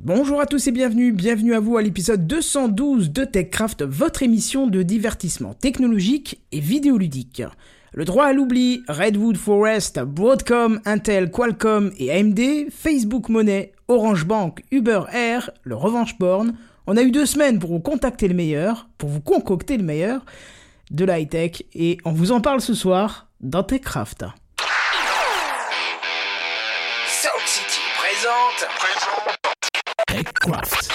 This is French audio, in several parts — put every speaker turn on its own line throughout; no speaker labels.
Bonjour à tous et bienvenue, bienvenue à vous à l'épisode 212 de TechCraft, votre émission de divertissement technologique et vidéoludique. Le droit à l'oubli, Redwood Forest, Broadcom, Intel, Qualcomm et AMD, Facebook Money, Orange Bank, Uber Air, le Revanche Born. On a eu deux semaines pour vous contacter le meilleur, pour vous concocter le meilleur de la high-tech et on vous en parle ce soir dans TechCraft.
Soul City présente.
TechCraft.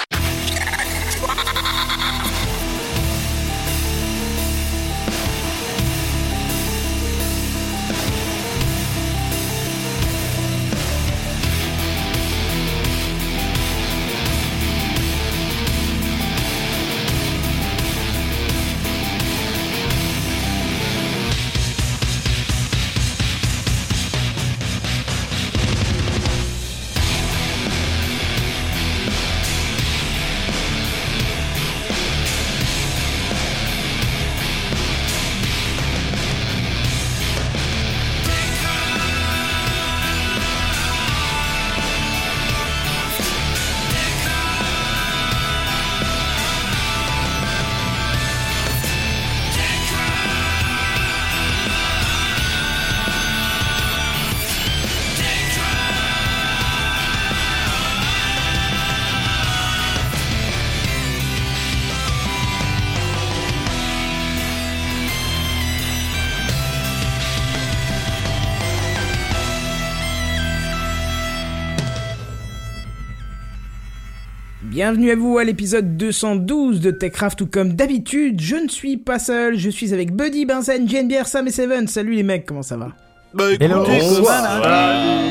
Bienvenue à vous à l'épisode 212 de TechCraft où comme d'habitude, je ne suis pas seul, je suis avec Buddy, Benzen, JNBR, Sam et Seven. Salut les mecs, comment ça va
Bah écoutez,
Hello.
comme
Bonsoir.
ça,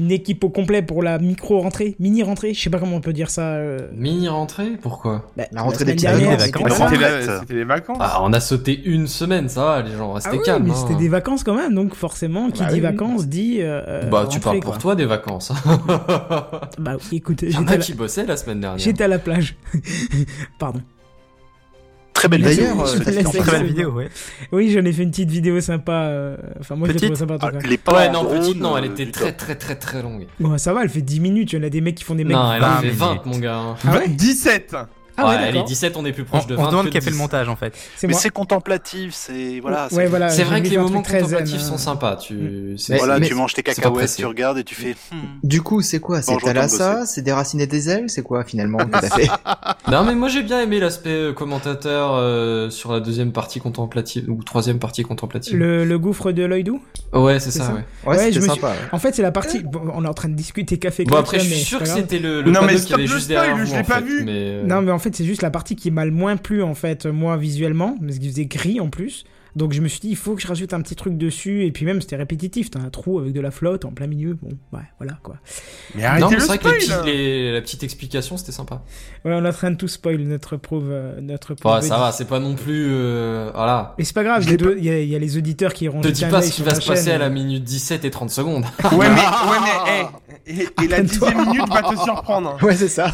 Une équipe au complet pour la micro-rentrée, mini-rentrée, je sais pas comment on peut dire ça. euh,
Mini rentrée Pourquoi
bah,
La rentrée
semaine
des
dernière,
petits-enfants,
c'était
des
pas mal.
C'était
vacances. C'était
la-
la-
c'était les vacances.
Ah, on a sauté une semaine, ça va, les gens,
Ah
restez
oui,
calmes.
mais
hein.
c'était des vacances quand même, donc forcément, qui
Bah
dit
oui.
vacances dit. euh,
Bah,
rentrée,
tu parles
quoi.
pour toi des vacances. hein.
Bah, écoute,
Y'en a
j'étais à la-
qui bossaient la semaine dernière.
j'étais à la plage. Pardon.
Très belle vidéo.
D'ailleurs,
ce
euh,
petit
laisse-
enfant.
Très
Très
belle
belle
vidéo,
vidéo, ouais.
Oui, j'en ai fait une petite vidéo sympa. euh, Enfin, moi, je l'ai
Petite
trouvé sympa en tout cas.
Ah, les
Ouais,
plans
non,
drones,
petite, non, elle
euh,
était
du
très très très très longue.
Bon, ça va, elle fait 10 minutes. Il y en a des mecs qui font des mecs.
non, elle a fait
minutes.
20, mon gars. hein.
Ah ouais
17
Ah ouais,
elle est
d'accord.
17, on est plus
On,
proche de 20.
on se demande
que
qui a fait le
10.
montage en fait.
C'est
Mais
moi.
c'est contemplatif, c'est voilà,
Ouais,
c'est-
voilà,
C'est
j'ai
vrai que
voulu
les
faire un
moments
truc très zen,
contemplatifs
euh. Mm.
sont sympas. Tu... c'est-
Mais-
voilà,
mais-
tu manges tes
pas
cacahuètes,
pressé.
tu regardes et tu fais. hmm.
Du coup, c'est quoi C'est
Bon, j'entends
Thalassa
bosser.
C'est des racines et des ailes C'est quoi finalement que t'as fait
Non, mais moi j'ai bien aimé l'aspect euh, commentateur euh, sur la deuxième partie contemplative ou troisième partie contemplative.
Le, le gouffre de l'œil doux.
Ouais, c'est
C'est
ça,
ça.
ouais.
Ouais,
Ouais, je
c'était
me suis-
sympa. ouais.
En fait, c'est la partie. Bon, on est en train de discuter café.
Euh. Bon, après,
crème,
je suis
mais
sûr
c'est
que
pas grave.
c'était le, le
Non, mais
panneau
stop
qu'il y avait
le
juste
spoil,
derrière.
je
vous,
l'ai
en
pas
fait,
vu.
Mais... euh,
Non, mais en fait, c'est juste la partie qui m'a le moins plu, en fait, moi, visuellement, parce qu'il faisait gris en plus. Donc, je me suis dit, il faut que je rajoute un petit truc dessus. Et puis, même, c'était répétitif. T'as un trou avec de la flotte en plein milieu. Bon, ouais, voilà, quoi.
hein.
Mais
Non,
Ah,
arrêtez
mais
le
c'est vrai que les
spoil
petits- les- la petite explication, c'était sympa.
Ouais, on est en train de tout spoil notre prouve. euh, notre
Bon,
prouve
ça
buddy.
va, c'est pas non plus... euh, voilà.
Mais c'est pas grave,
Je
les
l'ai
deux- il y, a- il y a les auditeurs qui iront
Te dis
jeter un
pas
œil
ce qui
sur
va
la
se passer
chaîne. Ah,
à la minute 17 et 30 secondes.
Ouais, mais, ouais, mais, hey, et, et la
Attends-toi.
dixième minute va te surprendre.
Ouais, c'est ça.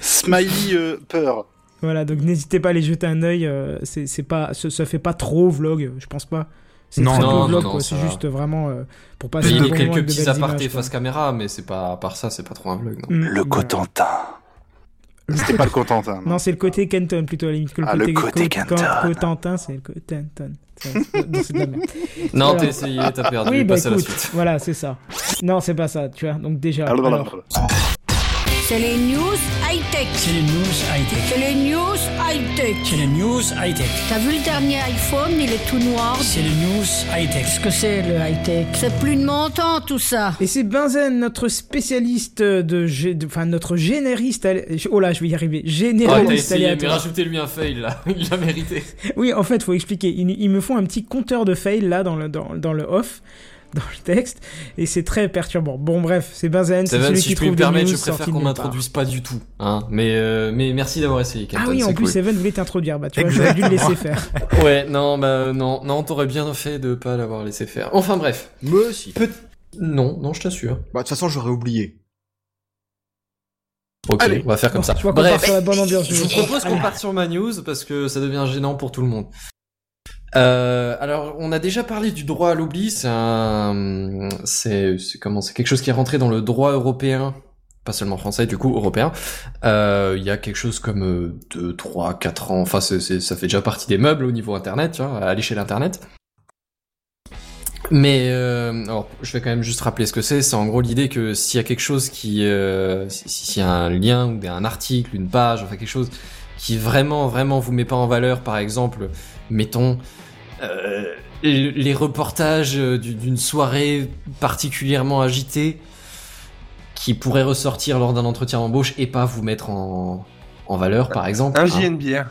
Smiley euh, peur.
Voilà, donc n'hésitez pas à les jeter un œil. euh, c'est c'est pas, ça, ça fait pas trop vlog, euh, je pense pas. C'est
Non,
très peu
non, non,
vlog,
non,
quoi,
ça
c'est
va.
juste vraiment euh, pour passer
Il
un
y
bon
a
moment
quelques
avec de
petits
belles
apartés
images, quoi.
face caméra, mais c'est pas, à part ça, c'est pas trop un vlog. Non.
Mm.
Le
Voilà.
Cotentin.
Le
C'était pas le Cotentin.
Non, c'est le côté Kenton plutôt à la limite que le
Ah, le
côté,
côté
co-
Kenton.
co- Cotentin, c'est le côté Kenton. C'est c'est- c'est de la merde.
Non,
Alors-
t'as essayé, t'as perdu,
Oui, bah
passe à la
écoute,
suite.
voilà, c'est ça. Non, c'est pas ça, tu vois. Donc déjà,
Ah, blablabla.
alors,
C'est les news high-tech.
C'est les news high-tech.
C'est les news high-tech.
C'est les news high-tech.
T'as vu le dernier iPhone, il est tout noir.
C'est les news high-tech.
Qu'est-ce que c'est le high-tech C'est plus de mon temps tout ça.
et c'est Benzen, notre spécialiste de, gé- de- enfin notre génériste. allé- Oh là, je vais y arriver.
Ouais,
Généraliste
Ah, t'as essayé, mais
aléatoire.
rajoutez-lui un fail, là. Il l'a mérité.
Oui, en fait, faut expliquer. Ils, ils me font un petit compteur de fail là dans le dans, dans le off, dans le texte, et c'est très perturbant. Bon, bref, c'est Benzen, c'est
Seven,
celui
si
qui
je peux
trouve
me
des
permettre,
news
je préfère
sorties de
qu'on
nulle part.
m'introduise pas du tout. Hein. Mais, euh, mais merci d'avoir essayé, Captain.
Ah oui, en
c'est
plus,
cool.
Seven voulait t'introduire, bah tu vois, j'aurais dû le laisser faire.
Ouais, non, bah non, non, t'aurais bien fait de pas l'avoir laissé faire. Enfin bref.
Moi aussi.
Peut- Non, non, je t'assure.
Bah, de toute façon, j'aurais oublié.
Ok, on va faire comme
Bon,
ça.
Je vois qu'on part
Bref,
sur la bonne ambiance.
je vous propose qu'on parte sur ma news parce que ça devient gênant pour tout le monde. Euh, alors, on a déjà parlé du droit à l'oubli. C'est un, c'est, c'est comment, c'est quelque chose qui est rentré dans le droit européen pas seulement français, du coup européen, euh, il y a quelque chose comme euh, 2, 3, 4 ans, enfin c'est- c'est- ça fait déjà partie des meubles au niveau internet, tu vois, à l'échelle internet. Mais euh, alors, je vais quand même juste rappeler ce que c'est, c'est en gros l'idée que s'il y a quelque chose qui... euh, si- si- s'il y a un lien ou des- un article, une page, enfin quelque chose qui vraiment, vraiment vous met pas en valeur, par exemple, mettons... euh, les reportages euh, du- d'une soirée particulièrement agitée, qui pourrait ressortir lors d'un entretien d'embauche et pas vous mettre en, en valeur, par exemple.
Un
hein.
JNBR.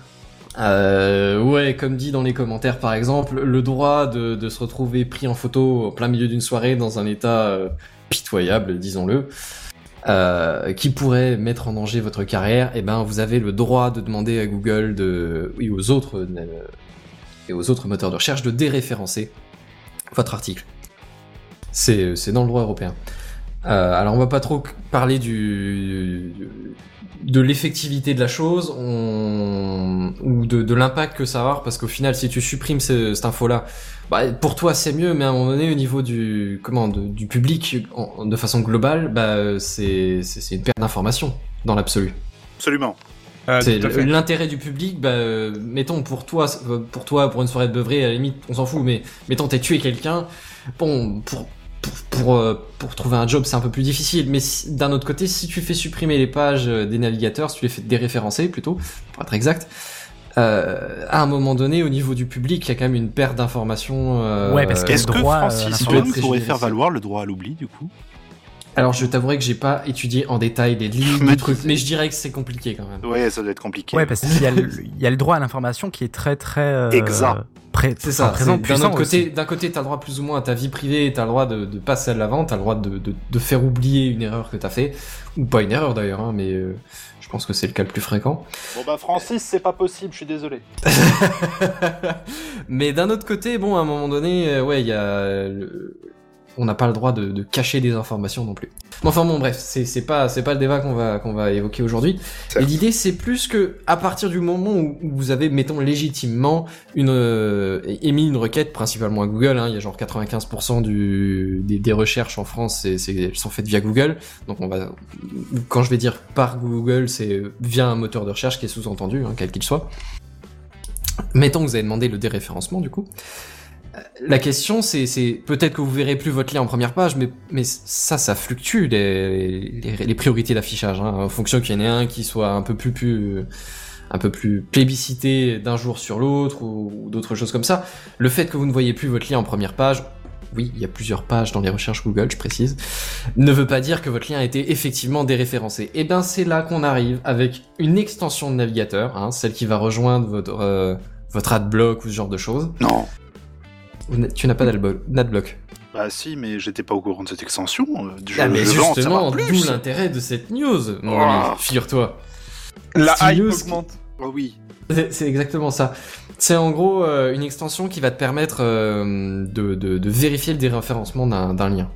Euh, ouais, comme dit dans les commentaires, par exemple, le droit de, de se retrouver pris en photo au plein milieu d'une soirée dans un état euh, pitoyable, disons-le, euh, qui pourrait mettre en danger votre carrière, eh ben, vous avez le droit de demander à Google de, oui, aux autres, euh, et aux autres moteurs de recherche de déréférencer votre article. C'est c'est dans le droit européen. Euh, alors on va pas trop parler du de l'effectivité de la chose on, ou de, de l'impact que ça va avoir parce qu'au final si tu supprimes ce- cette info là bah, pour toi c'est mieux mais à un moment donné au niveau du comment de- du public en- de façon globale bah euh, c'est c'est c'est une perte d'information dans l'absolu
Absolument.
Euh,
c'est
tout à fait.
l'intérêt du public bah euh, mettons pour toi euh, pour toi pour une soirée de beuvrée à la limite on s'en fout mais mettons t'as tué quelqu'un bon pour pour, pour, euh, pour trouver un job, c'est un peu plus difficile. Mais si- d'un autre côté, si tu fais supprimer les pages euh, des navigateurs, si tu les fais déréférencer plutôt, pour être exact, euh, à un moment donné, au niveau du public, il y a quand même une perte d'informations. euh,
Ouais, parce que-
Est-ce que
droit, euh,
Francis
l'information
Huang pourrait
privilégiée.
faire valoir le droit à l'oubli, du coup
Alors, je t'avouerai que j'ai pas étudié en détail les lignes,
me
les trucs,
disais.
mais je dirais que c'est compliqué quand même.
Ouais, ça doit être compliqué.
Ouais, parce qu'il y, a le- il y a le droit à l'information qui est très très euh,
Exact.
pré-
C'est ça.
enfin, présent,
c'est- D'un
puissant
autre côté,
aussi.
d'un côté, t'as le droit plus ou moins à ta vie privée, t'as le droit de, de passer à l'avant, t'as le droit de, de, de faire oublier une erreur que t'as fait, ou pas une erreur d'ailleurs, hein, mais euh, je pense que c'est le cas le plus fréquent.
Bon bah Francis, c'est pas possible, je suis désolé.
Mais d'un autre côté, bon, à un moment donné, euh, ouais, il y a. le- On n'a pas le droit de, de cacher des informations non plus. Mais enfin bon, bref, c'est c'est pas c'est pas le débat qu'on va qu'on va évoquer aujourd'hui. Et
Certes.
l'idée, c'est plus que à partir du moment où, où vous avez, mettons, légitimement une euh, é- émis une requête, principalement à Google. hein, Il y a genre 95% du des, des recherches en France, c'est c'est- elles sont faites via Google. Donc on va quand je vais dire par Google, c'est via un moteur de recherche qui est sous-entendu, hein, quel qu'il soit. Mettons que vous avez demandé le déréférencement du coup. Euh, La question, c'est, c'est peut-être que vous verrez plus votre lien en première page, mais, mais ça, ça fluctue les, les, les priorités d'affichage, hein, en fonction qu'il y en ait un qui soit un peu plus, plus un peu plus plébiscité d'un jour sur l'autre ou, ou d'autres choses comme ça. Le fait que vous ne voyez plus votre lien en première page, oui, il y a plusieurs pages dans les recherches Google, je précise, ne veut pas dire que votre lien a été effectivement déréférencé. Et ben c'est là qu'on arrive avec une extension de navigateur, hein, celle qui va rejoindre votre euh, votre adblock ou ce genre de choses.
Non.
Vous n'a- Tu n'as pas d'adblo- d'adblock.
Bah si, mais j'étais pas au courant de cette extension. euh, Je,
Ah, mais
je veux en
justement,
savoir
d'où
plus.
l'intérêt de cette news, mon
Oh.
ami. Figure-toi.
La
Steve
hype
News
augmente.
Ah oui.
C'est c'est exactement ça. C'est en gros euh, une extension qui va te permettre euh, de, de- de vérifier le déréférencement d'un d'un lien.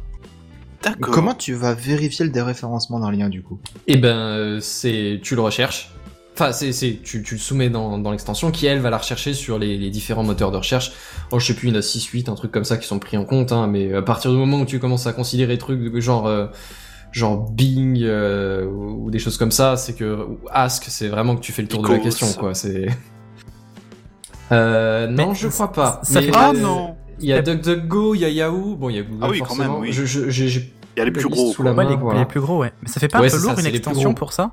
D'accord.
Comment tu vas vérifier le déréférencement d'un lien du coup
Et ben, euh, c'est tu le recherches. Enfin, c'est c'est tu, tu le soumets dans, dans l'extension qui elle va la rechercher sur les, les différents moteurs de recherche. Oh, je sais plus, il y en a 6 8 un truc comme ça qui sont pris en compte hein, mais à partir du moment où tu commences à considérer des trucs de- genre euh, genre Bing euh, ou, ou des choses comme ça, c'est que ou Ask, c'est vraiment que tu fais le tour de la
Because.
question quoi, c'est euh, non,
Mais
je crois pas.
ça
Mais,
fait-
Ah
euh,
non
Il y a DuckDuckGo, il y a Yahoo, bon il y a Google
Ah oui, quand
forcément.
même, oui.
Je- je- j'ai- j'ai-
Il y a les
la
plus
liste
gros.
sous
quoi.
la
Ouais,
main,
les,
voilà.
les plus gros, ouais. Mais ça fait pas
Ouais,
un peu
c'est ça,
lourd une
c'est les plus
extension
gros.
pour ça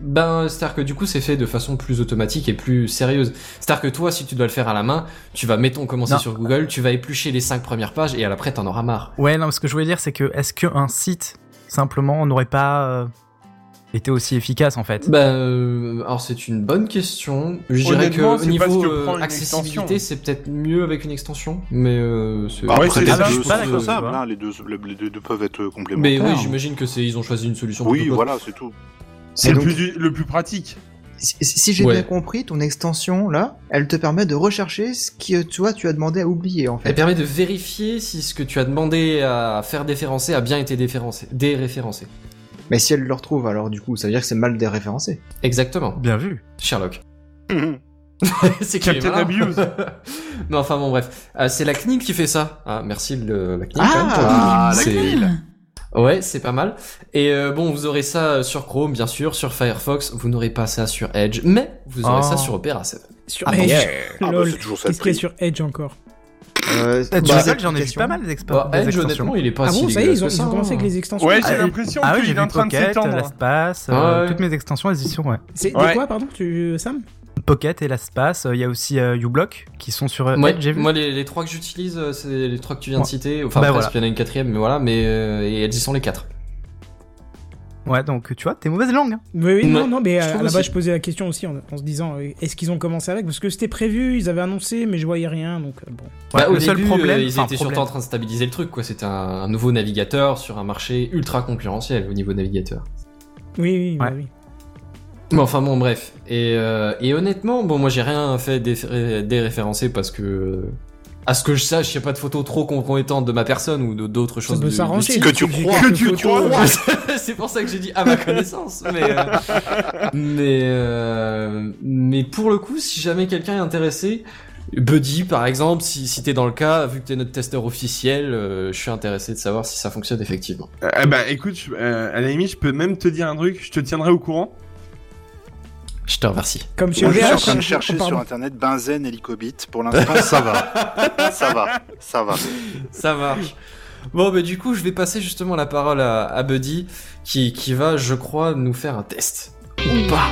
Ben, c'est-à-dire que du coup, c'est fait de façon plus automatique et plus sérieuse. C'est-à-dire que toi, si tu dois le faire à la main, tu vas, mettons, commencer
Non.
sur Google, tu vas éplucher les cinq premières pages et à l'après, t'en auras marre.
Ouais, non, ce que je voulais dire, c'est que est-ce qu'un site, simplement, n'aurait pas euh, été aussi efficace en
Bah,
fait
Ben, euh, alors c'est une bonne question. Je dirais que
Honnêtement,
au
c'est pas ce
niveau
que
euh,
prend une
accessibilité,
extension.
c'est peut-être mieux avec une extension, mais euh, c'est.
Bah ouais,
Après,
c'est
les
ça,
deux
je
suis
sont
pas d'accord, tu
faisables,
vois.
hein, les, deux, les deux peuvent être
mais
complémentaires.
oui, j'imagine que c'est ils ont choisi une solution.
Oui,
plutôt que-
voilà, c'est tout.
C'est le,
donc-
plus du- le plus pratique.
Si, si j'ai
Ouais.
bien compris, ton extension là, elle te permet de rechercher ce que toi tu as demandé à oublier en
Elle
fait.
permet de vérifier si ce que tu as demandé à faire déférencer a bien été déférencé, déréférencé.
Mais si elle le retrouve, alors du coup, ça veut dire que c'est mal déréférencé.
Exactement,
Bien vu.
Sherlock.
Hum,
Mhm. c'est qu'il est
Captain
malin.
Abuse.
Mais enfin bon bref, Euh, c'est la CNIL qui fait ça. Ah, merci le, la CNIL.
Ah,
quand même, pour-
Ah, la
c'est-
CNIL.
Ouais, c'est pas mal. Et euh, bon, vous aurez ça sur Chrome, bien sûr, sur Firefox. Vous n'aurez pas ça sur Edge, mais vous aurez
Oh.
ça sur Opera 7.
Sur
Ah bon,
Edge.
Ah bah,
Lol.
c'est toujours ça. le
Qu'est-ce qu'il y a
prix.
sur Edge encore
Euh,
Tu
bah,
sais que j'en ai vu
applications.
pas mal des experts.
Bah,
des
Edge,
extensions.
honnêtement, il est pas
Ah
si
bon, ça y est,
dégueulasse
ils ont,
que
ils ont
hein.
commencé avec les extensions.
Ouais,
Ah,
j'ai l'impression
Ah oui,
qu'il
j'ai
est en
vu
train de
Pocket,
s'étendre.
l'Aspace,
Ouais,
euh,
ouais.
toutes mes extensions, elles y sont, ouais.
C'est de
Ouais.
quoi, pardon, tu, Sam
Pocket, et l'Aspace, euh, il y a aussi euh, uBlock qui sont sur euh,
Ouais,
Edge, j'ai vu.
Moi, les, les trois que j'utilise, euh, c'est les trois que tu viens
Ouais.
de citer. Enfin,
Bah,
presque,
voilà.
il y en a une quatrième, mais voilà. Mais euh, et elles y sont les quatre.
Ouais, donc tu vois, t'es mauvaise langue. hein.
Oui, oui,
Ouais.
non, non, mais
Je
euh,
trouve
à la
aussi.
base, je posais la question aussi en, en se disant euh, est-ce qu'ils ont commencé avec Parce que c'était prévu, ils avaient annoncé, mais je voyais rien, donc euh, bon.
Bah,
le
au
seul
début,
problème,
euh, ils étaient
enfin,
surtout
problème.
en train de stabiliser le truc, quoi. C'était un, un nouveau navigateur sur un marché ultra concurrentiel au niveau navigateur.
Oui, oui, bah
Ouais.
oui.
Mais enfin bon, bref. Et, euh, et honnêtement, bon, moi j'ai rien fait défé- déréférencé parce que, euh, à ce que je sache, il n'y a pas de photos trop compromettantes de ma personne ou de- d'autres
Ça
choses.
peut
du- du
s'arranger.
style.
que tu
j'ai
crois.
quelques
Que tu
photos,
crois.
euh,
Ouais, c'est- c'est pour ça que j'ai dit à ma connaissance. Mais, euh, mais, euh, mais pour le coup, si jamais quelqu'un est intéressé, Buddy par exemple, si, si t'es dans le cas, vu que t'es notre testeur officiel, euh, je suis intéressé de savoir si ça fonctionne effectivement.
Ah bah écoute, je- euh, à la limite, je peux même te dire un truc, je te tiendrai au courant.
Je te remercie.
Comme chez
Moi, je suis en
OVH,
train de
euh,
chercher
oh, pardon.
sur internet benzène hélicobit. Pour l'instant, ça va. Ça va. Ça va.
Ça marche. Bon, bah du coup, je vais passer justement la parole à, à Buddy, qui, qui va, je crois, nous faire un test. Ou pas.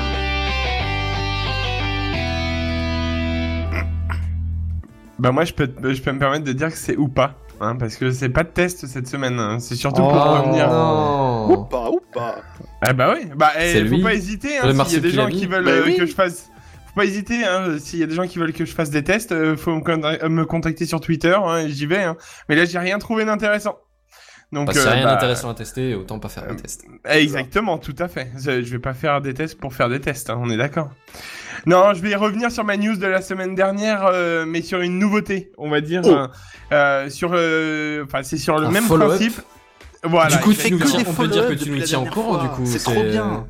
Bah moi, je peux, te- je peux me permettre de dire que c'est ou pas, hein, parce que c'est pas de test cette semaine, hein, c'est surtout pour
Oh,
revenir.
non.
Pas ou pas.
Ah bah oui, bah eh,
C'est
faut
lui.
pas hésiter,
Le
hein, s'il y a des gens
marsupilami.
qui veulent
Bah
euh,
oui.
que je fasse... Faut pas hésiter, hein, s'il y a des gens qui veulent que je fasse des tests, euh, faut me, con- euh, me contacter sur Twitter, hein, et j'y vais. Hein. Mais là, j'ai rien trouvé d'intéressant. Donc,
Bah, c'est
euh,
rien
bah,
d'intéressant à tester, autant pas faire un
euh,
test.
Eh, Exactement, tout à fait. Je je vais pas faire des tests pour faire des tests, hein, on est d'accord. Non, je vais revenir sur ma news de la semaine dernière, euh, mais sur une nouveauté, on va
Oh.
dire. hein. Euh, sur, euh, enfin, c'est sur le
Un
même
follow-up.
principe. Voilà.
du coup, tu
fais
nous
que
tiens-
des
on peut dire que
follow-up
tu
depuis
nous
la
tiens au
dernière
courant,
fois.
du coup.
C'est trop bien.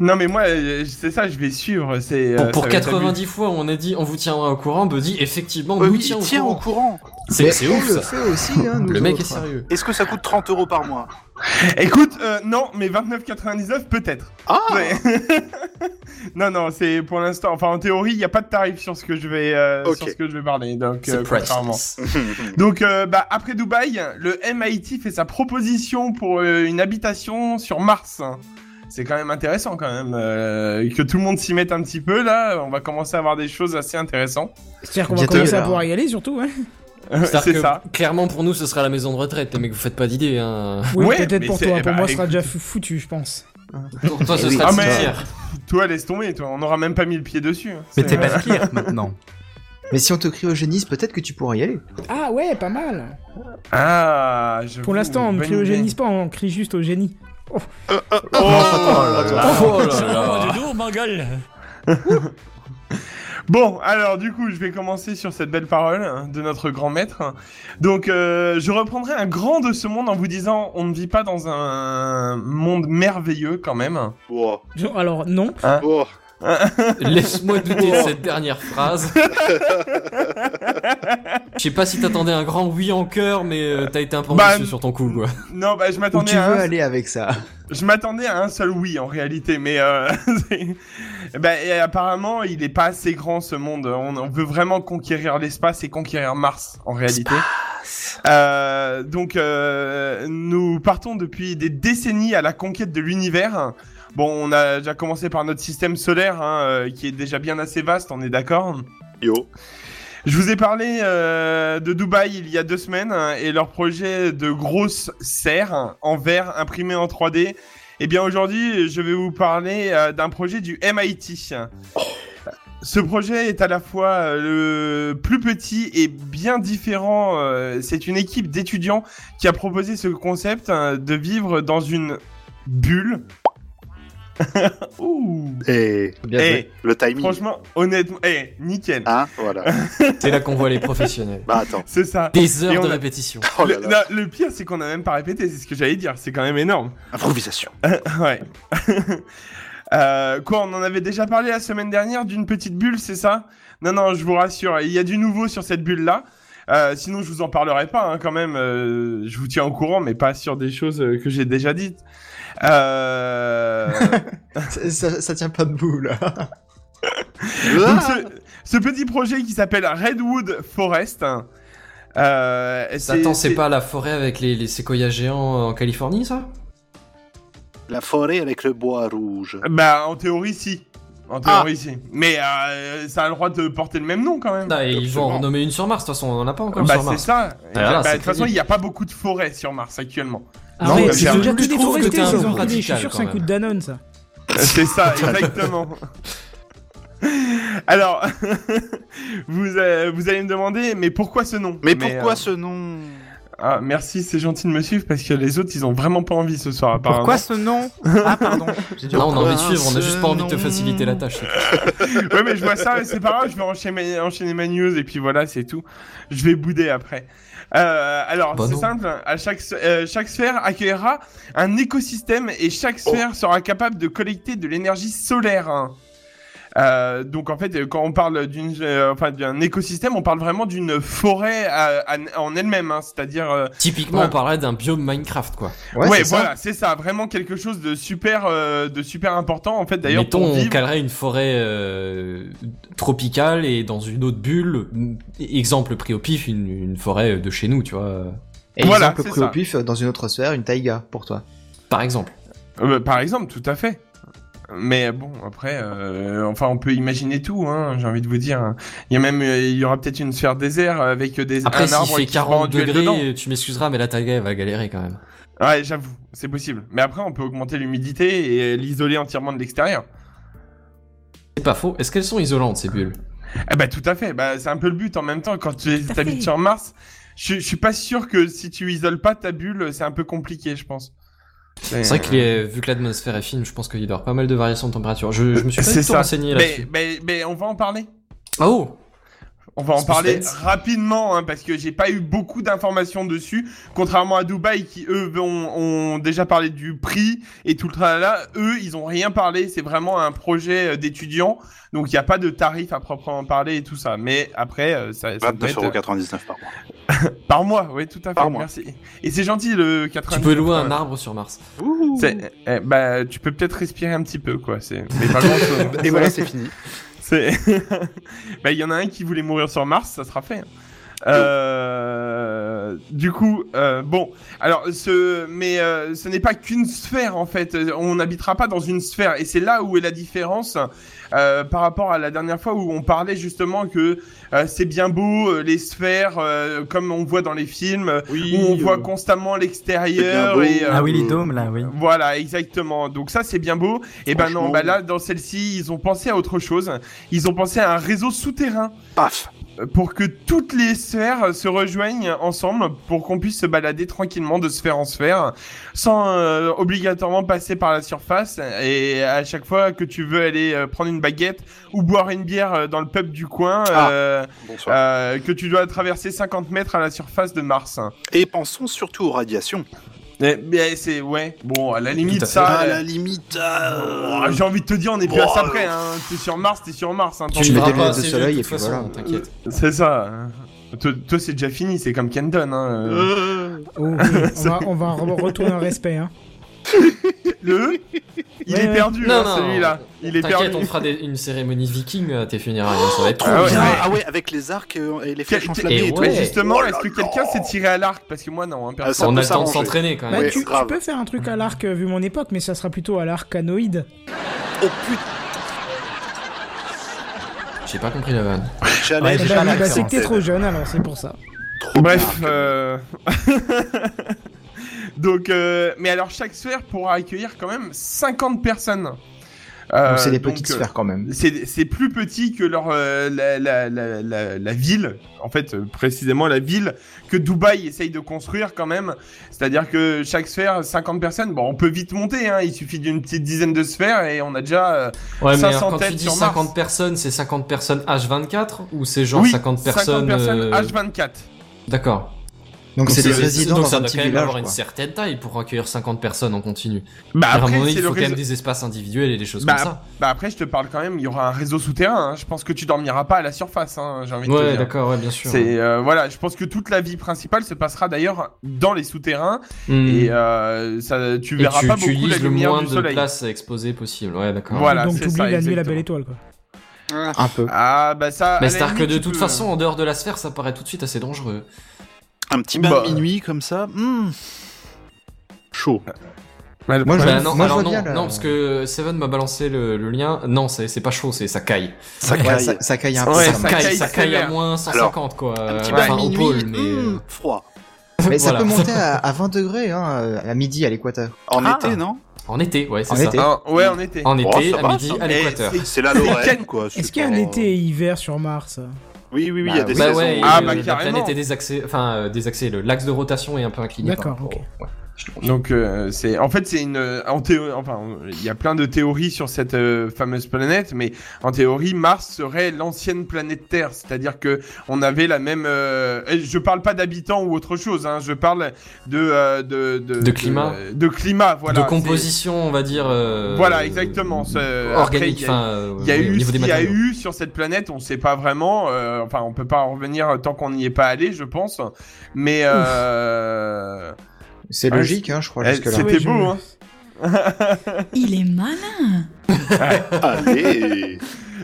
Non, mais moi, euh, c'est ça, je vais suivre. C'est
Pour,
euh,
pour
ça va être
90 fois, on a dit on vous tiendra au courant. Buddy, effectivement,
Oui,
nous
oui,
tient au
tiens Euh, au
courant.
courant.
C'est
Mais
c'est
on
ouf
le
ça.
fait aussi, hein, nous
Le mec
autres.
est sérieux.
Est-ce que ça coûte 30 euros par mois
abusé. Écoute, euh, non, mais 29,99 peut-être.
Ah
Ouais. non, non, c'est pour l'instant. Enfin, en théorie, il n'y a pas de tarif sur ce que je vais, euh, sur
Ok.
ce que je vais parler. Donc,
C'est
euh, contrairement.
priceless.
Donc, euh, bah, après Dubaï, le MIT fait sa proposition pour euh, une habitation sur Mars. C'est quand même intéressant, quand même, euh, que tout le monde s'y mette un petit peu. Là, on va commencer à avoir des choses assez intéressantes.
C'est-à-dire qu'on va
Bientôt,
commencer à
là.
pouvoir y aller surtout, hein
C'est-à-dire
C'est
que,
ça.
Clairement, pour nous, ce sera la maison de retraite, les mecs, vous faites pas d'idée. Hein.
Oui,
Ouais,
peut-être
mais
pour
c'est-
toi,
eh
pour
ben,
moi, ce sera
écoute.
déjà fou- foutu, je pense.
Pour toi, ce
Eh oui.
sera
Ah,
le
mais-
cimetière.
Toi, laisse tomber, toi. On n'aura même pas mis le pied dessus. hein.
Mais
C'est-
Euh,
t'es pas skier maintenant.
Mais si on te cryogénise, peut-être que tu pourras y aller.
Ah ouais, pas mal.
Ah, je
Pour l'instant, on ne cryogénise pas, on crie juste au génie.
Oh là
Oh,
là.
de lourd, ma gueule.
Bon, alors du coup, je vais commencer sur cette belle parole hein, de notre grand maître. Donc, euh, je reprendrai un grand de ce monde en vous disant, on ne vit pas dans un monde merveilleux quand même.
Wow.
Genre, Alors, non.
Wow.
Laisse-moi douter de cette dernière phrase. Je sais pas si t'attendais un grand oui en cœur, mais euh, t'as été un peu
Bah,
ambitieux sur ton coup, quoi.
Non, bah je
Où
m'attendais
tu veux
à un...
aller avec ça
je m'attendais à un seul oui en réalité, mais euh... c'est- bah, et apparemment il est pas assez grand ce monde. On, on veut vraiment conquérir l'espace et conquérir Mars en réalité. Euh, donc euh, nous partons depuis des décennies à la conquête de l'univers. Bon, on a déjà commencé par notre système solaire, hein, euh, qui est déjà bien assez vaste, on est d'accord.
Yo.
Je vous ai parlé euh, de Dubaï il y a deux semaines hein, et leur projet de grosse serre en verre imprimée en 3D. Eh bien aujourd'hui, je vais vous parler euh, d'un projet du MIT. Ce projet est à la fois euh, le plus petit et bien différent. euh, C'est une équipe d'étudiants qui a proposé ce concept hein, de vivre dans une bulle. Ouh.
Et
Bien
Eh,
joué. Ah.
le timing.
franchement, honnêtement, eh, nickel.
Hein Voilà.
C'est là qu'on voit les professionnels.
Bah attends.
C'est ça.
Des
Et
heures
on
de
a-
répétition.
Oh
le,
là là.
non, le pire, c'est qu'on a même pas répété, c'est ce que j'allais dire, c'est quand même énorme.
Improvisation.
ouais. Euh, quoi, on en avait déjà parlé la semaine dernière d'une petite bulle, c'est ça Non, non, je vous rassure, il y a du nouveau sur cette bulle-là. Euh, sinon, je vous en parlerai pas hein, quand même. euh, je vous tiens au courant, mais pas sur des choses euh, que j'ai déjà dites. Euh...
ça, ça- ça tient pas debout là.
Donc,
Ah.
ce, ce petit projet qui s'appelle Redwood Forest. hein, euh,
Attends, c'est pas la forêt avec les, les séquoias géants en Californie, ça
La forêt avec le bois rouge.
Bah, en théorie, si. En
Ah.
théorie, si. Mais euh, ça a le droit de porter le même nom quand même.
Ah, et Ils vont en
Absolument.
nommer une sur Mars, de toute façon, on en a pas encore
Bah,
sur
c'est
Mars.
ça. Et
Ah,
bah,
c'est
de toute façon,
crédible.
il n'y a pas beaucoup de forêts sur Mars actuellement. euh,
Ah
Non,
ouais,
mais
c'est
je-
déjà
je
tout
trouve que
déforesté,
t'es un
ils
peu
ont regardé, je suis
radical,
sûr,
quand
c'est un
même.
coup de Danone, ça.
C'est ça, exactement. Alors, vous, euh, vous allez me demander, mais pourquoi ce nom
Mais pourquoi
euh,
ce nom
ah, Merci, c'est gentil de me suivre parce que les autres, ils ont vraiment pas envie ce soir, apparemment.
Pourquoi ce nom Ah, pardon. J'ai dit-
Là, on a envie de
Ah,
suivre, on a
ce
juste pas envie de te
nom.
faciliter la tâche.
ouais, mais je vois ça, c'est pas grave, je vais enchaîner, enchaîner ma news et puis voilà, c'est tout. Je vais bouder après. Euh, alors,
Bah
c'est
non.
simple, à chaque, s- euh, chaque sphère accueillera un écosystème et chaque
Oh.
sphère sera capable de collecter de l'énergie solaire. hein. Euh, donc en fait, euh, quand on parle d'une, euh, enfin d'un écosystème, on parle vraiment d'une forêt à- à- en elle-même, hein, c'est-à-dire euh,
Typiquement,
Ouais.
on parlerait d'un biome Minecraft, quoi.
ouais,
c'est ça.
voilà, c'est ça, vraiment quelque chose de super, euh, de super important en fait. D'ailleurs,
Mettons,
pour
on
vivre,
calerait une forêt euh, tropicale et dans une autre bulle, m- exemple pris au pif, une, une forêt de chez nous, tu vois, euh,
Et
Voilà,
exemple
c'est
pris
ça.
au pif euh, dans une autre sphère, une taïga pour toi.
par exemple.
Euh, bah, par exemple, tout à fait. Mais bon, après, euh, enfin, on peut imaginer tout. Hein, J'ai envie de vous dire, il y a même, euh, il y aura peut-être une sphère désert avec des
Après,
un arbre
s'il fait
qui se bat en
40
duel dedans.
degrés, euh, tu m'excuseras, mais la taga, elle va galérer quand même.
Ouais, j'avoue, c'est possible. Mais après, on peut augmenter l'humidité et l'isoler entièrement de l'extérieur.
C'est pas faux. Est-ce qu'elles sont isolantes, ces bulles
Eh bah, tout à fait. Bah, c'est un peu le but. En même temps, quand tu
Tout à fait.
habites sur Mars, je, je suis pas sûr que si tu isoles pas ta bulle, c'est un peu compliqué, je pense.
C'est vrai que les- vu que l'atmosphère est fine, je pense qu'il doit y avoir pas mal de variations de température. Je, je me suis pas
C'est
du tout
ça.
renseigné
Mais,
là-dessus.
mais, mais on va en parler.
Ah Oh
On va en parler
Suspense.
rapidement hein, parce que j'ai pas eu beaucoup d'informations dessus. Contrairement à Dubaï qui eux ont, ont déjà parlé du prix et tout le tralala, eux ils ont rien parlé. C'est vraiment un projet euh, d'étudiants, donc il n'y a pas de tarif à proprement parler et tout ça. Mais après, euh, ça, ça peut être, euh,
29,99€ par mois.
par mois, oui tout à fait.
Par mois.
Merci. Et c'est gentil le 80.
Tu peux louer un arbre sur Mars.
C'est- eh, bah, tu peux peut-être respirer un petit peu quoi. C'est mais pas hein. grand chose.
Et voilà, c'est fini.
C'est. bah, il y en a un qui voulait mourir sur Mars, ça sera fait. hein. Euh, du coup, euh, bon, alors ce, mais euh, ce n'est pas qu'une sphère en fait. Euh, On n'habitera pas dans une sphère, et c'est là où est la différence euh, par rapport à la dernière fois où on parlait justement que euh, c'est bien beau euh, les sphères euh, comme on voit dans les films où on voit constamment l'extérieur
c'est bien
et
euh, beau.
Ah oui, les
Euh,
dômes, là, oui.
voilà, exactement. Donc ça, c'est bien beau. Et ben non,
Franchement.
bah là, dans celle-ci, ils ont pensé à autre chose. Ils ont pensé à un réseau souterrain
Paf
euh, pour que toutes les sphères euh, se rejoignent ensemble pour qu'on puisse se balader tranquillement de sphère en sphère sans euh, obligatoirement passer par la surface et à chaque fois que tu veux aller euh, prendre une baguette ou boire une bière euh, dans le pub du coin
Ah.
euh,
Bonsoir.
euh, que tu dois traverser 50 mètres à la surface de Mars.
Et pensons surtout aux radiations.
Mais, mais c'est ouais, bon à la limite
à fait.
ça
Ah, à
euh,
la limite.
Oh,
euh,
J'ai envie de te dire, on est plus
Oh,
à ça près.
euh.
Hein. T'es sur Mars, t'es sur Mars. Hein,
Tu mets
verras
des lunettes de
assez
soleil
vieux,
et
de
puis
toute façon,
voilà.
T'inquiète.
C'est ça. hein. Toi, toi, c'est déjà fini, c'est comme Kendon. Hein. euh.
euh,
Oh, oui, on va, on va re- retourner un respect. Hein.
Le E, Il
Ouais,
est
ouais.
perdu,
Non,
hein,
non,
celui-là. Il est
T'inquiète,
perdu.
on fera des- une cérémonie viking à tes funérailles. Ça va être trop
Ah ouais.
bien.
Ah, ah ouais, avec les arcs euh, et les flèches
Quel-
enflammées et,
et
tout.
Mais
ouais.
justement,
Oh là
est-ce que
là.
quelqu'un s'est tiré à l'arc Parce que moi, non, hein, personne.
ça
On
peut
a le temps de
s'arranger.
s'entraîner quand
Bah,
même.
Ouais,
tu, tu
grave.
peux faire un truc à l'arc, euh, vu mon époque, mais ça sera plutôt à l'arc canoïde.
Oh putain,
J'ai pas compris la vanne.
Ouais,
Eh
j'allais hein,
j'ai
ben,
pas la
oui, bah, c'est que
référence.
t'es trop jeune, alors c'est pour ça.
Ah,
trop
Bref.
bien.
euh, Donc, euh, mais alors, chaque sphère pourra accueillir quand même 50 personnes. Euh,
donc c'est des
donc,
petites
euh,
sphères quand même.
C'est c'est plus petit que leur euh, la, la, la, la, la ville, en fait euh, précisément la ville que Dubaï essaye de construire quand même. C'est-à-dire que chaque sphère 50 personnes, bon on peut vite monter, hein, il suffit d'une petite dizaine de sphères et on a déjà euh,
Ouais, mais
500
alors, quand tu
têtes
dis
sur Mars.
50 personnes, c'est 50 personnes euh, H24 ou c'est genre
oui,
50 personnes. euh,
H24.
D'accord.
Donc c'est les
c'est-
résidents
donc
dans
ça
un
doit
petit
quand même
village.
avoir une
quoi.
certaine taille pour accueillir 50 personnes en continu.
Bah
à un moment
après,
donné,
c'est
il
le
faut quand même
réseau.
des espaces individuels et des choses
Bah,
comme ça.
Bah après, je te parle quand même, il y aura un réseau souterrain. hein. Je pense que tu dormiras pas à la surface, hein, j'ai envie de te
Ouais,
dire.
d'accord, ouais, bien sûr.
C'est euh, voilà, je pense que toute la vie principale se passera d'ailleurs dans les souterrains
Hmm.
et euh, ça, tu verras
tu
pas beaucoup la
utilises le
lumière
moins
du
de
soleil.
place exposée possible. Ouais, d'accord.
Voilà,
Donc
c'est
t'oublies
ça,
la nuit et la
exactement.
belle étoile quoi.
Un peu.
Ah bah ça. à
Mais
la
c'est-à-dire que
limite,
de
tu
toute
peux- euh,
façon, en dehors de la sphère, ça paraît tout de suite assez dangereux.
Un petit bain
Bah.
de minuit comme ça. hmm. Chaud.
euh, Ouais, le
Moi,
problème-
Bah non,
moi, je vois
alors non,
bien, là.
non, parce que Seven m'a balancé le, le lien. Non, c'est c'est pas chaud, c'est ça caille.
Ça
Ouais,
caille.
ça, ça caille un peu.
Ouais,
ça
ça
ça
marche.
caille,
caille
ça caille à
sévère.
moins 150 quoi.
Un petit
euh,
bain
enfin,
de
au
minuit.
pôle, mais euh,
hmm, Froid.
Mais ça
Voilà.
peut monter à, à 20 degrés hein, à midi à l'équateur.
En
Ah.
été, non
en été, ouais, c'est
En
ça.
été.
Ah, ouais, en été.
En été,
Oh, ça
à
va,
midi,
ça.
à l'équateur.
Eh, c'est-
C'est la Lorraine,
Week-end.
quoi. c'est
Est-ce qu'il y a un
pas-
été et hiver sur Mars euh,
Oui, oui, oui, il y a
Bah
des
oui.
Bah
saisons.
ouais,
Ah,
et,
bah,
euh, la
carrément.
planète est désaxée, enfin euh, désaxée, le- l'axe de rotation est un peu incliné.
D'accord,
par rapport
ok.
au- ouais.
Donc euh, c'est en fait c'est une euh, en théo- enfin on- il y a plein de théories sur cette euh, fameuse planète mais en théorie Mars serait l'ancienne planète Terre c'est-à-dire que on avait la même euh, et je parle pas d'habitants ou autre chose hein, je parle de euh, de,
De climat.
de, de climat voilà
de
C'est-
composition, on va dire. euh,
Voilà, exactement, ce-
Organique,
Euh, après, il y a-
enfin, euh,
il y a
oui, au
eu
niveau
ce
des
qu'il y a
matériaux.
eu sur cette planète, on sait pas vraiment. euh, enfin, on peut pas en revenir tant qu'on n'y est pas allé, je pense. Mais euh,
C'est
Ouais,
logique, hein, je crois,
eh,
jusque-là.
c'était
Ouais, je-
beau. Hein.
Il est malin.
Allez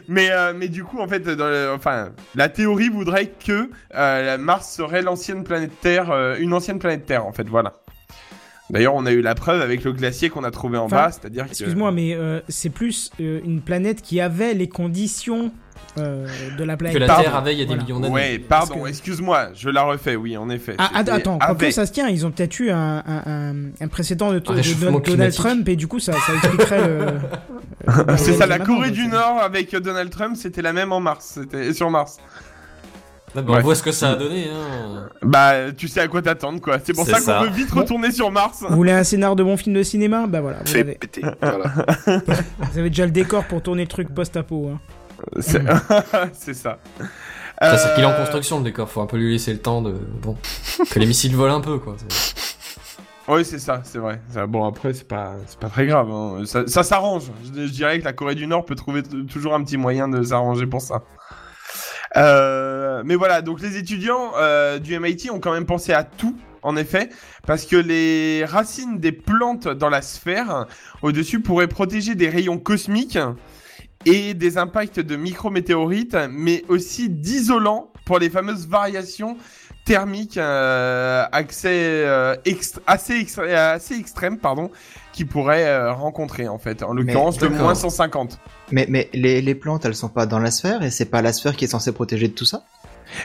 Mais, euh, mais du coup, en fait, dans le- enfin, la théorie voudrait que euh, la Mars serait l'ancienne planète Terre, euh, une ancienne planète Terre, en fait, voilà. D'ailleurs, on a eu la preuve avec le glacier qu'on a trouvé en
Enfin,
bas, c'est-à-dire que...
Excuse-moi, mais euh, c'est plus euh, une planète qui avait les conditions euh, de la
que
planète.
la
Pardon.
Terre avait il y a des
Voilà.
millions d'années.
Ouais,
Parce
pardon,
que-
excuse-moi, je la refais, oui, en effet.
Ah, att-
C'était
attends, quand
avec.
ça se tient, ils ont peut-être eu un, un- un- un précédent de, de- de
réchauffement
Donald
climatique.
Trump et du coup ça, ça expliquerait le. le-
C'est
le-
ça,
le-
la
maintenant,
Corée
quoi,
du
c'est-
Nord avec Donald Trump, c'était la même en mars, c'était sur Mars.
Ah, bah, On
Ouais.
voit ce que ça a donné. Hein.
Bah, tu sais à quoi t'attendre, quoi. C'est pour
C'est
ça
ça.
qu'on veut vite retourner sur Mars.
Vous voulez un scénar de bon film de cinéma Bah voilà, vous
Fait
avez,
péter. Voilà.
vous avez déjà le décor pour tourner le truc post-apo. hein.
C'est c'est ça.
Ça, c'est qu'il est en
Euh,
construction le décor, faut un peu lui laisser le temps de. Bon. que les missiles volent un peu quoi. C'est-
Oui, c'est ça, c'est vrai. Ça, bon, après, c'est pas, c'est pas très grave. hein. Ça, ça s'arrange. Je, je dirais que la Corée du Nord peut trouver t- toujours un petit moyen de s'arranger pour ça. Euh, mais voilà, donc les étudiants euh, du MIT ont quand même pensé à tout, en effet, parce que les racines des plantes dans la sphère au-dessus pourraient protéger des rayons cosmiques et des impacts de micrométéorites, mais aussi d'isolants pour les fameuses variations thermiques euh, accès, euh, ext- assez, ext- assez extrêmes pardon, qui pourraient euh, rencontrer, en fait. En l'occurrence, le
d'accord.
moins 150.
Mais, mais les, les plantes, elles sont pas dans la sphère et c'est pas la sphère qui est censée protéger de tout ça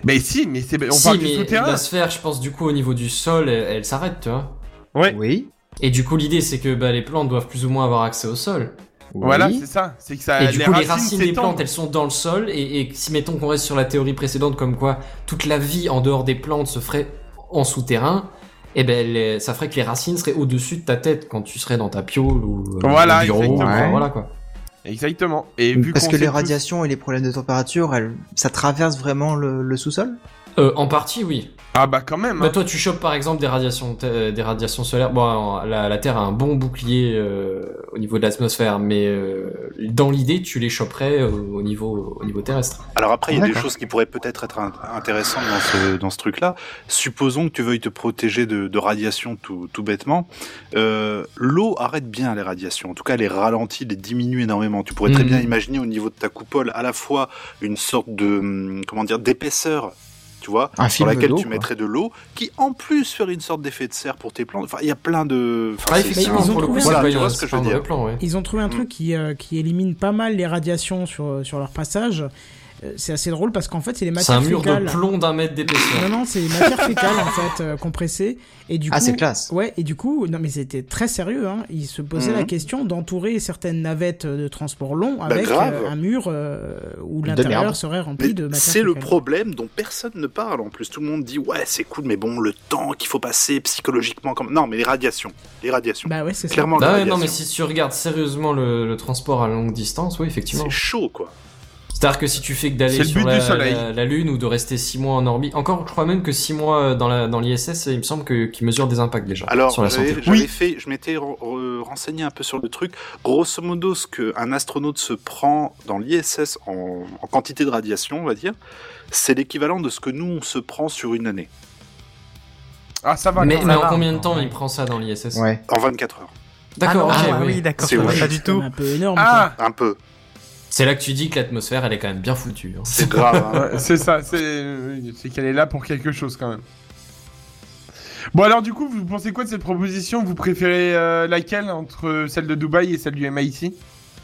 Mais si, mais c'est, on
si,
parle du
mais bah,
souterrain.
la sphère, je pense, du coup, au niveau du sol, elle, elle s'arrête, tu vois.
Ouais.
Oui.
Et du coup, l'idée, c'est que bah, les plantes doivent plus ou moins avoir accès au sol.
Voilà,
Oui.
c'est ça. C'est que ça.
et du coup, les racines des
Euh, s'étendent.
plantes, elles sont dans le sol. Et, et si, mettons qu'on reste sur la théorie précédente, comme quoi toute la vie en dehors des plantes se ferait en souterrain, et ben les- ça ferait que les racines seraient au-dessus de ta tête quand tu serais dans ta piole ou euh,
Voilà,
au bureau.
exactement.
enfin, voilà quoi.
Exactement. Et vu
Parce
qu'on
que
sait
les
tous-
radiations et les problèmes de température, elles, ça traverse vraiment le, le sous-sol
Euh, en partie, oui.
Ah bah quand même.
Bah
hein.
toi tu chopes par exemple des radiations euh, des radiations solaires. Bon la, la Terre a un bon bouclier euh, au niveau de l'atmosphère mais euh, dans l'idée tu les choperais euh, au niveau au niveau terrestre.
Alors après, il y a des
D'accord.
choses qui pourraient peut-être être in- intéressantes dans ce, dans ce truc-là. Supposons que tu veuilles te protéger de, de radiation tout, tout bêtement. Euh, L'eau arrête bien les radiations. En tout cas, elle les ralentit, les diminue énormément. Tu pourrais très
Mhm.
bien imaginer au niveau de ta coupole à la fois une sorte de hum, comment dire d'épaisseur, tu vois,
Un
sur
film
laquelle
d'eau,
tu
quoi.
mettrais de l'eau, qui en plus ferait une sorte d'effet de serre pour tes plantes. Enfin, il y a plein de. Enfin,
Ah
c'est-
effectivement
ils ont
pour le coup
trouvé-
c'est
Voilà,
pas,
tu
une-
vois ce
c'est
que je
pas
veux
un
dire.
mauvais plan ouais.
Ils ont trouvé un truc qui, euh, qui élimine pas mal les radiations sur, sur leur passage. Euh, c'est assez drôle parce qu'en fait, c'est les
C'est
matières
un mur de
fécales.
plomb d'un mètre
Non,
d'épaisseur.
non, c'est les matières fécales en fait, euh, compressées. Et du
Ah,
coup,
c'est classe.
Ouais, et du coup, non mais c'était très sérieux. Hein. Ils se posaient la
Mhm.
question d'entourer certaines navettes euh, de transport long avec
Bah, grave.
euh, un mur euh, où
De
l'intérieur
merde.
serait rempli
Mais
de matière.
c'est le
fécale.
problème dont personne ne parle. En plus, tout le monde dit ouais, c'est cool, mais bon, le temps qu'il faut passer psychologiquement, comme non, mais les radiations, les radiations.
Bah ouais, c'est ça.
Clairement, les
Bah ouais,
radiations.
non mais si tu regardes sérieusement le, le transport à longue distance oui effectivement.
C'est chaud, quoi.
C'est-à-dire que si tu fais que d'aller
C'est le
sur
but
la,
du soleil.
la- la Lune ou de rester 6 mois en orbite, encore je crois même que 6 mois euh, dans la dans l'ISS, il me semble que qu'ils mesurent des impacts déjà
Alors,
sur la
j'avais-
santé.
j'avais
Oui.
fait, je m'étais re- re- renseigné un peu sur le truc. Grosso modo, ce qu'un astronaute se prend dans l'ISS en, en quantité de radiation, on va dire, c'est l'équivalent de ce que nous, on se prend sur une année,
Ah, ça va.
Mais,
quand
mais
même.
en
va.
combien de temps il prend ça dans l'ISS
Ouais.
en 24 heures.
D'accord,
ah,
ok,
non, ah
oui.
oui, d'accord,
C'est
ça va
ouf.
pas du
C'est quand
tout.
même un peu énorme. quoi.
Ah
Un peu.
C'est là que tu dis que l'atmosphère elle est quand même bien foutue. hein.
C'est grave. hein.
Ouais, c'est ça, c'est c'est qu'elle est là pour quelque chose quand même. Bon alors du coup, vous pensez quoi de cette proposition Vous préférez euh, laquelle entre celle de Dubaï et celle du MIT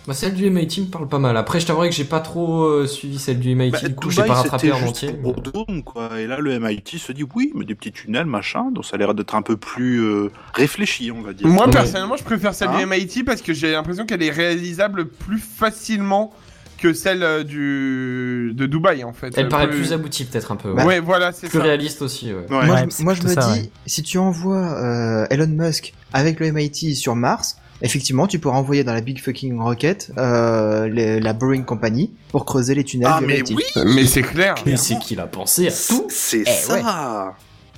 Bah, celle du MIT me parle pas mal. Après, je t'avouerai que j'ai pas trop euh, suivi celle du MIT.
Bah,
du coup, j'ai
Dubaï,
pas rattrapé
c'était
en
juste
entier.
pour Bourdon, quoi. Et là, le MIT se dit oui, mais des petits tunnels, machin. Donc, ça a l'air d'être un peu plus euh, réfléchi, on va dire.
Moi
Ouais. Ah.
personnellement, je préfère celle du
Hein
MIT parce que j'ai l'impression qu'elle est réalisable plus facilement que celle euh, du de Dubaï en fait.
Elle
Euh,
paraît plus aboutie, peut-être un peu. ouais.
Ouais, voilà, c'est
plus
ça.
réaliste aussi. ouais.
Ouais.
Moi,
Ouais,
je,
c'est
moi, je me
plutôt ça,
dis,
ouais.
si tu envoies euh, Elon Musk avec le MIT sur Mars, effectivement, tu pourras envoyer dans la Big Fucking Rocket euh, les- la Boring Company pour creuser les tunnels
Ah,
du
mais
MIT.
oui
Mais c'est clair.
Mais c'est qu'il a pensé à tout.
C'est
Eh,
ça.
ouais.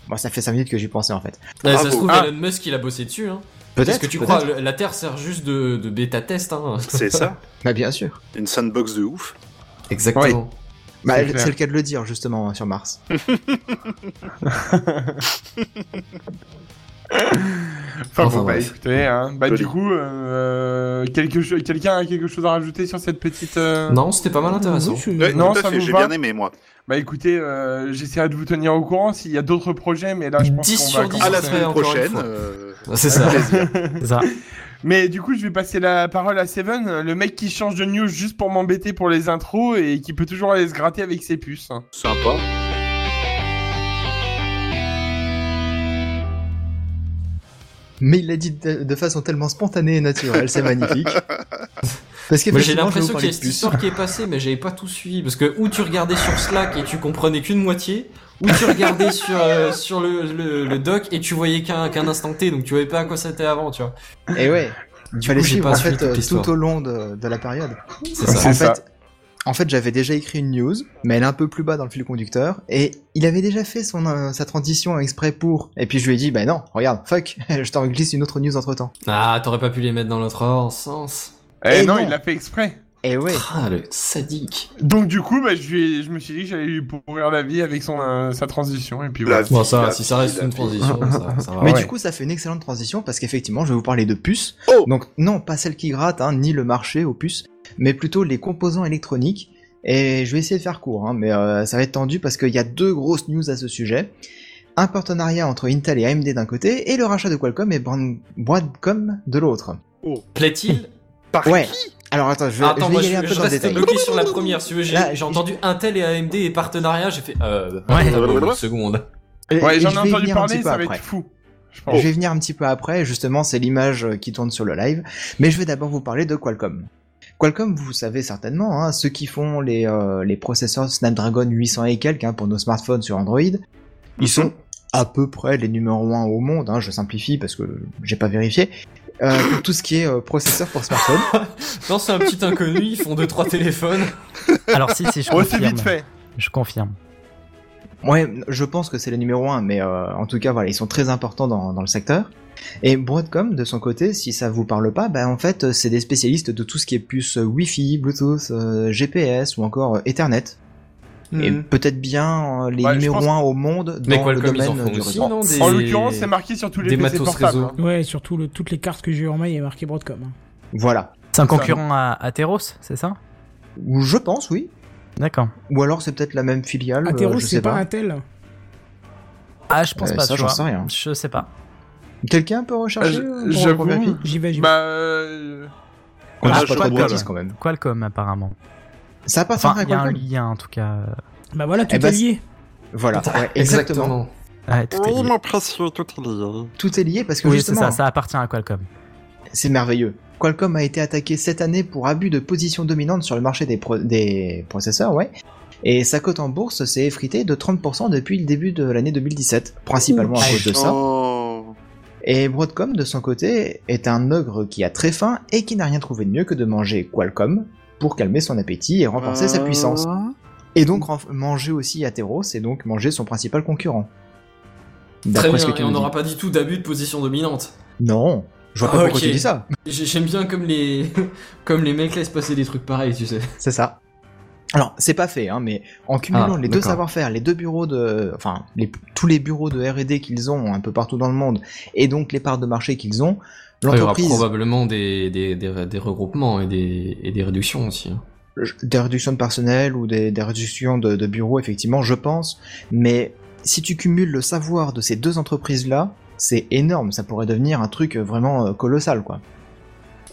Bon, ça fait 5 minutes que j'y pensais en fait.
Ouais, ça
Bravo.
se trouve,
Ah.
Elon Musk, il a bossé dessus. Hein. Est-ce
Peut-être
que tu
peut-être.
crois le- La Terre sert juste de, de bêta-test. Hein.
C'est ça.
Bah, bien sûr.
Une sandbox de ouf.
Exactement.
Bah,
C'est
elle-
clair.
c'est le cas de le dire justement hein, sur Mars.
Enfin,
Enfin,
bon, bah
bref.
écoutez, hein. bah
Joli.
du coup, euh, quelque cho- quelqu'un a quelque chose à rajouter sur cette petite. euh,
Non, c'était pas mal intéressant.
Oui, c'est-
Ouais,
Non,
tout à
ça
fait,
vous
J'ai
va
bien aimé, moi.
Bah écoutez, euh, j'essaierai de vous tenir au courant s'il y a d'autres projets, mais là je pense
10
qu'on
sur
va
10.
commencer.
À la
se fait
semaine
encore une
prochaine.
fois.
euh,
Ah, C'est ça.
C'est ça.
Mais du coup, je vais passer la parole à Seven, le mec qui change de news juste pour m'embêter pour les intros et qui peut toujours aller se gratter avec ses puces. hein.
Sympa.
Mais il l'a dit de, de façon tellement spontanée et naturelle, c'est magnifique. Parce
Moi, j'ai
qu'effectivement, je vais vous
l'impression qu'il
parler
y a
de
cette
puces.
histoire qui est passée, mais j'avais pas tout suivi. Parce que ou tu regardais sur Slack et tu comprenais qu'une moitié, ou tu regardais sur, euh, sur le, le, le doc et tu voyais qu'un qu'un instant T, donc tu voyais pas à quoi c'était avant, tu vois.
Et Eh ouais,
Du
fallait
coup, j'ai
suivre
pas
en
suivi
fait
toute
euh,
l'histoire.
tout au long de, de la période.
C'est ça.
C'est
en
ça.
fait, en fait, j'avais déjà écrit une news, mais elle est un peu plus bas dans le fil conducteur, et il avait déjà fait son euh, sa transition exprès pour. Et puis je lui ai dit, bah non, regarde, fuck, je t'en glisse une autre news entre temps.
Ah, t'aurais pas pu les mettre dans l'autre sens.
Eh
Eh
non,
non.
il l'a fait exprès.
Et ouais,
Ah, le sadique.
Donc du coup, bah, je, lui ai- je me suis dit que j'allais lui pourrir la vie avec son, euh, sa transition et puis
La
voilà.
vie,
Bon, ça,
la
va, si
vie,
ça reste
la
une
vie.
transition, ça, ça va.
mais
ouais.
du coup, ça fait une excellente transition parce qu'effectivement, je vais vous parler de puces.
Oh
Donc non, pas celles qui grattent, hein, ni le marché aux puces, mais plutôt les composants électroniques. Et je vais essayer de faire court, hein, mais euh, ça va être tendu parce qu'il y a deux grosses news à ce sujet. Un partenariat entre Intel et AMD d'un côté, et le rachat de Qualcomm et Brand- Broadcom de l'autre.
Plaît-il
Par
Ouais.
qui
Alors attends, je vais,
Attends,
je vais
moi,
y
je,
aller un peu
je
dans le
reste
détail.
bloqué sur la première. Si tu veux,
Là,
j'ai j'ai
je-
entendu Intel et AMD et partenariat, j'ai fait. Euh,
Ouais.
attends, une seconde.
Et-
Ouais,
et
j'en
Euh, je
ai
vais y
entendu
venir un
parler,
petit peu
ça va
après.
être fou. Je
Je
pense.
vais venir un petit peu après, justement, c'est l'image euh, qui tourne sur le live. Mais je vais d'abord vous parler de Qualcomm. Qualcomm, vous savez certainement, hein, ceux qui font les, euh, les processeurs Snapdragon 800 et quelques hein, pour nos smartphones sur Android, ils sont à peu près les numéros 1 au monde, hein, je simplifie parce que j'ai pas vérifié, euh, pour tout ce qui est euh, processeur pour smartphone.
Non, c'est un petit inconnu, ils font deux trois téléphones.
Alors si, si, je
Oh, c'est
confirme.
vite fait.
Je confirme.
Ouais, je pense que c'est le numéro un, mais euh, en tout cas, voilà, ils sont très importants dans, dans le secteur. Et Broadcom, de son côté, si ça vous parle pas, bah en fait, c'est des spécialistes de tout ce qui est puce euh, Wi-Fi, Bluetooth, euh, GPS ou encore euh, Ethernet. Et peut-être bien euh, les
Ouais, je
numéros
pense-
un au monde dans
Mais
le
Qualcomm, ils en
domaine
font
du
aussi,
réseau.
non des...
En l'occurrence, c'est marqué sur tous les
des
PC
matos
portables.
réseau.
hein.
Ouais, surtout le- toutes les cartes que j'ai eu en main, il y a marqué Broadcom. hein.
Voilà.
C'est un concurrent à, à Teros, c'est ça
Ou je pense, oui.
D'accord.
Ou alors c'est peut-être la même filiale. euh,
Atheros,
je sais
c'est pas
pas.
Intel
Ah, je pense
Euh,
pas,
ça,
tu
j'en
vois.
sais rien.
Je sais pas.
Quelqu'un peut
Ah,
rechercher
je-
euh, pour
J'avoue.
vérifier
J'y vais, j'y vais.
Bah, euh,
On
Ah,
a
je
pas trop de
vois,
bêtises
là.
quand même.
Qualcomm, apparemment.
Ça appartient
Enfin,
à
il y a un
Qualcomm.
lien, en tout cas.
Bah voilà, tout
Eh ben,
est lié.
Voilà, ouais, exactement.
Ouais, Ah, tout est lié.
précieux, tout est lié.
Tout est lié parce que
Oui, c'est
justement,
ça, ça appartient à Qualcomm.
C'est merveilleux. Qualcomm a été attaqué cette année pour abus de position dominante sur le marché des, pro- des processeurs, ouais. Et sa cote en bourse s'est effritée de 30% depuis le début de l'année 2017, principalement à
Ouh.
cause de ça.
Oh.
Et Broadcom, de son côté, est un ogre qui a très faim et qui n'a rien trouvé de mieux que de manger Qualcomm pour calmer son appétit et renforcer sa puissance.
Oh.
Et donc renf- manger aussi Atheros, c'est donc manger son principal concurrent.
Très
D'après
bien,
ce que
et
tu
on
nous dis.
n'aura pas du tout d'abus de position dominante.
Non, je vois pas
Ah,
pourquoi
ok.
tu dis ça.
J'ai- J'aime bien comme les comme les mecs laissent passer des trucs pareils, tu sais.
C'est ça. Alors, c'est pas fait, hein, mais en cumulant
Ah,
les deux
d'accord.
savoir-faire, les deux bureaux de. Enfin, les- tous les bureaux de RD qu'ils ont un peu partout dans le monde, et donc les parts de marché qu'ils ont,
Ah, Il y aura
l'entreprise.
probablement des, des, des, des regroupements et des, et des réductions aussi. hein.
des réductions de personnel ou des, des réductions de, de bureaux, effectivement, je pense. Mais si tu cumules le savoir de ces deux entreprises-là, c'est énorme. Ça pourrait devenir un truc vraiment euh, colossal, quoi.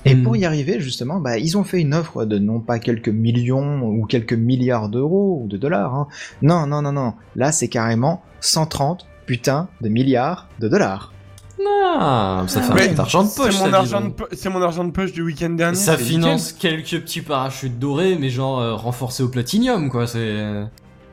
Et
Hmm.
pour y arriver, justement, bah, ils ont fait une offre de non pas quelques millions ou quelques milliards d'euros ou de dollars. hein. Non, non, non, non. Là, c'est carrément 130 putains de milliards de dollars.
Ah, ça fait
Mais
un peu d'argent de
C'est
poche. ça,
mon,
dis
argent de
donc.
po- c'est mon argent de poche du week-end dernier.
Ça
Ah c'est
finance quelques petits parachutes dorés, mais genre euh, renforcés au platinium, quoi. C'est euh,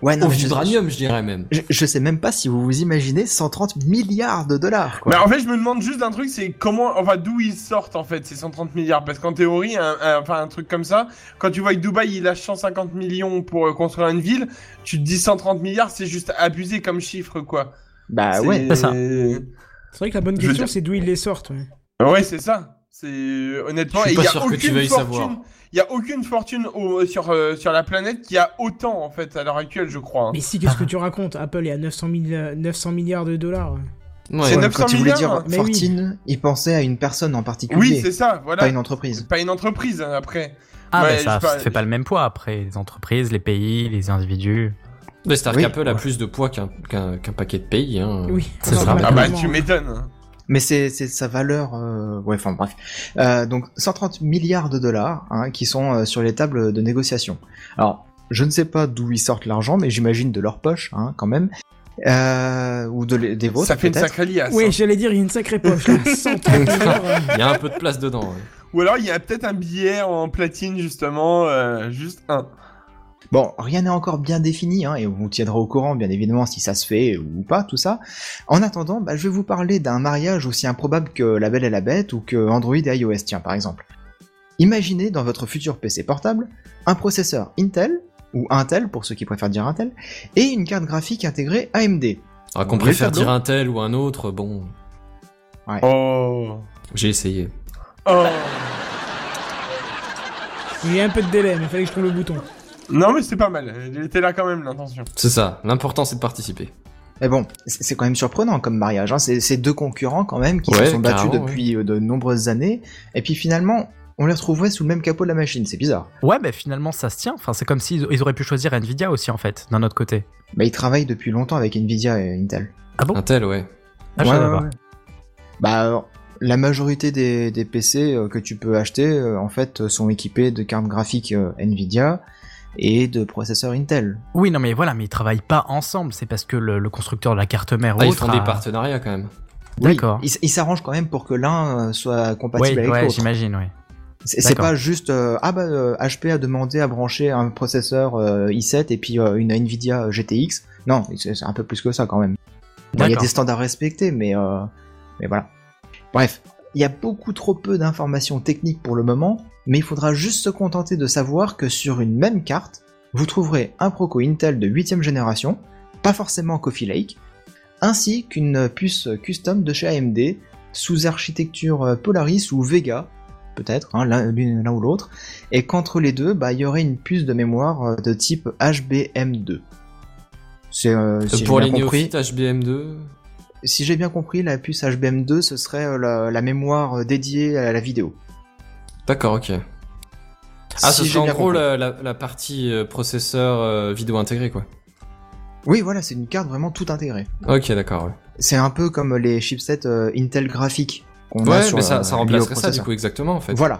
Ouais,
au
Eh mais je,
vibranium, je dirais même.
je- je sais même pas si vous vous imaginez 130 milliards de dollars, quoi.
Bah, en fait, je me demande juste d'un truc, c'est comment, enfin, d'où ils sortent en fait ces 130 milliards Parce qu'en théorie, un, un- enfin, un truc comme ça, quand tu vois que Dubaï il lâche 150 millions pour euh, construire une ville, tu te dis 130 milliards, c'est juste abusé comme chiffre quoi.
bah
C'est- euh,
ouais.
c'est ça.
C'est vrai que la bonne
Je veux
question,
dire-
c'est d'où ils les sortent. ouais.
Bah Ouais, c'est ça. C'est honnêtement,
Je suis
et
pas
il y a
sûr que
aucune
tu vas y
fortune-
savoir.
Il y a aucune fortune au- sur euh, sur la planète qui a autant en fait à l'heure actuelle, je crois. hein.
Mais si, qu'est-ce que tu racontes Apple est à 900, 000, euh, 900 milliards de dollars.
Ouais.
C'est
Ouais,
même quand
900
il voulait dire
milliards,
mais
fortune, il pensait à une personne en
Oui,
particulier,
c'est ça. Voilà.
pas une entreprise.
Pas une entreprise hein, après.
Ah,
Ouais,
bah, ça
je sais pas,
fait pas le même poids après. Les entreprises, les pays, les individus.
Mais c'est-à-dire
Oui.
qu'Apple a plus de poids qu'un qu'un qu'un paquet de pays. Hein.
Oui,
C'est ça.
Ah bah
hein.
malheureusement.
tu m'étonnes.
Mais c'est c'est sa valeur. euh, Ouais, enfin bref. Euh, donc 130 milliards de dollars hein, qui sont euh, sur les tables de négociation. Alors, je ne sais pas d'où ils sortent l'argent, mais j'imagine de leur poche hein, quand même. Euh, ou de, les- des vôtres.
Ça fait une
peut-être.
sacrée liasse. hein.
Oui, j'allais dire, il y a une sacrée poche. là. 130 milliards. euh.
Il y a un peu de place dedans. ouais.
Ou alors il y a peut-être un billet en platine justement, euh, juste un.
Bon, rien n'est encore bien défini, hein, et on vous tiendra au courant, bien évidemment, si ça se fait ou pas, tout ça. En attendant, bah, je vais vous parler d'un mariage aussi improbable que La Belle et la Bête ou que Android et iOS, tiens, par exemple. Imaginez dans votre futur PC portable un processeur Intel, ou Intel pour ceux qui préfèrent dire Intel, et une carte graphique intégrée AMD.
Alors Ah, qu'on
Mais
préfère
le tableau-
dire un tel ou un autre, bon,
Oh.
j'ai essayé.
Oh.
Il y a un peu de délai, mais fallait que je trouve le bouton. Oh
Non mais c'est pas mal. Il était là quand même l'intention.
C'est ça, l'important c'est de participer.
Mais bon, c'est c'est quand même surprenant comme mariage. Hein. C'est c'est deux concurrents quand même qui
Ouais,
se sont battus
carrément,
depuis euh, de nombreuses années. Et puis finalement, on les retrouverait sous le même capot de la machine. C'est bizarre.
Ouais, bah finalement, ça se tient. Enfin, c'est comme s'ils ils auraient pu choisir Nvidia aussi, en fait, d'un autre côté.
Bah, ils travaillent depuis longtemps avec Nvidia et Intel.
Un tel, ouais.
Ah, je
Ouais,
savais
ouais,
pas.
ouais. Bah, alors, la majorité des, des PC euh, que tu peux acheter, euh, en fait, euh, sont équipés de cartes graphiques euh, Nvidia et de processeurs Intel.
Oui, non, mais voilà, mais ils travaillent pas ensemble. C'est parce que le, le constructeur de la carte mère ou
Ah, ils
autre
font des
a-
partenariats quand même.
Oui,
D'accord.
ils s- ils s'arrangent quand même pour que l'un euh, soit
Ouais,
compatible avec
ouais,
l'autre.
j'imagine, ouais.
Ah,
C'est c'est
D'accord.
pas juste euh, ah bah euh, HP a demandé à brancher un processeur euh, i7 et puis euh, une Nvidia GTX. Non, c'est c'est un peu plus que ça quand même. Bon, il y a
D'accord.
des standards respectés, mais euh, mais voilà. Bref, il y a beaucoup trop peu d'informations techniques pour le moment, mais il faudra juste se contenter de savoir que sur une même carte, vous trouverez un Proco Intel de 8ème génération, pas forcément Coffee Lake, ainsi qu'une puce custom de chez AMD sous architecture euh, Polaris ou Vega, peut-être, hein, l'un l'une- l'un ou l'autre, et qu'entre les deux, bah, il y aurait une puce de mémoire euh, de type HBM2. C'est euh, si j'ai
pour
bien
les
compris-
néophytes HBM2,
si j'ai bien compris, la puce HBM2, ce serait euh, la, la mémoire euh, dédiée à la vidéo.
d'accord, ok. Ah,
Si
ce
j'ai
serait en
bien
gros
compris.
la, la- la partie euh, processeur euh, vidéo intégrée, quoi.
Oui, voilà, c'est une carte vraiment tout intégrée.
Ok, d'accord, ouais.
C'est un peu comme les chipsets euh, Intel graphiques qu'on a
Ouais,
sur
mais ça,
euh,
ça
liés au
remplacerait ça, du
processeur.
coup, exactement, en fait.
Voilà.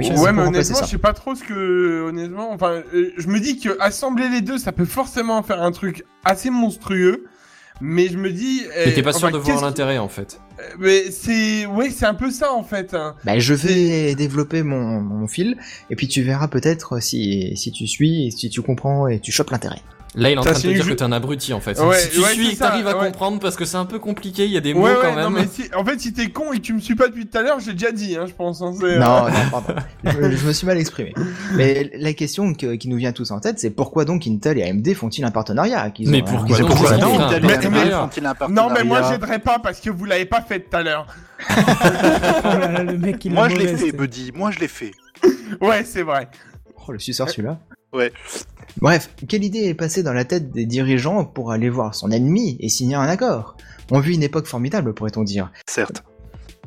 Ouais,
ouais
c'est
mais
pour remplacer
honnêtement,
ça.
je sais pas trop ce que honnêtement, enfin, euh, je me dis que assembler les deux, ça peut forcément faire un truc assez monstrueux. Mais je me dis. euh,
Mais t'es pas
Oh
sûr de voir
l'intérieur
l'intérêt, en fait.
Euh, Mais c'est ouais, c'est un peu ça en fait. hein.
Bah, je vais développer mon, mon fil, et puis tu verras peut-être si, si tu suis, et si tu comprends et tu chopes l'intérêt.
Là, il est en
Ça,
train de te
c'est
dire
ju-
que t'es un abruti en fait.
Ouais,
si tu
ouais,
suis
c'est
et que
ça,
t'arrives à
ouais.
comprendre parce que c'est un peu compliqué, il y a des mots
Ouais,
quand
ouais,
même.
non, mais si- en fait, si t'es con et que tu me suis pas depuis tout à l'heure, j'ai déjà dit, hein, je pense. hein, c'est, euh,
Non, non, pardon. je, je me suis mal exprimé. Mais la question que- qui nous vient tous en tête, c'est pourquoi donc Intel et AMD font-ils un partenariat qu'ils ont-
Mais
hein,
pourquoi
qu'ils ont
donc
proposé
ils
un
ont
deal.
fait un
Intel et
mais-
AMD
mais-
font-ils un
euh, Non, mais moi,
partenariat
j'aiderai pas parce que vous l'avez pas fait tout à l'heure.
Oh là là, le mec, il
Moi,
est
je l'ai
mauvais,
fait,
c'est-
Buddy. Moi, je l'ai fait.
Ouais, c'est vrai.
Oh, le suceur celui-là.
Ouais.
Bref, quelle idée est passée dans la tête des dirigeants pour aller voir son ennemi et signer un accord On vit une époque formidable, pourrait-on dire.
Certes.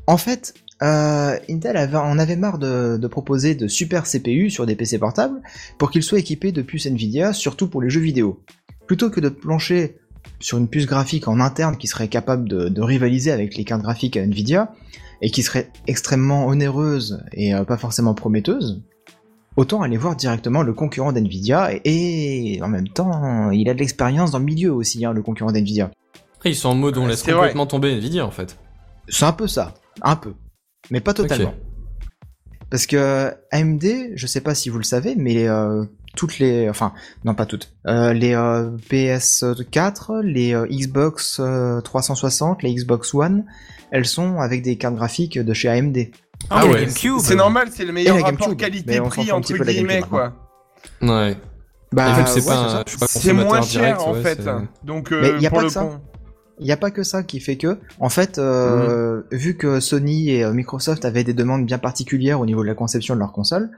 En fait, euh, Intel avait, en avait marre de, de proposer de super CPU sur des PC portables pour qu'ils soient équipés de puces Nvidia, surtout pour les jeux vidéo. Plutôt que de plancher sur une puce graphique en interne qui serait capable de, de rivaliser avec les cartes graphiques à Nvidia et qui serait extrêmement onéreuse et euh, pas forcément prometteuse, autant aller voir directement le concurrent d'Nvidia et, et en même temps, il a de l'expérience dans le milieu aussi, hein, le concurrent d'Nvidia.
Après, ils sont en mode on laisse
C'est vrai.
complètement tomber Nvidia en fait.
C'est un peu ça, un peu, mais pas totalement.
Ok.
Parce que AMD, je sais pas si vous le savez, mais euh, toutes les, enfin, non pas toutes, euh, les euh, PS4, les euh, Xbox euh, 360, les Xbox One, elles sont avec des cartes graphiques de chez AMD.
Ah,
ouais.
GameCube.
C'est normal, c'est le meilleur
Et la
rapport
GameCube, mais on s'en
qualité-prix
fout un
entre
petit peu de la
guillemets,
GameCube,
quoi.
Ouais.
Bah,
Et vu que hein. c'est
ouais, c'est
pas un-
ça.
je suis pas
C'est moins
consommateur
cher,
direct.
en
ouais,
fait.
c'est-
Donc,
Mais
euh,
y a
pour
pas
le
que ça.
pont.
Il n'y a pas que ça qui fait que, en fait, euh,
Mhm.
vu que Sony et euh, Microsoft avaient des demandes bien particulières au niveau de la conception de leur console,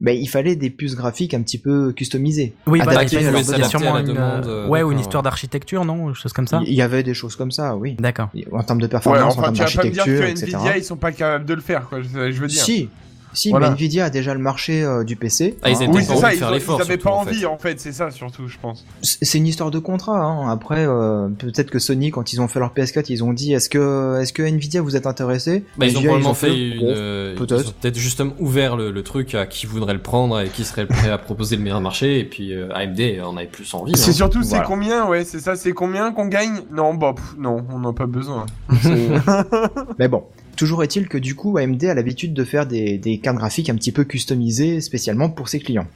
bah, il fallait des puces graphiques un petit peu customisées.
Oui,
Ah,
bah,
d'accord,
il y
ils
a
voulaient
sûrement
s'adapter à la
une,
demande,
euh,
euh,
ouais, ou une
d'accord.
histoire d'architecture, non, ou chose comme ça.
Il y avait des choses comme ça, oui.
D'accord.
En termes de
Ouais,
performance, en
enfin,
termes
tu vas pas me dire que
d'architecture, etc.
Nvidia, ils sont pas capables de le faire, quoi. Je je veux dire.
Si, si,
Voilà.
mais Nvidia a déjà le marché euh, du PC.
Ah, ils étaient
Oui,
Ils ont
c'est
pas
ça,
envie de
ils,
faire
ont-
l'effort,
ils avaient
surtout,
pas
en
envie en fait, c'est ça surtout, je pense.
C'est une histoire de contrat. hein. Après, euh, peut-être que Sony, quand ils ont fait leur PS4, ils ont dit est-ce que, est-ce que Nvidia vous êtes intéressé
Bah, ils ont
Nvidia,
probablement fait une.
bon,
euh,
peut-être.
ils ont peut-être justement ouvert le, le truc à qui voudrait le prendre et qui serait prêt à proposer le meilleur marché. Et puis euh, AMD en avait plus envie.
C'est
hein.
surtout,
Voilà.
c'est combien, ouais, c'est ça, c'est combien qu'on gagne Non, bah, pff, non, on n'en a pas besoin.
Mais bon, toujours est-il que du coup, AMD a l'habitude de faire des, des cartes graphiques un petit peu customisées spécialement pour ses clients.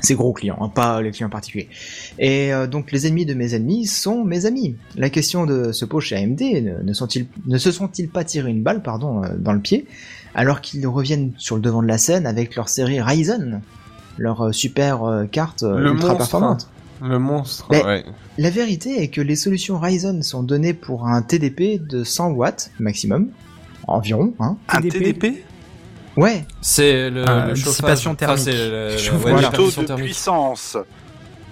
Ses gros clients, hein, pas les clients particuliers. Et euh, donc les ennemis de mes ennemis sont mes amis. La question de se pose chez AMD, ne, ne sont-ils- ne se sont-ils pas tirés une balle pardon, euh, dans le pied, alors qu'ils reviennent sur le devant de la scène avec leur série Ryzen, leur euh, super euh, carte euh,
Le
ultra
monstre.
performante
Le monstre,
Mais-
ouais.
la vérité est que les solutions Ryzen sont données pour un TDP de 100 watts maximum, environ, hein.
Un
TDP?
TDP
Ouais,
C'est le,
Ah,
le
dissipation
chauffage. Enfin,
thermique.
c'est le- le-
Chauffe-
ouais,
voilà.
la
Taux
dissipation
de
thermique.
puissance.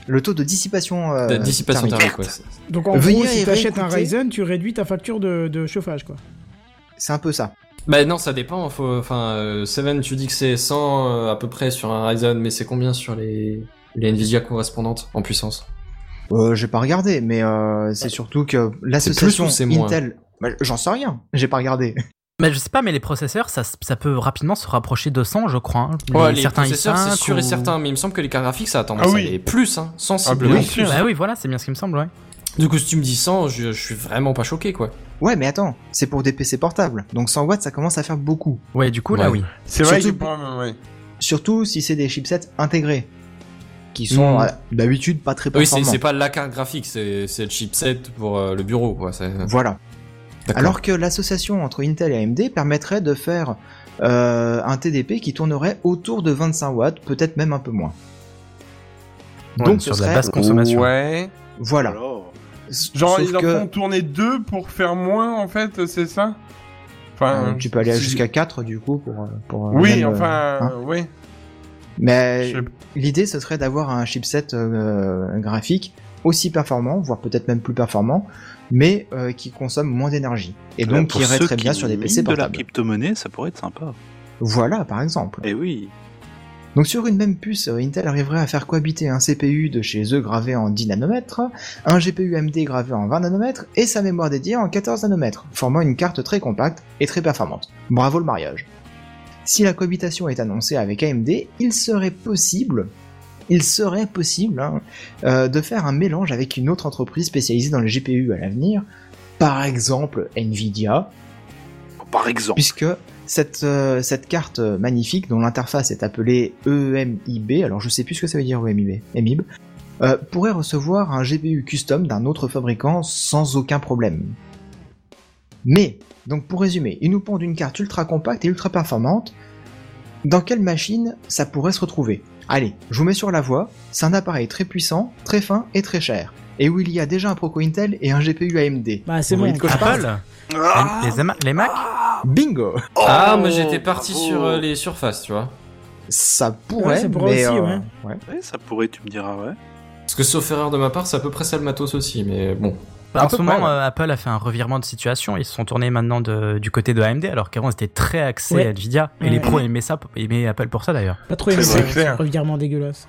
le taux de dissipation, euh,
La dissipation
thermique.
thermique, ouais. c'est-
Donc en
Veuillez
gros, si
y
t'achètes un
réécouter.
Ryzen, tu réduis ta facture de, de chauffage, quoi.
C'est un peu ça.
Bah non, ça dépend. Faut... Enfin, euh, Seven, tu dis que c'est 100 euh, à peu près sur un Ryzen, mais c'est combien sur les... les Nvidia correspondantes en puissance
Euh, j'ai pas regardé, mais euh, c'est surtout que l'association
plus ou Bah, c'est moins
Intel, Bah, j'en sais rien, j'ai pas regardé.
Mais je sais pas, mais les processeurs, ça, s- ça peut rapidement se rapprocher de 100, je crois. hein.
les processeurs, c'est
i5
sûr et
ou-
certain, mais il me semble que les cartes graphiques, ça a tendance
Ah
à
oui.
aller plus, hein, sensiblement
Ah, bien
plus.
sûr.
Bah oui, voilà, c'est bien ce qui me semble, ouais.
Du coup, si tu me dis 100, je, je suis vraiment pas choqué, quoi.
Ouais, mais attends, c'est pour des PC portables, donc 100 watts ça commence à faire beaucoup.
Ouais, du coup, là,
Ouais.
oui.
C'est vrai que
Surtout-
pour un- ouais.
Surtout si c'est des chipsets intégrés, qui sont
Mm.
euh, d'habitude pas très
Oui, c'est
performants.
c'est pas la carte graphique, c'est c'est le chipset pour euh, le bureau, quoi. c'est-
Voilà.
d'accord.
Alors que l'association entre Intel et AMD permettrait de faire euh, un TDP qui tournerait autour de 25 watts, peut-être même un peu moins.
Ouais,
Donc,
sur
ce
de la
serait-
basse consommation.
Ouais.
Voilà.
Alors,
Genre,
Sauf
ils en
que
font tourner deux pour faire moins, en fait, c'est ça
euh,
Enfin,
tu peux aller
hein. si-
jusqu'à 4 du coup pour. euh, pour euh,
Oui,
même, euh,
enfin,
hein.
oui.
Mais
Je-
l'idée ce serait d'avoir un chipset euh, graphique aussi performant, voire peut-être même plus performant, mais euh, qui consomme moins d'énergie. Et donc qui
pour
irait
ceux
très bien sur des
minent
PC
de la
portables.
crypto-monnaie, ça pourrait être sympa.
Voilà par exemple.
Eh oui.
Donc sur une même puce, euh, Intel arriverait à faire cohabiter un CPU de chez eux gravé en 10 nanomètres, un GPU AMD gravé en 20 nanomètres et sa mémoire dédiée en 14 nanomètres, formant une carte très compacte et très performante. Bravo le mariage. Si la cohabitation est annoncée avec AMD, il serait possible, il serait possible hein, euh, de faire un mélange avec une autre entreprise spécialisée dans les GPU à l'avenir, par exemple Nvidia,
Par exemple.
puisque cette, euh, cette carte euh, E magnifique dont l'interface est appelée EMIB, alors je sais plus ce que ça veut dire EMIB, EMIB euh, pourrait recevoir un GPU custom d'un autre fabricant sans aucun problème. Mais, donc pour résumer, ils nous pondent une carte ultra compacte et ultra performante. Dans quelle machine ça pourrait se retrouver Allez, je vous mets sur la voie, c'est un appareil très puissant, très fin et très cher. Et où il y a déjà un Proco Intel et un GPU AMD.
Bah, c'est
Vous
bon.
voyez de quoi je parle
Apple Ah, les, les Ama- les Mac
Bingo
ah,
Oh,
moi j'étais parti
bravo.
sur euh, les surfaces, tu vois.
Ça
Ouais,
pourrait,
ça pourrait
mais,
aussi,
euh,
ouais.
ouais.
Ouais, ça pourrait, tu me diras, ouais.
Parce que sauf erreur de ma part, c'est à peu près ça le matos aussi, mais bon.
Bah,
À
en
peu
ce
près,
moment,
ouais.
euh, Apple a fait un revirement de situation. Ils se sont tournés maintenant de- du côté de AMD, alors qu'avant, ils étaient très axés
Ouais.
à Nvidia. Et
Ouais.
les pros aimaient, ça, aimaient Apple pour ça d'ailleurs.
Pas trop aimé
C'est
ça,
vrai.
ce revirement dégueulasse.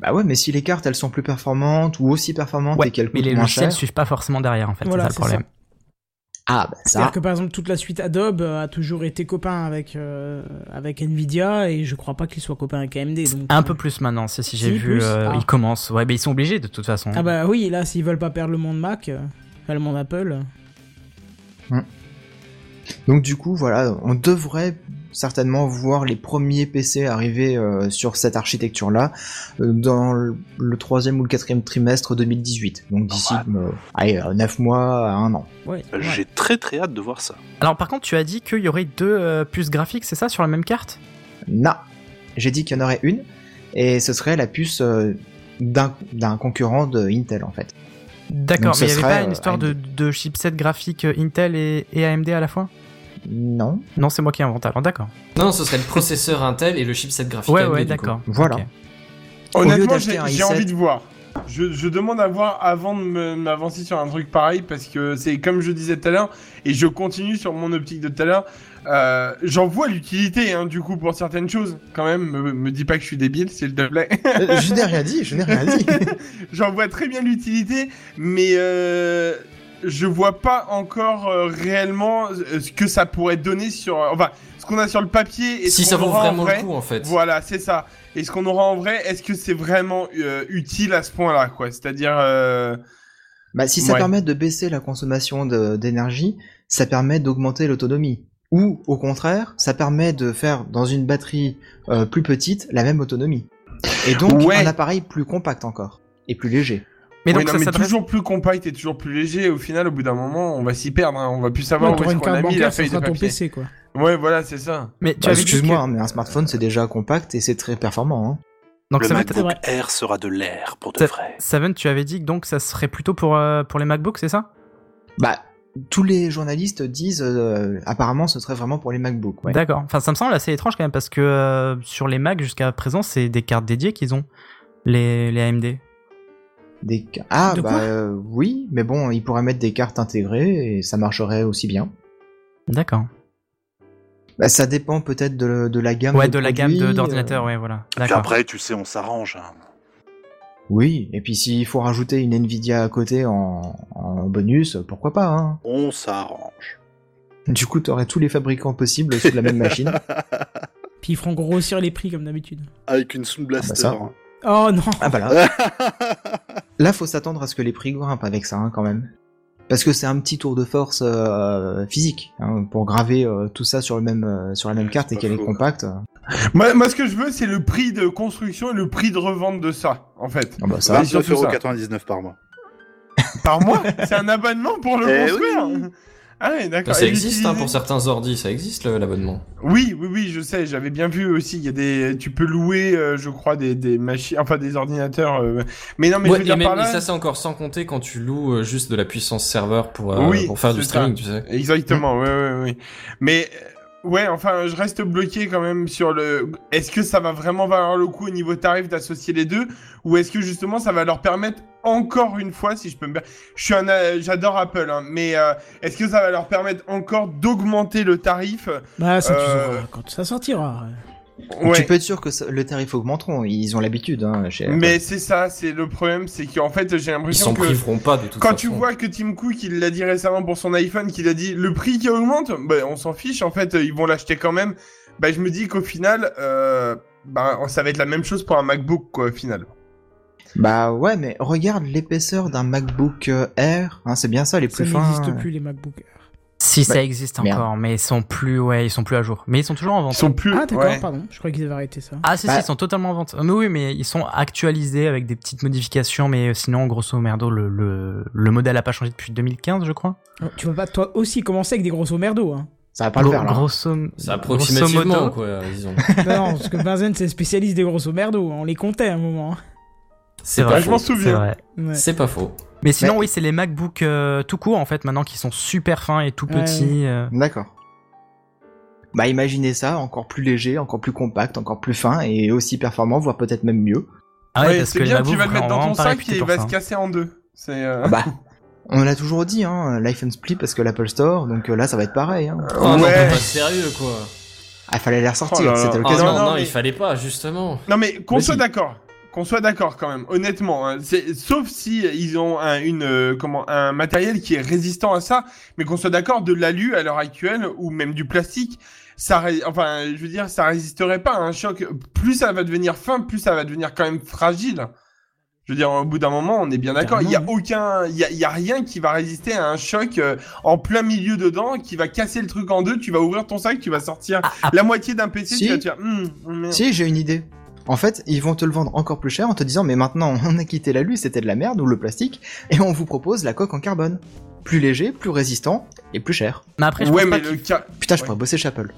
Bah ouais, mais si les cartes elles sont plus performantes ou aussi performantes
Ouais,
et qu'elles
mais
coûtent
les
moins
logiciels
cher.
ne suivent pas forcément derrière, en fait.
Voilà, c'est
c'est ça le problème.
Ah bah
C'est-à-dire
ça.
que par exemple, toute la suite Adobe euh, a toujours été copain avec, euh, avec Nvidia et je crois pas qu'ils soient copains avec AMD. Donc,
Un
euh,
peu plus maintenant, si, si j'ai
Si,
vu,
plus
euh,
Ah.
ils commencent. Ouais, mais ils sont obligés de toute façon.
Ah bah oui, là, s'ils veulent pas perdre le monde Mac, euh, enfin, le monde Apple. euh,
Donc du coup, voilà, on devrait certainement voir les premiers PC arriver euh, sur cette architecture-là euh, dans le- le troisième ou le quatrième trimestre 2018. Donc
Bah
d'ici euh, allez, 9 mois à un an.
Ouais.
Euh,
ouais.
J'ai très très hâte de voir ça.
Alors par contre, tu as dit qu'il y aurait deux euh, puces graphiques, c'est ça, sur la même carte
Non, j'ai dit qu'il y en aurait une, et ce serait la puce euh, d'un d'un concurrent de Intel en fait.
D'accord,
Donc,
mais il
ce
n'y avait
serait,
pas une
euh,
histoire de, de chipset graphique euh, Intel et, et AMD à la fois
Non,
Non, c'est moi qui invente alors, d'accord.
Non, ce serait le processeur Intel et le chipset graphique.
Ouais,
AMD,
ouais,
du coup.
d'accord.
Voilà.
Ok.
Au lieu
Honnêtement,
d'acheter
j'ai
un
j'ai
i7.
envie de voir. Je, je demande à voir avant de me- m'avancer sur un truc pareil parce que c'est comme je disais tout à l'heure et je continue sur mon optique de tout à l'heure. euh, J'en vois l'utilité hein, du coup pour certaines choses quand même. Me, me dis pas que je suis débile s'il te plaît.
Euh, je n'ai rien dit, je n'ai rien dit.
J'en vois très bien l'utilité, mais euh, je vois pas encore euh, réellement euh, ce que ça pourrait donner sur. Enfin, ce qu'on a sur le papier et
Si
ce
ça
qu'on
vaut
aura en
vraiment
vrai.
le coup en fait.
Voilà, c'est ça. Et ce qu'on aura en vrai, est-ce que c'est vraiment euh, utile à ce point-là, quoi C'est-à-dire, euh,
Bah, si ça
Ouais.
permet de baisser la consommation de- d'énergie, ça permet d'augmenter l'autonomie. Ou au contraire, ça permet de faire dans une batterie euh, plus petite la même autonomie. Et donc
Ouais.
un appareil plus compact encore et plus léger.
Mais
ouais,
donc
non,
ça
mais
s'adresse.
toujours plus compact et toujours plus léger. Au final, au bout d'un moment, on va s'y perdre. hein. On va plus
Ouais,
savoir où
t'auras
est-ce
une
qu'on a
carte
mis la
bancaire, ça
feuille de
sera ton
papier.
PC, quoi.
Ouais, voilà, c'est ça.
Mais tu
Bah,
avais dit
Excuse-moi,
que-
hein, mais un smartphone c'est déjà compact et c'est très performant. hein.
Donc
le
Seven,
c'est
MacBook
vrai.
Air sera de l'air pour de vrai.
Seven, tu avais dit que donc ça serait plutôt pour, euh, pour les MacBooks, c'est ça
Bah tous les journalistes disent euh, apparemment ce serait vraiment pour les MacBooks. Ouais.
D'accord. Enfin, ça me semble assez étrange quand même parce que euh, sur les Mac jusqu'à présent, c'est des cartes dédiées qu'ils ont, les, les AMD.
Des... ca- Ah
De quoi
bah euh, oui, mais bon, ils pourraient mettre des cartes intégrées et ça marcherait aussi bien.
D'accord.
Bah, ça dépend peut-être de, de la gamme.
Ouais, de la gamme de-
produits,
d'ordinateurs, ouais, voilà.
Puis
D'accord.
après, tu sais, on s'arrange. hein.
euh, Oui, et puis s'il faut rajouter une Nvidia à côté en, en bonus, pourquoi pas. Hein.
On s'arrange.
Du coup, t'aurais tous les fabricants possibles sous la même machine.
Puis ils feront grossir les prix comme d'habitude.
Avec une Sound Blaster. hein.
ça.
Oh non
Ah bah là, là faut s'attendre à ce que les prix grimpent avec ça hein, quand même. Parce que c'est un petit tour de force euh, physique hein, pour graver euh, tout ça sur le même euh, sur la même
Ouais,
carte
c'est
et
pas
qu'elle est
faux.
compacte. Ah
Moi, moi, ce que je veux, c'est le prix de construction et le prix de revente de ça, en fait.
bah ça.
Ouais. surtout ça.
29,99€ par mois.
Par mois C'est un abonnement pour le
Eh
construire
oui.
Ah ouais, d'accord.
Ça
Et
existe hein,
l'utiliser-
pour certains ordi, ça existe le- l'abonnement.
Oui, oui, oui, je sais, j'avais bien vu aussi, il y a des... Tu peux louer, euh, je crois, des, des machines... Enfin, des ordinateurs... euh, Mais non, mais
Ouais,
je veux
et,
dire
même-
par là...
et ça c'est encore sans compter quand tu loues euh, juste de la puissance serveur pour, euh,
Oui,
pour faire du
c'est ça.
streaming, tu sais.
Exactement, ouais, ouais, ouais. Mais... euh, Ouais, enfin, je reste bloqué quand même sur le... Est-ce que ça va vraiment valoir le coup au niveau tarif d'associer les deux Ou est-ce que justement ça va leur permettre encore une fois, si je peux me... per- Je suis un... euh, J'adore Apple, hein, mais euh, est-ce que ça va leur permettre encore d'augmenter le tarif
Bah ça tu
Euh.
sauras quand ça sortira.
Tu peux être sûr que ça- le tarif augmenteront. Ils ont l'habitude. Hein, chez...
Mais c'est ça, c'est le problème, c'est qu'en fait j'ai
Ils
l'impression
s'en
que
priveront pas de toute
euh, quand
façon.
tu vois que Tim Cook il l'a dit récemment pour son iPhone, qu'il a dit le prix qui augmente, bah, on s'en fiche en fait, euh, ils vont l'acheter quand même. Bah je me dis qu'au final, euh, bah, ça va être la même chose pour un MacBook quoi au final.
Bah ouais, mais regarde l'épaisseur d'un MacBook euh, Air, hein, c'est bien ça les
Ça
plus fins.
n'existe
hein.
plus les MacBook.
Si
Ouais.
ça existe
Bah, Merde.
encore, mais ils sont plus, ouais, ils sont plus à jour. Mais ils sont toujours en
Ils
vente.
sont plus.
Ah, d'accord,
ouais.
pardon. Je crois qu'ils avaient arrêté ça.
Ah si,
Bah-
si, ils sont totalement en vente. Mais oui, mais ils sont actualisés avec des petites modifications, mais euh, sinon, grosso merdo, le, le, le modèle a pas changé depuis 2015, je crois.
Oh, Tu vas pas, toi aussi, commencer avec des gros merdos, hein.
Ça va pas le
Gros-
faire là.
grosso,
C'est
grosso
approximativement,
modo,
quoi, disons.
Non, non, parce que Benzen, c'est spécialiste des gros merdos. On les comptait à un moment. hein.
C'est
vrai.
pas
Ah, je m'en
faux.
c'est
souviens.
vrai.
Ouais.
C'est pas faux.
Mais sinon,
Mais-
oui, c'est les MacBook euh, tout court en fait maintenant qui sont super fins et tout
Ouais,
petits. euh.
D'accord. Bah imaginez ça, encore plus léger, encore plus compact, encore plus fin et aussi performant, voire peut-être même mieux.
Ah ouais,
Ouais,
parce
c'est
que les
bien, tu
MacBook
vas le mettre
vraiment
dans ton
pas
sac
réputés
et il
pour
va
ça,
se
hein.
casser en deux. C'est. euh,
Ah bah, on l'a toujours dit, hein, l'iPhone split parce que l'Apple Store, donc euh, là ça va être pareil. Hein.
Oh, non,
ouais.
pas sérieux, quoi.
Ah fallait les
Oh
ressortir,
là là.
c'était
Quasiment.
Ah,
l'occasion.
non,
Non,
non,
mais-
il fallait pas, justement.
Non mais qu'on
Vas-y.
soit d'accord, qu'on soit d'accord quand même. Honnêtement, hein, c'est- sauf si euh, ils ont un, une euh, comment un matériel qui est résistant à ça, mais qu'on soit d'accord de l'alu à l'heure actuelle ou même du plastique, ça ré- enfin je veux dire ça résisterait pas à un choc. Plus ça va devenir fin, plus ça va devenir quand même fragile. Je veux dire, au bout d'un moment, on est bien d'accord. Il y a aucun, il y a, il y a rien qui va résister à un choc euh, en plein milieu dedans, qui va casser le truc en deux. Tu vas ouvrir ton sac, tu vas sortir la moitié d'un PC,
Si.
tu vas te dire, Hum, merde.
Si, j'ai une idée. En fait, ils vont te le vendre encore plus cher en te disant mais maintenant on a quitté l'alu, c'était de la merde ou le plastique et on vous propose la coque en carbone. Plus léger, plus résistant et plus cher.
hein. Mais après, je
ouais,
pense pas
mais
qu'il-
le cas.
Putain, je
Ouais.
pourrais bosser chez Apple.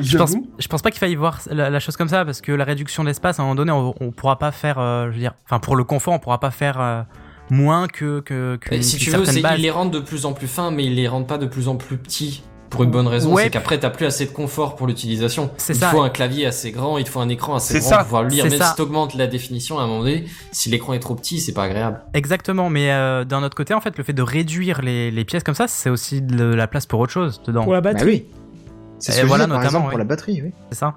Je pense, je pense pas qu'il faille voir la, la chose comme ça parce que la réduction d'espace, à un moment donné, on, on pourra pas faire, euh, je veux dire, enfin pour le confort, on pourra pas faire euh, moins que que qu'une-
Et si
qu'une
tu veux, c'est-
certaine base.
ils les rendent de plus en plus fins, mais ils les rendent pas de plus en plus petits. Pour une bonne raison,
Ouais.
c'est qu'après t'as plus assez de confort pour l'utilisation.
C'est
Il
ça.
faut un clavier assez grand, il te faut un écran assez
C'est
grand
ça.
pour pouvoir lire.
C'est
Même
ça.
si t'augmentes la définition à un moment donné, si l'écran est trop petit, c'est pas agréable.
Exactement, mais euh, d'un autre côté, en fait, le fait de réduire les, les pièces comme ça, c'est aussi de la place pour autre chose dedans.
Pour la
Bah
batterie.
oui. C'est
Et
ce que je
voilà,
disais, par
notamment,
exemple pour
ouais.
la batterie, oui.
C'est ça.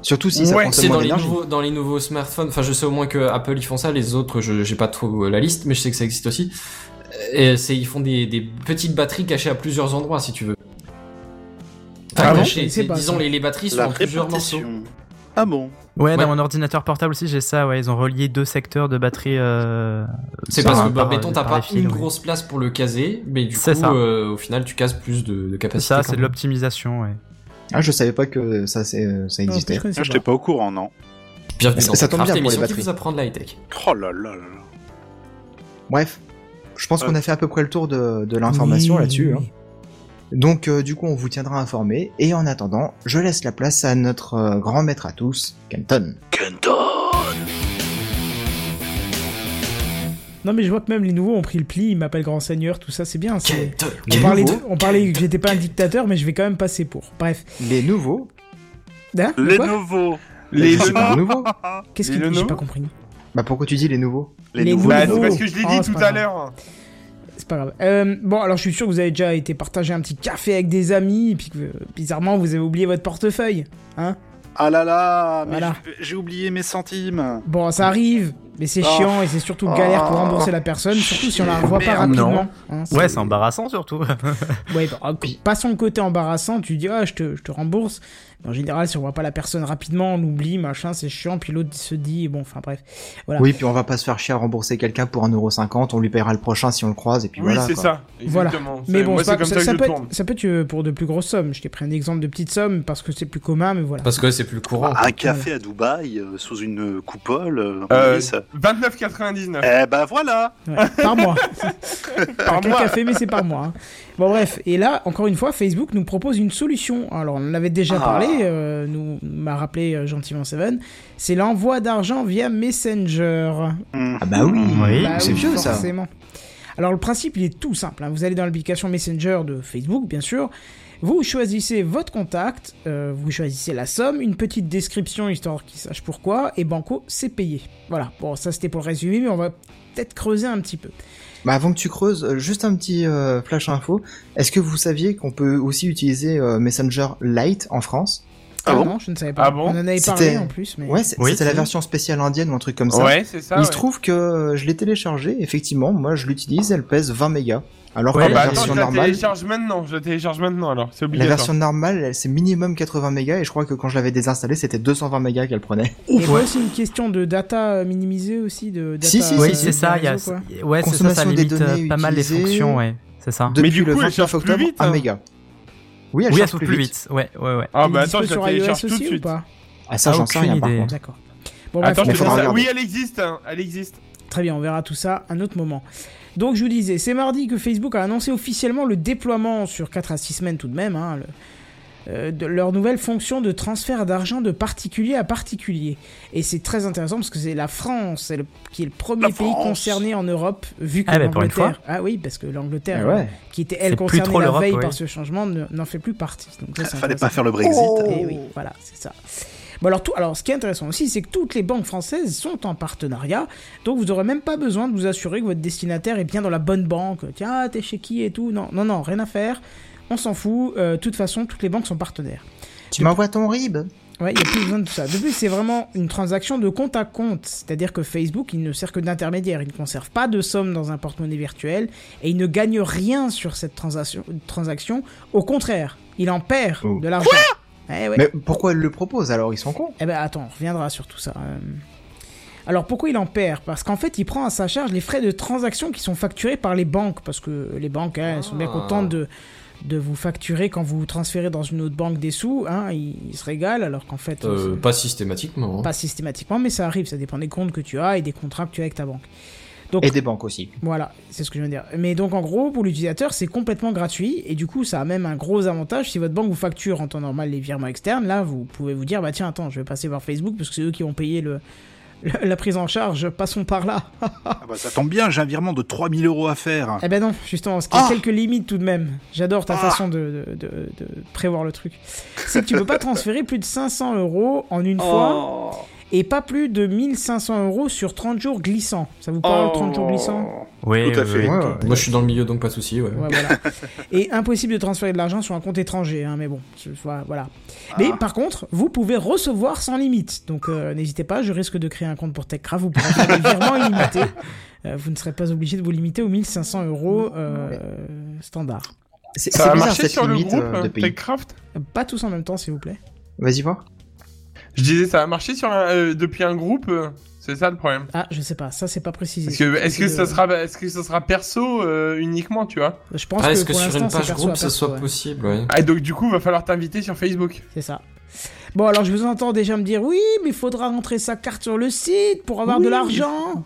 Surtout si ça
Ouais,
consomme
C'est
moins
dans les
d'énergie.
nouveaux, dans les nouveaux smartphones. Enfin, je sais au moins que Apple ils font ça. Les autres, je j'ai pas trop euh, la liste, mais je sais que ça existe aussi. Euh, Et c'est ils font des, des petites batteries cachées à plusieurs endroits, si tu veux. Enfin,
Ah bon
cachées,
Je sais
c'est-
pas,
disons
ça.
les, les batteries sont
La
en plusieurs
répartition.
morceaux.
Ah bon
Ouais,
Ouais.
dans mon ordinateur portable aussi, j'ai ça. Ouais, ils ont relié deux secteurs de batterie. euh,
C'est
par-
parce que bah,
par-
béton, t'as
par les
pas
fils,
une
oui.
grosse place pour le caser, mais du coup,
C'est ça.
euh, au final, tu cases plus de, de capacité.
Ça,
quand
c'est de
même.
l'optimisation. Ouais.
Ah, je savais pas que ça, c'est- euh, ça
Non,
existait.
je connaissais
Ah, J'étais
pas.
pas au courant, non.
Bienvenue
Ça-
dans
ça tombe bien pour
Minecraft,
les
l'émission qui
batteries.
vous apprend de la high tech.
Oh là là là là.
Bref, je pense
Euh.
qu'on a fait à peu près le tour de, de l'information
Oui,
là-dessus.
oui,
hein.
oui.
Donc, euh, du coup, on vous tiendra informé. Et en attendant, je laisse la place à notre euh, grand maître à tous, Kenton.
Non, mais je vois que même les nouveaux ont pris le pli. Ils m'appellent grand seigneur, tout ça, c'est bien. c'est-
Quel-
On
quel-
parlait,
nouveau
de- on parlait que j'étais pas un dictateur, mais je vais quand même passer pour. Bref.
Les nouveaux.
Hein
Les
Quoi
nouveaux.
Les
c'est pas nouveau.
Qu'est-ce
Les
qu'il dit J'ai
nouveaux
pas compris.
Bah, pourquoi tu dis les nouveaux
Les,
Les
nouveaux.
Bah,
nouveaux.
c'est parce que je l'ai
Oh,
dit
c'est
tout
pas
à
grave.
l'heure.
C'est pas grave. Euh, bon, alors je suis sûr que vous avez déjà été partager un petit café avec des amis, et puis que euh, bizarrement vous avez oublié votre portefeuille.
Ah là là, mais
Voilà.
j'ai- j'ai oublié mes centimes.
Bon,
Mm.
ça arrive, mais c'est
Oh.
chiant et c'est surtout galère pour
Oh.
rembourser la personne, surtout si on la revoit pas
Merde,
rapidement. hein,
Ouais, c'est embarrassant surtout.
Ouais, bah, ah, pas son côté embarrassant, tu dis ah je te, je te rembourse. Mais en général, si on voit pas la personne rapidement, on l'oublie, machin, c'est chiant, puis l'autre se dit bon, enfin bref. Voilà.
Oui, puis on va pas se faire chier à rembourser quelqu'un pour 1,50€, on lui paiera le prochain si on le croise, et puis
Oui,
voilà.
c'est
quoi.
ça.
Voilà.
Exactement.
Mais
C'est-
bon,
moi,
c'est
c'est
pas-
comme ça,
ça, ça
que
peut
je
être,
tourne.
ça peut être euh, pour de plus grosses sommes. Je t'ai pris un exemple de petites sommes parce que c'est plus commun, mais voilà.
Parce que c'est plus courant.
Ah,
Un café à Dubaï, euh, sous une coupole. euh,
Euh,
oui, ça.
29,99
Eh ben voilà
Ouais, par mois.
par
Pas
mois.
qu'un café, mais c'est par mois. hein. Bon, bref. Et là, encore une fois, Facebook nous propose une solution. Alors, on en avait déjà
Ah.
parlé, euh, nous m'a rappelé euh, gentiment Seven. C'est l'envoi d'argent via Messenger.
Ah, bah oui,
Oui.
Bah
c'est
oui,
vieux ça.
forcément. Alors le principe il est tout simple, hein. vous allez dans l'application Messenger de Facebook bien sûr, vous choisissez votre contact, euh, vous choisissez la somme, une petite description histoire qu'ils sachent pourquoi, et Banco c'est payé. Voilà, bon ça c'était pour le résumé mais on va peut-être creuser un petit peu.
Bah, avant que tu creuses, euh, juste un petit euh, flash info. Est-ce que vous saviez qu'on peut aussi utiliser euh, Messenger Lite en France
Ah bon
non, je ne savais pas.
Ah bon
on en avait
C'était-
parlé en plus mais...
Ouais, c'est-
Oui,
c'était la
si.
version spéciale indienne ou un truc comme ça.
Ouais, c'est ça.
Il
ouais.
se trouve que euh, je l'ai téléchargée, effectivement, moi je l'utilise, elle pèse 20 mégas. Alors
Ouais,
que
Bah,
la
j'ai-
attends, je
version
la
normale,
télécharge maintenant. Je la télécharge maintenant alors. C'est
la
obligatoire.
version normale, elle, c'est minimum 80 mégas et je crois que quand je l'avais désinstallée, c'était 220 mégas qu'elle prenait.
Et ouais, c'est une question de data minimisée aussi de data,
Si, si,
euh,
Oui,
si,
c'est ça.
du
il y a-
réseau, quoi.
Ouais, c'est ça, ça
Consommation des
limite euh,
données
pas mal les
utilisées.
fonctions. Ouais. c'est ça.
Depuis
du
le
coup, elle
29
cherche
octobre,
plus vite,
un
hein.
méga. Oui, elle
oui, elles
cherche
sont plus vite. Ouais, ouais, ouais.
Ah
Elle est
bah
dispo
attends, je la
sur iOS
télécharge tout de
aussi ou
suite.
pas
Ah ça, j'en sais
Aucune
rien par
idée.
contre.
D'accord. Bon, bref,
Attends,
on
je
Mais
te fais
faudra
ça.
verra.
regarder.
Oui, elle existe, hein, elle existe.
Très bien, on verra tout ça un autre moment. Donc je vous disais, c'est mardi que Facebook a annoncé officiellement le déploiement sur 4 à 6 semaines tout de même, hein, le- euh, de leur nouvelle fonction de transfert d'argent de particulier à particulier. Et c'est très intéressant parce que c'est la France c'est le- qui est le premier
La
pays
France.
concerné en Europe, vu que
Ah bah, pour une
l'Angleterre... Ah oui, parce que l'Angleterre,
Ah ouais.
euh, qui était
C'est
elle
plus
concernée
trop
la
l'Europe,
veille
ouais.
par ce changement, ne- n'en fait plus partie. Donc ça, c'est
Fallait
intéressant.
pas faire le Brexit.
Eh oui, voilà, c'est ça. Bon alors, tout, alors, ce qui est intéressant aussi, c'est que toutes les banques françaises sont en partenariat, donc vous n'aurez même pas besoin de vous assurer que votre destinataire est bien dans la bonne banque. Tiens, ah, t'es chez qui et tout. Non, non, non, rien à faire. On s'en fout. Euh, De toute façon, toutes les banques sont partenaires.
Tu m'envoies ton RIB
Ouais, il n'y a plus besoin de tout ça. De plus, c'est vraiment une transaction de compte à compte. C'est-à-dire que Facebook, il ne sert que d'intermédiaire. Il ne conserve pas de somme dans un porte-monnaie virtuel et il ne gagne rien sur cette transaction. transaction. Au contraire, il en perd
Oh.
de l'argent. Eh ouais.
Mais pourquoi elle le propose alors Ils sont cons.
Eh ben attends, on reviendra sur tout ça. Euh, Alors pourquoi il en perd Parce qu'en fait, il prend à sa charge les frais de transaction qui sont facturés par les banques. Parce que les banques, hein, elles sont bien
Ah.
contentes de, de vous facturer quand vous transférez dans une autre banque des sous. Hein, ils, ils se régalent alors qu'en fait...
Euh,
c'est-
pas systématiquement. hein.
Pas systématiquement, mais ça arrive. Ça dépend des comptes que tu as et des contrats que tu as avec ta banque.
Et des banques aussi.
Voilà, c'est ce que je veux dire. Mais donc en gros, pour l'utilisateur, c'est complètement gratuit et du coup, ça a même un gros avantage. Si votre banque vous facture en temps normal les virements externes, là, vous pouvez vous dire, bah tiens, attends, je vais passer par Facebook parce que c'est eux qui ont payé le, le- la prise en charge, passons par là.
Ah bah, ça tombe bien, j'ai un virement de 3000 euros à faire.
eh ben non, justement, parce qu'il y a
Ah
quelques limites tout de même. J'adore ta
Ah
façon de, de- de- de prévoir le truc. C'est que tu peux pas transférer plus de 500 euros en une fois
Oh.
et pas plus de 1500 euros sur 30 jours glissants. Ça vous parle, 30 jours glissants
Oui,
Tout à
oui,
fait.
oui.
Moi, je suis dans le milieu, donc pas de souci. Ouais.
Oh.
Ouais, voilà. Et impossible de transférer de l'argent sur un compte étranger, hein, mais bon, ce- voilà. voilà.
Ah.
Mais par contre, vous pouvez recevoir sans limite. Donc euh, n'hésitez pas, je risque de créer un compte pour TechCraft, vous pourrez faire des virements illimités. Euh, vous ne serez pas obligé de vous limiter aux 1500 euros euh, standard.
C'est
Ça
c'est
a
bizarre
marché
cette
sur le
limite
groupe
euh, de
euh,
pays.
Techcraft
Pas tous en même temps, s'il vous plaît.
Vas-y voir.
Je disais, ça a marché sur un- euh, depuis un groupe euh, C'est ça le problème.
Ah, je sais pas, ça c'est pas précisé.
Parce que est-ce que
Le-
ça sera est-ce que ça sera perso euh, uniquement, tu vois
Je pense
Ah,
que,
Est-ce que
pour
sur une
l'instant, c'est
page
perso à
groupe, ça
perso,
soit
ouais.
possible ouais.
Ah, et donc du coup, va falloir t'inviter sur Facebook.
C'est ça. Bon, alors je vous entends déjà me dire oui, mais il faudra rentrer sa carte sur le site pour avoir de
Oui.
l'argent.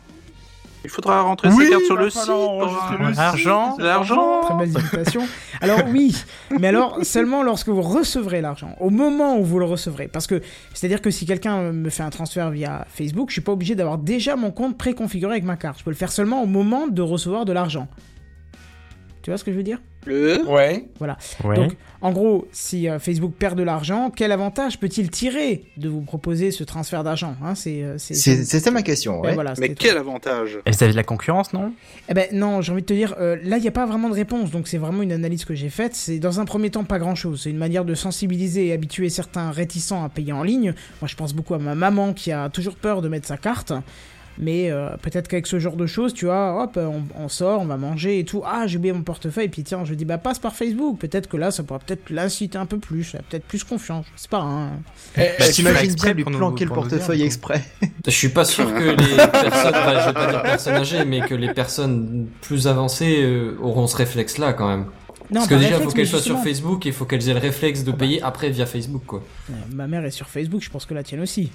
Il faudra rentrer ses cartes sur
va
le site.
falloir enregistrer bah, le
hein.
site,
L'argent,
c'est
l'argent.
Très belle invitation. Alors oui, mais alors seulement lorsque vous recevrez l'argent, au moment où vous le recevrez. Parce que c'est-à-dire que si quelqu'un me fait un transfert via Facebook, je suis pas obligé d'avoir déjà mon compte préconfiguré avec ma carte. Je peux le faire seulement au moment de recevoir de l'argent. Tu vois ce que je veux dire
Ouais.
Ouais.
Donc, en gros, si euh, Facebook perd de l'argent, quel avantage peut-il tirer de vous proposer ce transfert d'argent hein, C'est euh, c'est-
C'est- C'était ma question.
Ouais,
Ouais.
voilà,
Mais
c'était
quel avantage
Et vis-à-vis de la concurrence, non
Eh ben non, j'ai envie de te dire, euh, là, il n'y a pas vraiment de réponse, donc c'est vraiment une analyse que j'ai faite. C'est dans un premier temps pas grand-chose. C'est une manière de sensibiliser et habituer certains réticents à payer en ligne. Moi, je pense beaucoup à ma maman qui a toujours peur de mettre sa carte. Mais euh, peut-être qu'avec ce genre de choses, tu vois, hop, on, on sort, on va manger et tout. Ah, j'ai oublié mon portefeuille, puis tiens, je dis, bah passe par Facebook. Peut-être que là, ça pourra peut-être l'inciter un peu plus, elle a peut-être plus confiance, je sais pas. Hein.
Bah, tu fais
Eh, T'imagines
exprès
bien lui
pour nous-
planquer le
pour nous dire,
portefeuille
du coup.
exprès.
Je suis pas sûr que les personnes, enfin, je vais pas dire personnes âgées, mais que les personnes plus avancées euh, auront ce réflexe-là quand même.
Non,
Parce que
par
déjà, il faut
réflexe,
qu'elles
mais
soient sur
justement. Ah bah.
Facebook et il faut qu'elles aient le réflexe de payer après via Facebook, quoi.
Ouais, Euh, Ma mère est sur Facebook, je pense que la tienne aussi.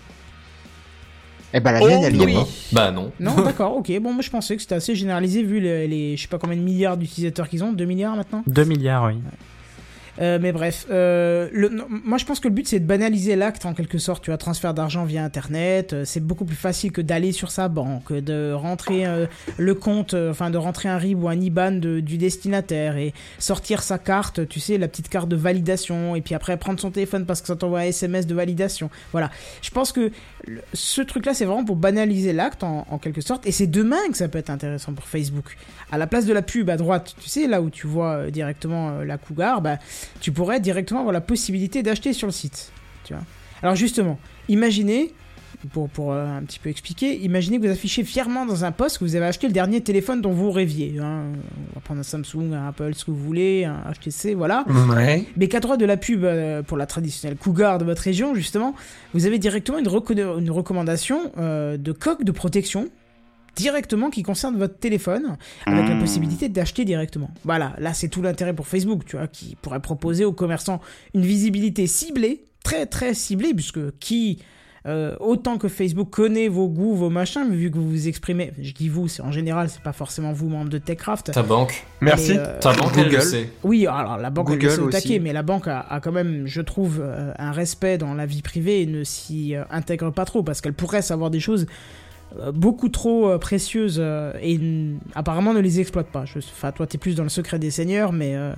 Eh ben la mienne, elle y est pas.
Bah non.
Non, d'accord, ok. Bon, moi je pensais que c'était assez généralisé vu les, les- je sais pas combien de milliards d'utilisateurs qu'ils ont, 2 milliards maintenant.
2 milliards, oui.
Euh, mais bref, euh, le- non, moi je pense que le but c'est de banaliser l'acte en quelque sorte. Tu vois, transfert d'argent via internet, euh, c'est beaucoup plus facile que d'aller sur sa banque, de rentrer euh, le compte, euh, enfin de rentrer un RIB ou un IBAN de- du destinataire et sortir sa carte, tu sais, la petite carte de validation, et puis après prendre son téléphone parce que ça t'envoie un SMS de validation. Voilà. Je pense que le- ce truc-là, c'est vraiment pour banaliser l'acte en, en quelque sorte. Et c'est demain que ça peut être intéressant pour Facebook. À la place de la pub à droite, tu sais, là où tu vois euh, directement euh, la cougar, bah, tu pourrais directement avoir la possibilité d'acheter sur le site. Tu vois. Alors justement, imaginez, pour, pour euh, un petit peu expliquer, imaginez que vous affichez fièrement dans un poste que vous avez acheté le dernier téléphone dont vous rêviez. hein. On va prendre un Samsung, un Apple, ce que vous voulez, un HTC, voilà.
Ouais.
Mais qu'à droit de la pub euh, pour la traditionnelle cougar de votre région, justement, vous avez directement une, reco- une recommandation euh, de coque de protection directement qui concerne votre téléphone, avec la
Mmh.
possibilité d'acheter directement. Voilà, là c'est tout l'intérêt pour Facebook, tu vois, qui pourrait proposer aux commerçants une visibilité ciblée, très très ciblée, puisque qui, euh, autant que Facebook connaît vos goûts, vos machins, mais vu que vous vous exprimez, je dis vous, c'est en général, c'est pas forcément vous, membre de TechCraft.
Ta banque.
Merci.
mais, euh,
Ta banque, elle le
Google.
sait.
oui, alors la banque
Google
elle est au
aussi.
taquet, mais la banque a, a quand même, je trouve, euh, un respect dans la vie privée et ne s'y euh, intègre pas trop parce qu'elle pourrait savoir des choses euh, beaucoup trop euh, précieuses euh, et n- apparemment ne les exploite pas. Je, enfin, toi, t'es plus dans le secret des seigneurs, mais euh,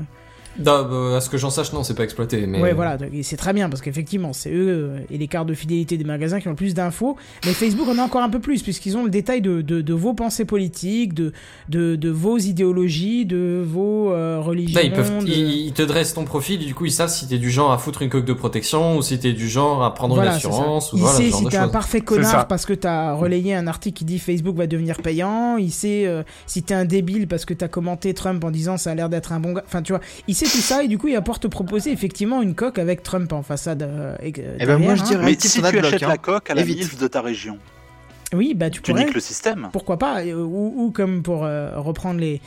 Non, bah, à ce que j'en sache, non, c'est pas exploité. Mais...
ouais, voilà, donc, et c'est très bien parce qu'effectivement, c'est eux euh, et les cartes de fidélité des magasins qui ont le plus d'infos. Mais Facebook en a encore un peu plus puisqu'ils ont le détail de, de- de vos pensées politiques, de, de, de vos idéologies, de vos euh, religions.
Là, ils, peuvent,
de-
ils, ils te dressent ton profil, du coup, ils savent si t'es du genre à foutre une coque de protection ou si t'es du genre à prendre une
Voilà, c'est ça.
assurance ou
Il
voilà,
sait
ce genre
si
de
t'es un
choses.
parfait
C'est ça.
connard parce que t'as relayé un article qui dit Facebook va devenir payant. Il sait euh, si t'es un débile parce que t'as commenté Trump en disant ça a l'air d'être un bon gars. Enfin, tu vois, il sait tout ça et du coup, il va pouvoir te proposer effectivement une coque avec Trump en façade. euh, et, euh,
Eh ben, moi,
derrière,
je
hein.
dirais-
Mais
Active
si
ton
tu
adblock,
achètes
hein.
la coque à la
Évite.
MILF de ta région,
Oui, bah tu
tu
pourrais.
niques le système.
Pourquoi pas euh, ou, ou comme pour euh, reprendre les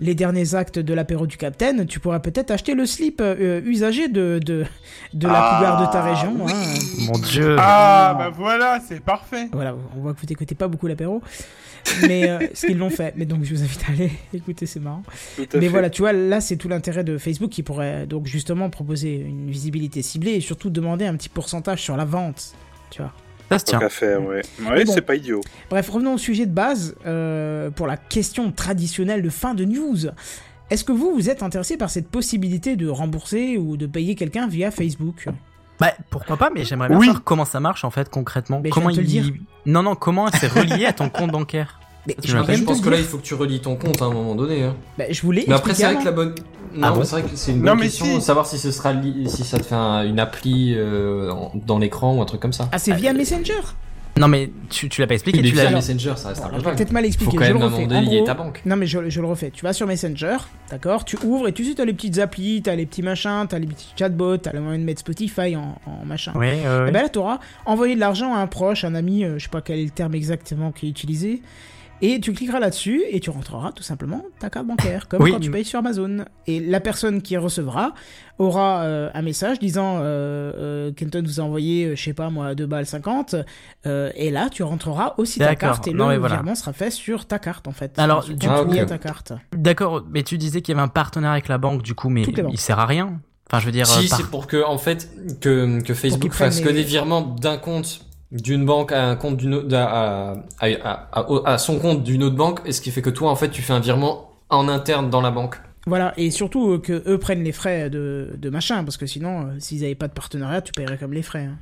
les derniers actes de l'apéro du Capitaine, tu pourrais peut-être acheter le slip euh, usagé de de de la
Ah,
cougar de ta région.
oui.
hein.
Mon dieu.
Ah, bah voilà, c'est parfait.
Voilà, on voit que vous n'écoutez pas beaucoup l'apéro, mais euh, ce qu'ils l'ont fait. Mais donc, je vous invite à aller écouter, c'est marrant. Mais voilà, tu vois, là, c'est tout l'intérêt de Facebook qui pourrait donc justement proposer une visibilité ciblée et surtout demander un petit pourcentage sur la vente. Tu vois.
Ça se tient.
à faire, ouais.
Mais
Ouais,
bon.
c'est pas idiot.
Bref, revenons au sujet de base euh, pour la question traditionnelle de fin de news. Est-ce que vous, vous êtes intéressé par cette possibilité de rembourser ou de payer quelqu'un via Facebook
Bah, pourquoi pas, mais j'aimerais bien
Oui.
savoir comment ça marche en fait concrètement.
Mais je
comment
viens de te le
Non, non, comment c'est relié à ton compte bancaire
Mais
Tu
je vais
m'appelles,
Après,
même
je
te
pense
le
que là,
dire.
il faut que tu relis ton compte à un moment donné. hein.
Bah, je voulais.
Mais après, c'est vrai que la bonne. Non,
Ah bon
mais c'est vrai que c'est une
Non,
bonne
mais
question.
si.
Savoir si ce sera li- si ça te fait un- une appli euh, en- dans l'écran ou un truc comme ça.
Ah, c'est via Messenger
Non, mais tu, tu l'as pas expliqué,
Il est
tu l'as
via
mis.
Messenger, ça reste
Bon,
un
alors,
peu
je vais
vague.
peut-être mal expliqué.
Faut quand
je
même
le refais.
demander
En
lié
gros-
ta banque.
Non mais je, je le refais. Tu vas sur Messenger, d'accord Tu ouvres et tu sais, t'as les petites applis, t'as les petits machins, t'as les petits chatbots, t'as le moyen de mettre Spotify en, en machin.
Ah Oui,
Et ben là, t'auras envoyé de l'argent à un proche, un ami, euh, je sais pas quel est le terme exactement qui est utilisé. Et tu cliqueras là-dessus et tu rentreras tout simplement ta carte bancaire, comme
Oui.
quand tu payes sur Amazon. Et la personne qui recevra aura euh, un message disant euh, euh, Kenton vous a envoyé, euh, je sais pas moi, 2 balles 50. euh, et là, tu rentreras aussi ta
D'accord.
carte et
Non,
le
mais voilà.
virement sera fait sur ta carte en fait.
Alors,
Sur
du
ton
coup-
lié à
ok.
ta carte.
D'accord, mais tu disais qu'il y avait un partenariat avec la banque, du coup, mais
Toutes les banques.
il sert à rien. Enfin, je veux dire,
Si,
euh, par-
c'est pour que, en fait, que, que
qu'ils
Facebook
prennent
fasse que
les-
des virements d'un compte d'une banque à un compte d'une autre, à, à- à- à- à son compte d'une autre banque, et ce qui fait que toi, en fait, tu fais un virement en interne dans la banque.
Voilà, et surtout euh, que eux prennent les frais de, de machin, parce que sinon, euh, s'ils n'avaient pas de partenariat, tu paierais comme les frais. hein.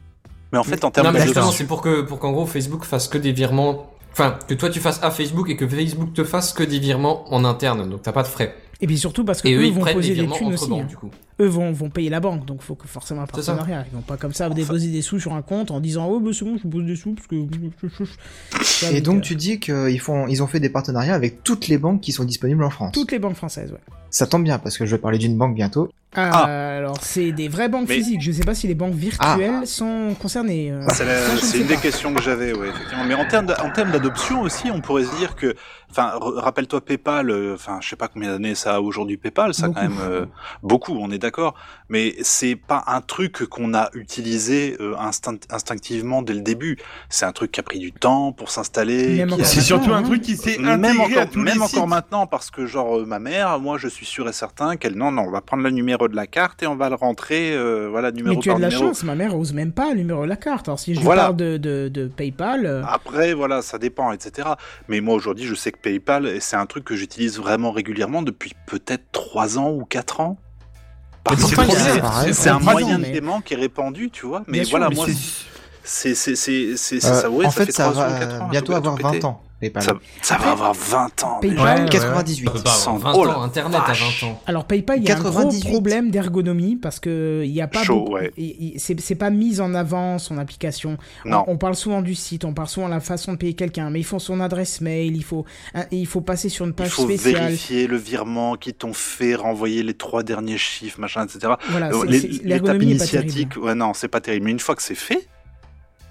Mais en fait, en
Non,
termes
mais
de
justement,
gestion,
c'est pour que, pour qu'en gros, Facebook fasse que des virements, enfin, que toi, tu fasses à Facebook et que Facebook te fasse que des virements en interne, donc t'as pas de frais.
Et puis surtout parce que
Et
eux,
eux, ils
vont
prennent des
poser des
virements
thunes
entre
aussi.
banques,
hein.
du coup.
Eux vont, vont payer la banque, donc faut que forcément un
C'est ça.
partenariat. Ils vont pas comme ça déposer des sous sur un compte en disant Oh, bah c'est bon, je vous pose des sous parce que. Tu vois,
Et donc
euh,
tu dis qu'ils font, ils ont fait des partenariats avec toutes les banques qui sont disponibles en France.
Toutes les banques françaises, ouais.
Ça tombe bien parce que je vais parler d'une banque bientôt.
Ah, alors c'est des vraies banques
Mais- Bah,
physiques, je sais pas si les banques virtuelles
Ah.
sont concernées. euh,
C'est la-
ça, je ne
c'est
sais
une des
pas.
questions que j'avais, ouais, effectivement. Mais en termes de- en termes d'adoption aussi, on pourrait se dire que, enfin, re- rappelle-toi PayPal, euh, enfin, je sais pas combien d'années ça a aujourd'hui PayPal, ça a quand
Beaucoup.
même euh, beaucoup, on est d'accord. Mais c'est pas un truc qu'on a utilisé euh, instinct- instinctivement dès le début. C'est un truc qui a pris du temps pour s'installer.
Même
qui
encore
a-
C'est surtout un
hein.
truc qui s'est
Même
intégré à
encore,
tous les
même
sites.
encore maintenant, parce que genre euh, ma mère, moi je suis sûr et certain qu'elle non non, on va prendre le numéro de la carte et on va le rentrer, euh, voilà numéro
Mais tu as
par
de la
numéro.
chance, ma mère ose même pas le numéro de la carte. Alors si je lui
Voilà.
parle de, de, de PayPal. euh,
Après, voilà, ça dépend, etc. Mais moi, aujourd'hui, je sais que PayPal, et c'est un truc que j'utilise vraiment régulièrement depuis peut-être 3 ans ou 4 ans. Parce
Mais
que
pourquoi
c'est-
il y a-
c'est- c'est
Ah,
un
trois ans,
moyen de
mais-
paiement qui est répandu, tu vois. Mais
Bien sûr,
voilà,
mais
moi, c'est c'est- c'est- c'est- c'est
Euh,
ça, ouais,
en
ça
fait,
fait
ça
3 ans ou 4
va
ans.
bientôt
à tout- à
avoir
tout
20
péter.
ans. PayPal.
Ça, ça
Après,
va avoir 20 ans. déjà.
PayPal,
Ouais, ouais.
98.
Bah, bah,
Sans-
20
oh la
ans, Internet à 20 ans.
Alors PayPal, il y a un gros
98.
problème d'ergonomie parce que il y a pas
Chaud,
beaucoup-
ouais.
il- il- c'est c'est pas mis en avant son application.
Non.
On, on parle souvent du site, on parle souvent de la façon de payer quelqu'un, mais il faut son adresse mail, il faut un- il faut passer sur une
Il
page
faut
spéciale.
vérifier le virement qui t'ont fait, renvoyer les trois derniers chiffres, machin, etc.
Voilà,
Euh,
Ah, c'est-
les-
c'est-
L'étape
l'ergonomie est pas terrible.
initiatique, ouais, non, c'est pas terrible. Mais une fois que c'est fait,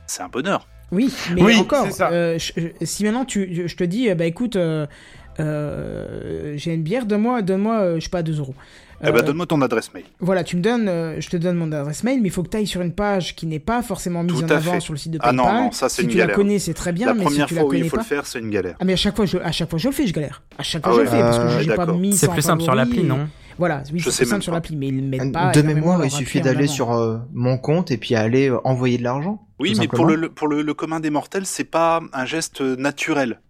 c'est un bonheur.
Oui, mais
Oui,
encore,
c'est ça.
euh, je- je- si maintenant tu, je, je te dis, euh, bah écoute, euh, euh, j'ai une bière, donne-moi, donne-moi, euh, je sais pas, 2 euros.
Eh
Euh,
ben, donne-moi ton adresse mail.
Voilà, tu me donnes, euh, je te donne mon adresse mail, mais il faut que tu ailles sur une page qui n'est pas forcément mise
Tout
en
à
avant
fait.
sur le site de
Ah
PayPal.
non, non, ça,
si
c'est une
tu la
galère.
connais, c'est très bien,
la
mais
première
si tu la
fois où
connais
il faut
pas.
le faire, c'est une galère.
Ah mais à chaque fois je à chaque fois je le fais je galère. À chaque fois
Ah
je
ouais,
le fais parce
euh,
que j'ai pas
d'accord.
mis
C'est
ça en
plus simple sur
favori.
l'appli, non
Voilà, oui,
Je
c'est
sais
plus
même
simple sur
pas.
l'appli mais ils le mettent pas
Euh, Ah, De
énormément
mémoire,
leur
il
appli
suffit
en
d'aller
avant.
sur euh, mon compte et puis aller euh, envoyer de l'argent.
Oui,
tout
mais pour
simplement.
le, le- pour le, le commun des mortels, c'est pas un geste euh, naturel.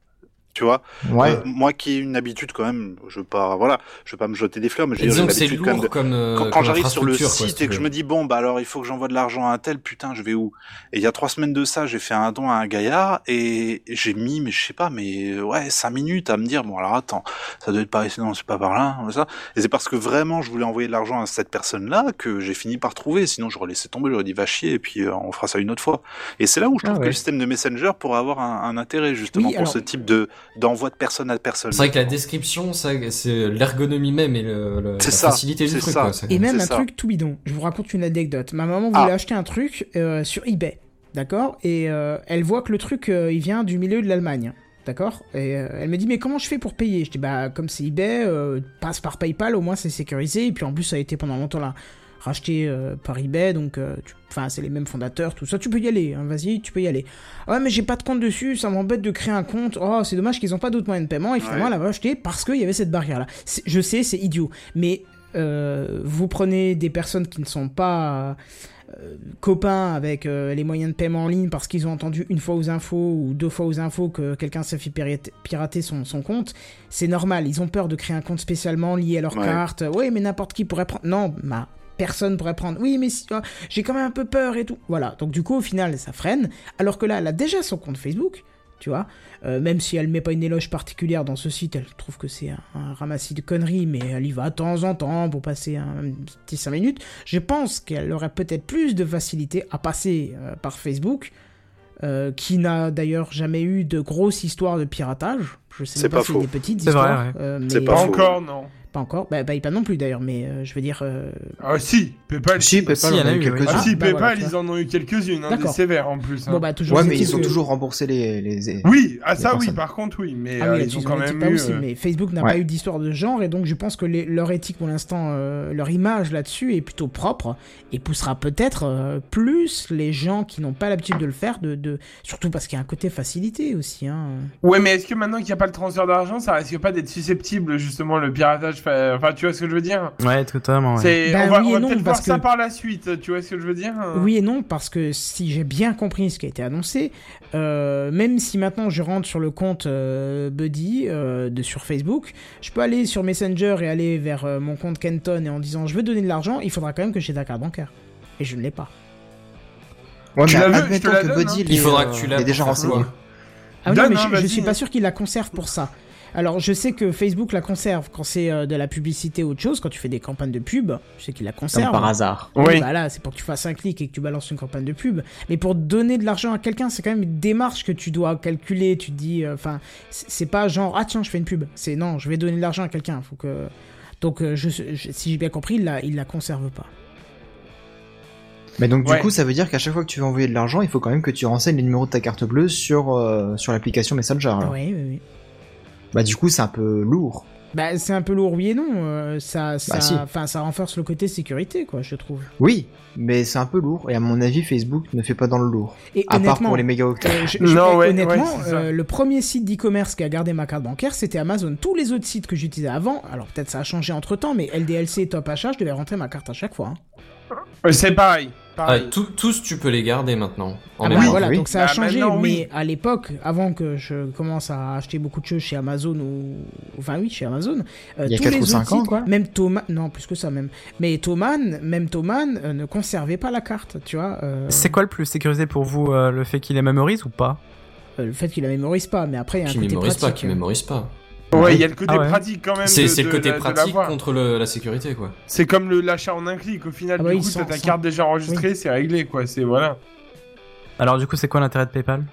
Tu vois,
Ouais.
Euh, moi qui ai une habitude quand même, je veux pas, voilà, je veux pas me jeter des fleurs, mais j'ai
Disons que c'est
l'habitude quand même
lourd
de-
comme. euh,
Quand, quand
comme
j'arrive sur le
infrastructure, quoi,
site
si
et que
tu
je
veux.
me dis bon bah alors il faut que j'envoie de l'argent à un tel putain je vais où et il y a trois semaines de ça j'ai fait un don à un gaillard et j'ai mis mais je sais pas mais euh, ouais cinq minutes à me dire bon alors attends ça doit être par ici non c'est pas par là ou ça et c'est parce que vraiment je voulais envoyer de l'argent à cette personne là que j'ai fini par trouver sinon j'aurais laissé tomber j'aurais dit va chier et puis euh, on fera ça une autre fois et c'est là où je
Ah
trouve
ouais.
que le système de messenger pourrait avoir un, un intérêt justement
Oui,
pour
alors-
ce type de d'envoi de personne à personne
C'est vrai que la description, ça, c'est l'ergonomie même et le, le- la
C'est ça,
facilité du
c'est
truc.
ça.
quoi, ça.
Et même
C'est
un
ça.
truc tout bidon. Je vous raconte une anecdote. Ma maman
Ah.
voulait acheter un truc euh, sur eBay, d'accord Et euh, elle voit que le truc, euh, il vient du milieu de l'Allemagne, d'accord Et euh, elle me dit, mais comment je fais pour payer Je dis, bah comme c'est eBay, euh, passe par PayPal, au moins c'est sécurisé. Et puis en plus, ça a été pendant longtemps là racheté euh, par eBay, donc euh, tu- enfin c'est les mêmes fondateurs, tout ça. Tu peux y aller, hein, vas-y, tu peux y aller. Ah Ouais, mais j'ai pas de compte dessus, ça m'embête de créer un compte. Oh, c'est dommage qu'ils ont pas d'autres moyens de paiement. Et finalement,
Ouais.
elle avait acheté parce qu'il y avait cette barrière là. Je sais, c'est idiot, mais euh, vous prenez des personnes qui ne sont pas euh, copains avec euh, les moyens de paiement en ligne parce qu'ils ont entendu une fois aux infos ou deux fois aux infos que quelqu'un s'est fait pirate- pirater son, son compte, c'est normal. Ils ont peur de créer un compte spécialement lié à leur
Ouais.
carte. Oui, mais n'importe qui pourrait prendre. Non, ma personne pourrait prendre. Oui, mais si- euh, j'ai quand même un peu peur et tout. Voilà. Donc du coup, au final, ça freine. Alors que là, elle a déjà son compte Facebook. Tu vois, Euh, même si elle met pas une éloge particulière dans ce site, elle trouve que c'est un, un ramassis de conneries, mais elle y va de temps en temps pour passer un, petit 5 minutes. Je pense qu'elle aurait peut-être plus de facilité à passer euh, par Facebook, euh, qui n'a d'ailleurs jamais eu de grosses histoires de piratage. Je sais
C'est
même pas,
pas
si
faux.
des petites
C'est vrai,
histoires.
ouais.
euh,
C'est
mais-
Pas
Pas faux.
encore, non.
Pas encore. Bah, bah, pas non plus d'ailleurs, mais euh, je veux dire. euh,
Ah si, PayPal.
Si, PayPal,
Si, il y en
on a
a
eu
eu, oui.
quelques-uns.
Ah
Ah,
si,
bah
PayPal,
voilà, tu
ils
vois.
en ont eu quelques-unes, hein, des
D'accord.
sévères en plus.
Ah.
hein.
Bon, bah, toujours
Ouais,
est-il
mais ils ont
que-
toujours remboursé les. les...
oui, ah
les
ça oui,
personnes.
par contre oui, mais
Ah
euh,
oui, là-dessus,
ils ont
ils
quand
ont été
même
pas
eu.
aussi,
euh,
mais Facebook n'a
Ouais.
pas eu d'histoire de genre, et donc je pense que les- leur éthique pour l'instant, euh, leur image là-dessus est plutôt propre, et poussera peut-être euh, plus les gens qui n'ont pas l'habitude de le faire, de, de- surtout parce qu'il y a un côté facilité aussi. Hein.
Ouais, mais est-ce que maintenant qu'il n'y a pas le transfert d'argent, ça risque pas d'être susceptible justement le piratage fa- Enfin, tu vois ce que je veux dire
Ouais, totalement. ouais.
C'est
Ben
on va,
oui
on
et
va
non,
peut-être voir
parce
ça
que-
par la suite. Tu vois ce que je veux dire
Oui et non, parce que si j'ai bien compris ce qui a été annoncé, euh, même si maintenant je rentre sur le compte euh, Buddy euh, de, sur Facebook, je peux aller sur Messenger et aller vers euh, mon compte Kenton et en disant je veux donner de l'argent, il faudra quand même que j'ai ta carte bancaire. Et je ne l'ai pas.
Ouais,
Tu
mais
la veux, je te
admettons
la
que
donne,
Buddy
hein.
Il
l'ait,
faudra
euh,
que tu
l'ait
l'aies
déjà renseigné.
Ah oui, non,
Donne,
mais
hein,
je, je
vas-y.
suis pas sûr qu'il la conserve pour ça. Alors, je sais que Facebook la conserve quand c'est euh, de la publicité ou autre chose, quand tu fais des campagnes de pub, je sais qu'il la
Comme
conserve.
par hasard.
Oui. Bah là, c'est pour que tu fasses un clic et que tu balances une campagne de pub. Mais pour donner de l'argent à quelqu'un, c'est quand même une démarche que tu dois calculer. Tu te dis, euh, enfin, c'est c'est pas genre ah tiens, je fais une pub. C'est non, je vais donner de l'argent à quelqu'un. Faut que donc euh, je, je- si j'ai bien compris, il la, il la conserve pas.
Mais donc, du
Ouais.
coup, ça veut dire qu'à chaque fois que tu veux envoyer de l'argent, il faut quand même que tu renseignes les numéros de ta carte bleue sur, euh, sur l'application Messenger. alors.
Oui, oui, oui.
Bah, du coup, c'est un peu lourd.
Bah c'est un peu lourd, oui et non. euh, ça, ça,
Bah, si.
enfin, ça renforce le côté sécurité, quoi, je trouve.
Oui, mais c'est un peu lourd. Et à mon avis, Facebook ne fait pas dans le lourd.
Et
À part
honnêtement,
pour les mégaoctets.
Euh, je- je-
Non,
eh,
ouais,
honnêtement,
ouais, c'est ça.
euh, le premier site d'e-commerce qui a gardé ma carte bancaire, c'était Amazon. Tous les autres sites que j'utilisais avant, alors peut-être ça a changé entre temps, mais LDLC et Top Achat, je devais rentrer ma carte à chaque fois. hein.
Euh, C'est pareil.
Ah,
pareil.
tout- tous, tu peux les garder maintenant. En
Ah bah
mémoire.
voilà,
oui.
donc ça a
Bah,
changé,
maintenant,
mais
oui.
à l'époque, avant que je commence à acheter beaucoup de choses chez Amazon ou. Enfin, oui, chez Amazon, euh,
Il y a
tous
quatre
les
ou
autres
cinq ans,
sites,
quoi.
Même Thomas, non, plus que ça même. Mais Thoman, même Thoman euh, ne conservait pas la carte, tu vois. euh,
C'est quoi le plus sécurisé pour vous euh, Le fait qu'il les mémorise ou pas
euh, le fait qu'il la mémorise pas, mais après, il y a un
Qui
côté
mémorise
pratique. hein. euh,
pas, qui mémorise pas.
Ouais, il y a le côté
Ah ouais.
pratique quand même.
C'est
de-
c'est le
de
côté
la- de
pratique
l'avoir.
contre le- la sécurité, quoi.
C'est comme le- l'achat en un clic. Au final,
Ah bah
du
oui,
coup, t'as
sans-
ta
sans-
carte déjà enregistrée, c'est réglé quoi. C'est voilà.
Alors du coup, c'est quoi l'intérêt de PayPal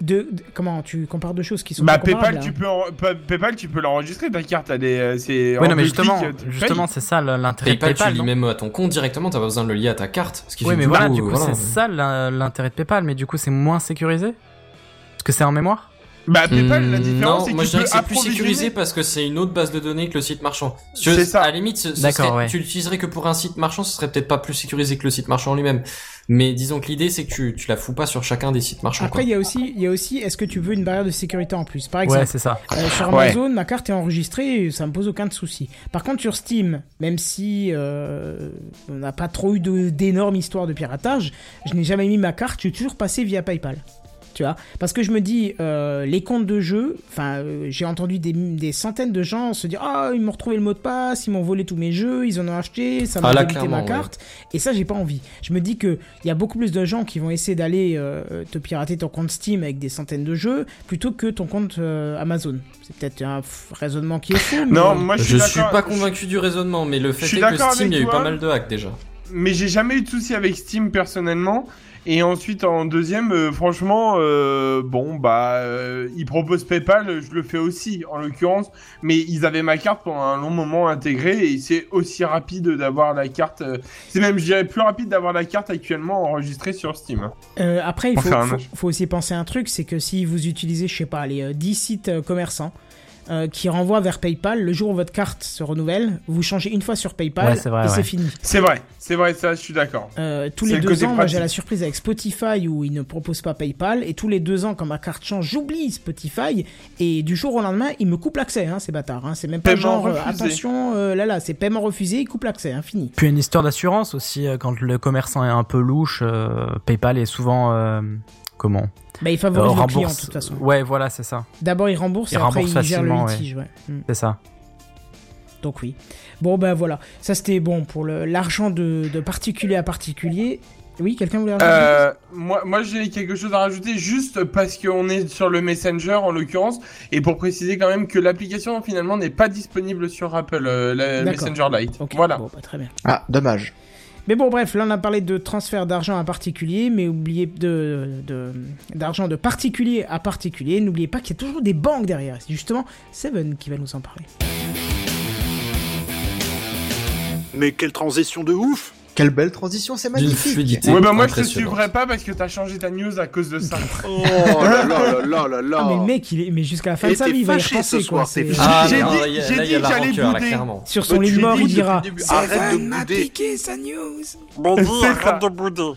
de, de- comment tu compares deux choses qui sont hein.
Bah
pas comparables,
PayPal, tu
là.
peux en- pa- PayPal, tu peux l'enregistrer ta carte. Elle est, euh, c'est.
Oui,
en
non, mais
deux
justement,
clics, tu payes.
justement, c'est ça l'intérêt de
PayPal,
PayPal.
tu
hein.
non
lis même à ton compte directement, t'as pas besoin de le lier à ta carte. Ce qui
Oui,
fait
mais voilà,
tout,
du coup,
euh, voilà.
c'est ça l'in- l'intérêt de PayPal, mais du coup, c'est moins sécurisé Parce que c'est en mémoire
Bah PayPal, la
Hmm,
différence,
non,
c'est que
moi
tu
je dirais
peux
que c'est plus
approvisionner.
sécurisé parce que c'est une autre base de données que le site marchand. Si tu veux,
C'est ça.
À la limite, ce- ce
D'accord,
serait-
ouais.
tu l'utiliserais que pour un site marchand, ce serait peut-être pas plus sécurisé que le site marchand lui-même. Mais disons que l'idée, c'est que tu, tu la fous pas sur chacun des sites marchands.
Après,
quoi.
il y a aussi, il y a aussi, est-ce que tu veux une barrière de sécurité en plus Par exemple,
Ouais, c'est ça.
Euh, sur
Ouais.
Amazon, ma carte est enregistrée, ça me pose aucun de souci. Par contre, sur Steam, même si euh, on n'a pas trop eu de- d'énormes histoires de piratage, je n'ai jamais mis ma carte, je suis toujours passé via PayPal. Tu vois Parce que je me dis, euh, les comptes de jeu, enfin, euh, j'ai entendu des, des centaines de gens se dire Ah, ils m'ont retrouvé le mot de passe, ils m'ont volé tous mes jeux, ils en ont acheté, ça m'a
Ah là,
débité ma
clairement, ouais.
carte. Et ça, j'ai pas envie. Je me dis qu'il y a beaucoup plus de gens qui vont essayer d'aller euh, te pirater ton compte Steam avec des centaines de jeux plutôt que ton compte euh, Amazon. C'est peut-être un f- raisonnement qui est faux, mais. euh,
Non, moi je suis
je suis
d'accord.
pas convaincu du raisonnement, mais le fait
je suis
est que
d'accord
Steam, il y a eu
avec
pas
toi.
mal de hacks déjà.
mais j'ai jamais eu de souci avec Steam personnellement. Et ensuite en deuxième, euh, franchement, euh, bon bah, euh, ils proposent PayPal, je le fais aussi en l'occurrence. Mais ils avaient ma carte pendant un long moment intégrée et c'est aussi rapide d'avoir la carte. euh, c'est même, je dirais, plus rapide d'avoir la carte actuellement enregistrée sur Steam. hein.
Euh, après, il
On
faut,
fait un
faut-
match.
faut aussi penser à un truc c'est que si vous utilisez, je sais pas, les euh, 10 sites euh, commerçants euh, qui renvoient vers PayPal, le jour où votre carte se renouvelle, vous changez une fois sur PayPal
Ouais, c'est vrai,
et
ouais.
c'est fini.
C'est vrai, c'est vrai, ça, je suis d'accord.
Euh, tous
C'est
les
le
deux
côté
ans, moi
pratique.
j'ai la surprise avec Spotify où ils ne proposent pas PayPal. Et tous les deux ans, quand ma carte change, j'oublie Spotify. Et du jour au lendemain, ils me coupent l'accès, hein, ces bâtards. hein. C'est même pas
Paiement
genre euh,
refusé.
attention, euh, là là, c'est paiement refusé, ils coupent l'accès, hein, fini.
Puis une histoire d'assurance aussi, euh, quand le commerçant est un peu louche, euh, PayPal est souvent. euh, comment
Bah, ils
Euh,
favorisent le client de
rembourse-
toute façon.
Ouais, voilà, c'est ça.
D'abord, ils remboursent et
Ils
après,
remboursent
ils gèrent le
facilement, ouais.
litige. ouais. Mm.
C'est ça.
Donc oui. Bon, ben voilà. Ça, c'était bon pour le- l'argent de, de particulier à particulier. Oui, quelqu'un voulait rajouter
Euh, moi, moi j'ai quelque chose à rajouter juste parce qu'on est sur le Messenger en l'occurrence et pour préciser quand même que l'application finalement n'est pas disponible sur Apple euh, la
D'accord.
Messenger Lite.
Ok,
Voilà.
bon, bah, très bien.
Ah, dommage.
Mais bon, bref, là on a parlé de transfert d'argent à particulier, mais oubliez de de- d'argent de, particulier à particulier. N'oubliez pas qu'il y a toujours des banques derrière. C'est justement Seven qui va nous en parler.
Mais quelle transition de ouf
Quelle belle transition, c'est
D'une
magnifique.
fluidité.
Ouais bah moi je te
impressionnante.
suivrai pas parce que t'as changé ta news à cause de ça.
Oh là là là là là là
Ah, mais le mec, il est, mais jusqu'à la fin
Et
de sa
t'es
vie, il va y
Oh. fâché
repenser,
ce
quoi.
soir, t'es
C'est-
fâché.
Ah,
J'ai
non,
dit-
là, il y a-
j'ai
là, il y
dit
a la
que j'allais
rancœur, là,
bouder.
clairement.
Sur
Bah,
son lit
tu
de mort,
dis
il
depuis
dira
le début,
Ah,
Arrête de bouder
sa news
Bon
C'est ça.
de bouder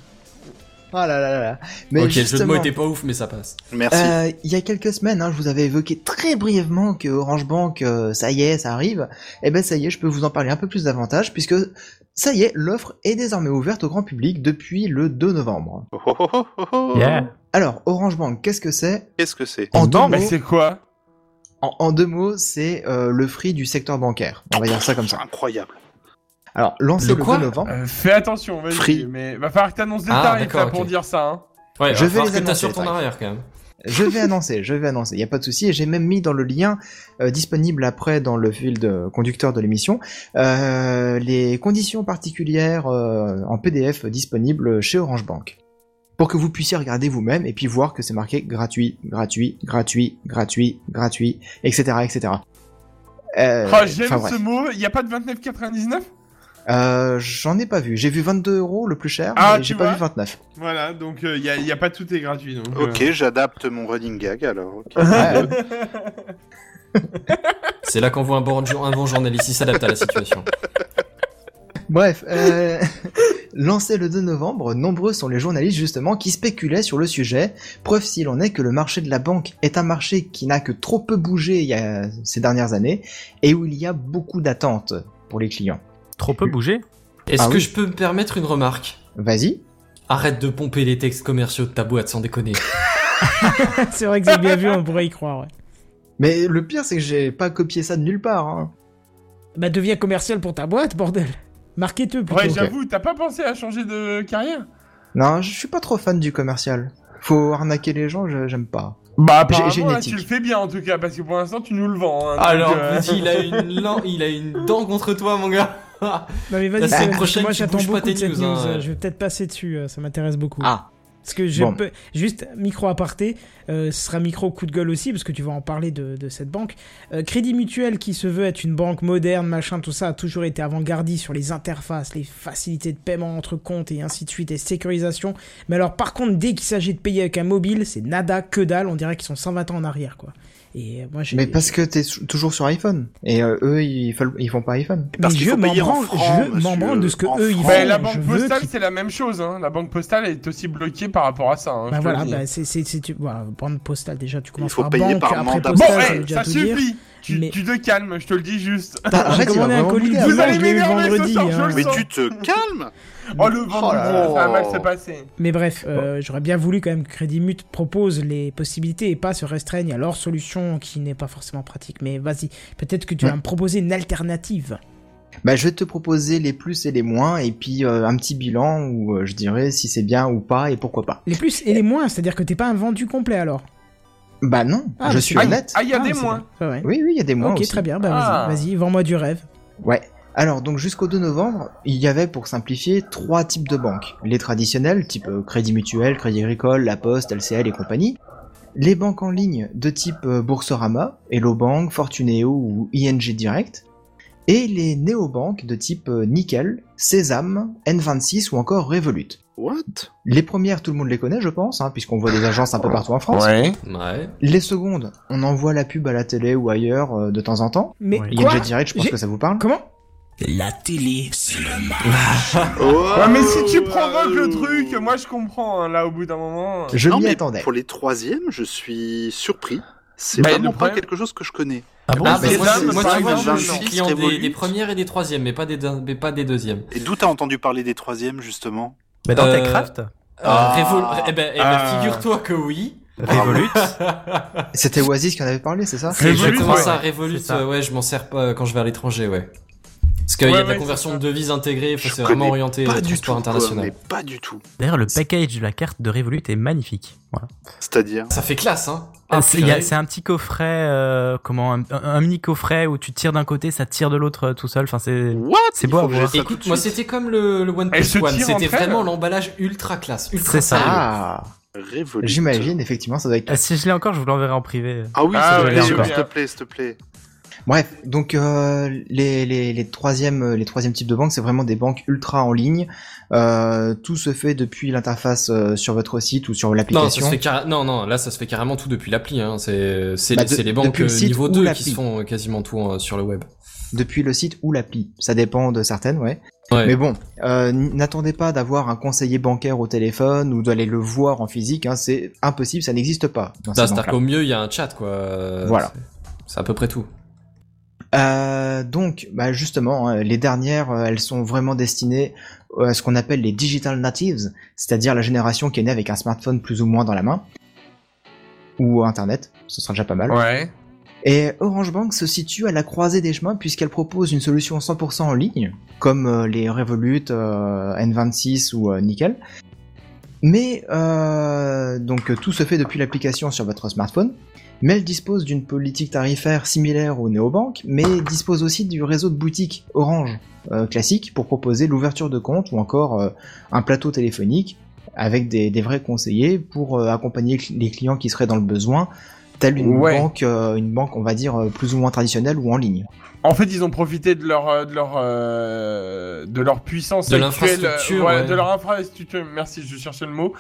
Ah là là là. Mais
ok, le jeu de
justement,
mots était pas ouf, mais ça passe.
Merci.
euh, il y a quelques semaines, hein, je vous avais évoqué très brièvement que Orange Bank, euh, ça y est, ça arrive. Eh ben ça y est, je peux vous en parler un peu plus davantage puisque ça y est, l'offre est désormais ouverte au grand public depuis le 2 novembre.
Oh, oh, oh, oh, oh.
Yeah.
Alors Orange Bank, qu'est-ce que c'est
Qu'est-ce que c'est
En deux
Non
mots-
mais c'est quoi
En, en deux mots, c'est euh, le free du secteur bancaire. On va dire ça comme
C'est
ça.
incroyable.
Alors, lancé
Le
le,
quoi
2 novembre.
Euh, Fais attention, vas-y.
Free.
Mais va falloir que t'annonces des
Ah,
tarifs
d'accord,
là, pour
ok.
dire ça. Hein.
Ouais,
Je
je
vais
vais
les
que
annoncer,
t'assures ton
t'inquiète.
arrière quand même.
Je vais annoncer, je vais annoncer. Il n'y a pas de souci. Et j'ai même mis dans le lien euh, disponible après dans le fil de conducteur de l'émission euh, les conditions particulières euh, en PDF disponibles chez Orange Bank. Pour que vous puissiez regarder vous-même et puis voir que c'est marqué gratuit, gratuit, gratuit, gratuit, gratuit, etc. etc. Euh,
Oh, J'aime
enfin, bref.
ce mot. Il y a pas de 29,99
Euh, J'en ai pas vu. J'ai vu 22 euros le plus cher,
Ah,
mais j'ai
tu
pas
vois.
vu 29.
Voilà, donc il y, a, y a pas tout est gratuit. Donc, euh,
Ok, j'adapte mon running gag alors. ok.
Ouais. euh,
C'est là qu'on voit un bon, jour- un bon journaliste, il s'adapte à la situation.
Bref, euh, lancé le 2 novembre, nombreux sont les journalistes justement qui spéculaient sur le sujet, preuve s'il en est que le marché de la banque est un marché qui n'a que trop peu bougé il y a- ces dernières années et où il y a beaucoup d'attentes pour les clients.
Trop peu bougé.
Est-ce
Ah
que
oui.
je peux me permettre une remarque
Vas-y.
Arrête de pomper les textes commerciaux de ta boîte sans déconner.
C'est vrai que c'est bien vu, on pourrait y croire, ouais.
Mais le pire, c'est que j'ai pas copié ça de nulle part. hein.
Bah, deviens commercial pour ta boîte, bordel Marquez-te plutôt.
euh. Ouais,
ok.
j'avoue, t'as pas pensé à changer de carrière
Non, je suis pas trop fan du commercial. Faut arnaquer les gens, je- j'aime pas.
Bah,
J'ai- j'ai
apparemment,
une
là,
éthique.
tu le fais bien en tout cas, parce que pour l'instant, tu nous le vends. hein, donc,
Alors,
euh,
petit, il a une lan- il a une dent contre toi, mon gars.
Non, mais vas-y,
La semaine
Seven, parce que
prochaine,
moi
tu
j'attends
bouges pas
beaucoup
tes
de cette
news,
news.
hein,
euh,
ouais.
Je vais peut-être passer dessus, euh, ça m'intéresse beaucoup.
Ah.
Parce que je
Bon.
peux- juste micro aparté, euh, ce sera micro coup de gueule aussi parce que tu vas en parler de, de cette banque. Euh, Crédit Mutuel qui se veut être une banque moderne, machin, tout ça a toujours été avant-gardiste sur les interfaces, les facilités de paiement entre comptes et ainsi de suite, et sécurisation. Mais alors par contre, dès qu'il s'agit de payer avec un mobile, c'est nada que dalle. On dirait qu'ils sont 120 ans en arrière, quoi. Et euh, moi, j'ai-
Mais parce que t'es sou- toujours sur iPhone. Et euh, eux, ils, fol- ils font pas iPhone.
Mais
Parce qu'il
je
faut
m'en
payer en
branle,
francs,
je m'en
monsieur,
branle de ce que
en
eux ils
francs.
font.
Bah, la
Je
banque
veux
postale,
qu'ils-
c'est la même chose. Hein. La banque postale est aussi bloquée par rapport à ça. hein,
Bah
je te
voilà,
le dis.
bah c'est c'est c'est tu voilà, bande postale déjà tu commences
faut
par
payer
banque
par
après
mandat.
postale,
Bon,
ça
eh,
veut déjà
ça
tout dire.
suffit. Tu,
mais-
tu te calmes, je te le dis juste.
T'as-
J'ai
arrête, il va
Ah, commandé un
vraiment
colis
bouger,
de
hein.
Vous
viande,
allez
je l'ai eu
m'énerver ce
vendredi.
soir, je
hein.
le
Mais
sens.
tu te calmes
Oh le ventre,
là là.
ça a mal s'est passé.
Mais bref, euh, j'aurais bien voulu quand même que Crédit Mut propose les possibilités et pas se restreigne à leur solution qui n'est pas forcément pratique. Mais vas-y, peut-être que tu vas
Ouais.
me proposer une alternative.
Bah, je vais te proposer les plus et les moins, et puis euh, un petit bilan où euh, je dirais si c'est bien ou pas et pourquoi pas.
Les plus et les moins, c'est-à-dire que t'es pas un vendu complet alors.
Bah non,
Ah,
je
mais
suis
tu-
honnête.
Ah, il y a
Ah,
des
c'est
moins.
bien. Ouais, ouais.
Oui, oui, il y a des moins
ok,
aussi.
très bien, bah
Ah.
vas-y, vas-y, vends-moi du rêve.
Ouais. Alors donc jusqu'au 2 novembre, il y avait pour simplifier trois types de banques. Les traditionnelles, type euh, Crédit Mutuel, Crédit Agricole, La Poste, LCL et compagnie. Les banques en ligne de type euh, Boursorama, Hello Bank, Fortuneo ou ING Direct. Et les néobanques de type euh, Nickel, Sésame, N26 ou encore Revolut.
What
Les premières, tout le monde les connaît, je pense, hein, puisqu'on voit des agences un peu partout en France.
Ouais.
Les secondes, on en voit la pub à la télé ou ailleurs euh, de temps en temps.
Mais
Ouais.
quoi
ING Direct, je pense
J'ai-
que ça vous parle.
Comment
La télé, c'est le
Oh.
Ouais, mais si tu provoques le truc, moi je comprends, hein, là, au bout d'un moment.
Je
Non,
m'y
mais
attendais.
Pour les troisièmes, je suis surpris. C'est
Bah, le
vraiment pas
problème-
quelque chose que je connais.
Ah bon
Ah, bah,
les
moi,
dames,
c'est- moi,
par
tu vois,
exemple,
je suis
Netflix,
client des,
Revolut.
des premières et des troisièmes, mais pas des, deux- mais pas des deuxièmes.
Et d'où t'as entendu parler des troisièmes, justement
Bah, dans
Euh,
Techcraft,
Euh,
Ah.
Revol- eh ben, eh ben,
Ah.
figure-toi que oui.
Revolut,
euh,
C'était Oasis qui en avait parlé, c'est ça
je
Revolut,
commence à
ouais.
Revolut,
C'est ça.
euh, ouais, je m'en sers pas euh, quand je vais à l'étranger, ouais. Parce qu'il y
Ouais,
a de la
ouais,
conversion
c'est
de devises intégrée, enfin,
Je
c'est vraiment
connais
orienté
Pas du tout,
transport
quoi,
international.
mais pas du tout.
d'ailleurs le package de la carte de Revolut est magnifique. Voilà.
C'est-à-dire
Ça fait classe, hein
Ah, c'est il y a-
purée.
c'est un petit coffret, euh, comment, un, un mini coffret où tu tires d'un côté, ça tire de l'autre euh, tout seul. Enfin, c'est.
What
C'est
Il
beau à
faut que
voir.
j'aie ça tout
Écoute,
de
moi
suite.
c'était comme le, le One
Elles
Plus
se
One,
tirent
c'était
entre elles.
vraiment l'emballage ultra classe, ultra
C'est ça.
sérieux.
Ah
Revolut.
J'imagine, effectivement, ça doit être...
Euh, si je l'ai encore, je vous l'enverrai en privé.
Ah oui,
Ah,
ça doit
ouais,
être
j'ai
sûr,
oublié.
s'il te plaît, s'il te plaît.
Bref, donc euh, les, les, les, troisièmes, euh, les troisièmes types de banques, c'est vraiment des banques ultra en ligne. Euh, tout se fait depuis l'interface euh, sur votre site ou sur
Non, ça
l'application.
se fait carré- non, non, là ça se fait carrément tout depuis l'appli. Hein. C'est c'est
Bah,
les-
de-
c'est les banques
depuis le
euh,
site
niveau
ou
2 qui
l'appli.
se font euh, quasiment tout euh, sur le web.
Depuis le site ou l'appli. Ça dépend de certaines, ouais.
Ouais.
Mais bon, euh, n'attendez pas d'avoir un conseiller bancaire au téléphone ou d'aller le voir en physique. Hein, c'est impossible, ça n'existe pas. dans ces
Ça, c'est-à-dire
banques-là.
qu'au Bah, mieux il y a un chat quoi. Euh,
Voilà.
c'est- C'est à peu près tout.
Euh, donc, bah justement, hein, les dernières, euh, elles sont vraiment destinées euh, à ce qu'on appelle les digital natives, c'est-à-dire la génération qui est née avec un smartphone plus ou moins dans la main ou Internet, ce sera déjà pas mal.
Ouais.
Et Orange Bank se situe à la croisée des chemins puisqu'elle propose une solution 100% en ligne, comme euh, les Revolut, euh, N26 ou euh, Nickel. Mais euh, donc euh, tout se fait depuis l'application sur votre smartphone. Mais elle dispose d'une politique tarifaire similaire aux néobanques, mais dispose aussi du réseau de boutiques Orange euh, classique pour proposer l'ouverture de compte ou encore euh, un plateau téléphonique avec des, des vrais conseillers pour euh, accompagner cl- les clients qui seraient dans le besoin, telle une
Ouais.
banque, euh, une banque on va dire euh, plus ou moins traditionnelle ou en ligne.
En fait, ils ont profité de leur, euh, de leur, euh, de leur puissance
De
actuelle,
l'infrastructure,
euh, ouais,
ouais.
de leur infrastructure. Merci, je cherchais le mot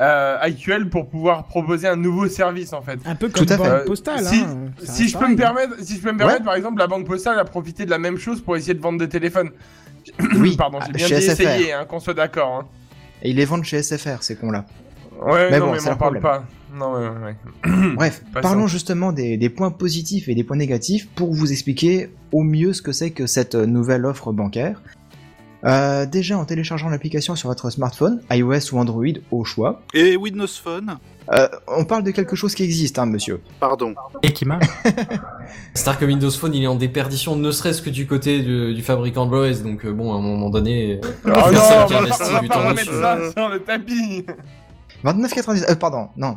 euh, actuelle pour pouvoir proposer un nouveau service en fait.
Un peu
Tout
comme
à fait.
banque
Euh,
postale.
si-
hein, ça
Si
reste
je peux
pareil.
me permettre, si je peux me permettre, par exemple, la banque postale a profité de la même chose pour essayer de vendre des téléphones.
Oui,
Pardon, j'ai
ah,
bien dit
chez SFR.
essayer, hein, qu'on soit d'accord. Hein.
Et ils les vendent chez SFR, ces cons-là.
Ouais,
Mais
non,
bon,
mais
c'est
m'en
leur
parle
problème.
pas. Non, ouais, ouais, ouais.
Bref,
Passons.
parlons justement des, des points positifs et des points négatifs pour vous expliquer au mieux ce que c'est que cette nouvelle offre bancaire. Euh, déjà en téléchargeant l'application sur votre smartphone, iOS ou Android au choix.
Et Windows
Ah,
Phone
Euh, on parle de quelque chose qui existe, hein, monsieur.
Pardon.
Et qui marche.
C'est-à-dire que Windows Phone il est en déperdition, ne serait-ce que du côté du, du fabricant de l'OS. Donc euh, bon, à un moment donné, euh,
Oh
personne
non, on va
qui
pas-
investit
on va
du
pas
temps
remettre
dessus.
ça sur le tapis.
29,90. Euh, pardon, non.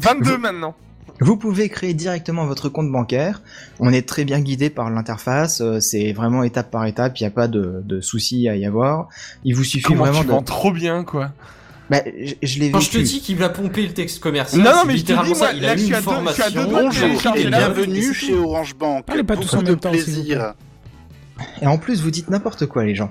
22 maintenant.
Vous pouvez créer directement votre compte bancaire. On est très bien guidé par l'interface. euh, C'est vraiment étape par étape. Il n'y a pas de, de soucis à y avoir. Il vous suffit
Comment
vraiment
tu
de.
vends trop bien, quoi.
Bah, je, je l'ai vécu.
Quand je te dis qu'il a pompé le texte commercial,
Non, non,
c'est
mais je te
littéralement
dis, moi,
ça, il
là,
a
je
eu
suis
une
à deux- je suis à deux
formation. euh,
doigts de
Bonjour.
Bonjour
télécharger
et
la-
bienvenue chez Orange Bank.
Allez, pas tous
Beaucoup
en
de
même temps, s'il vous plaît.
plaisir.
Et en plus, vous dites n'importe quoi, les gens.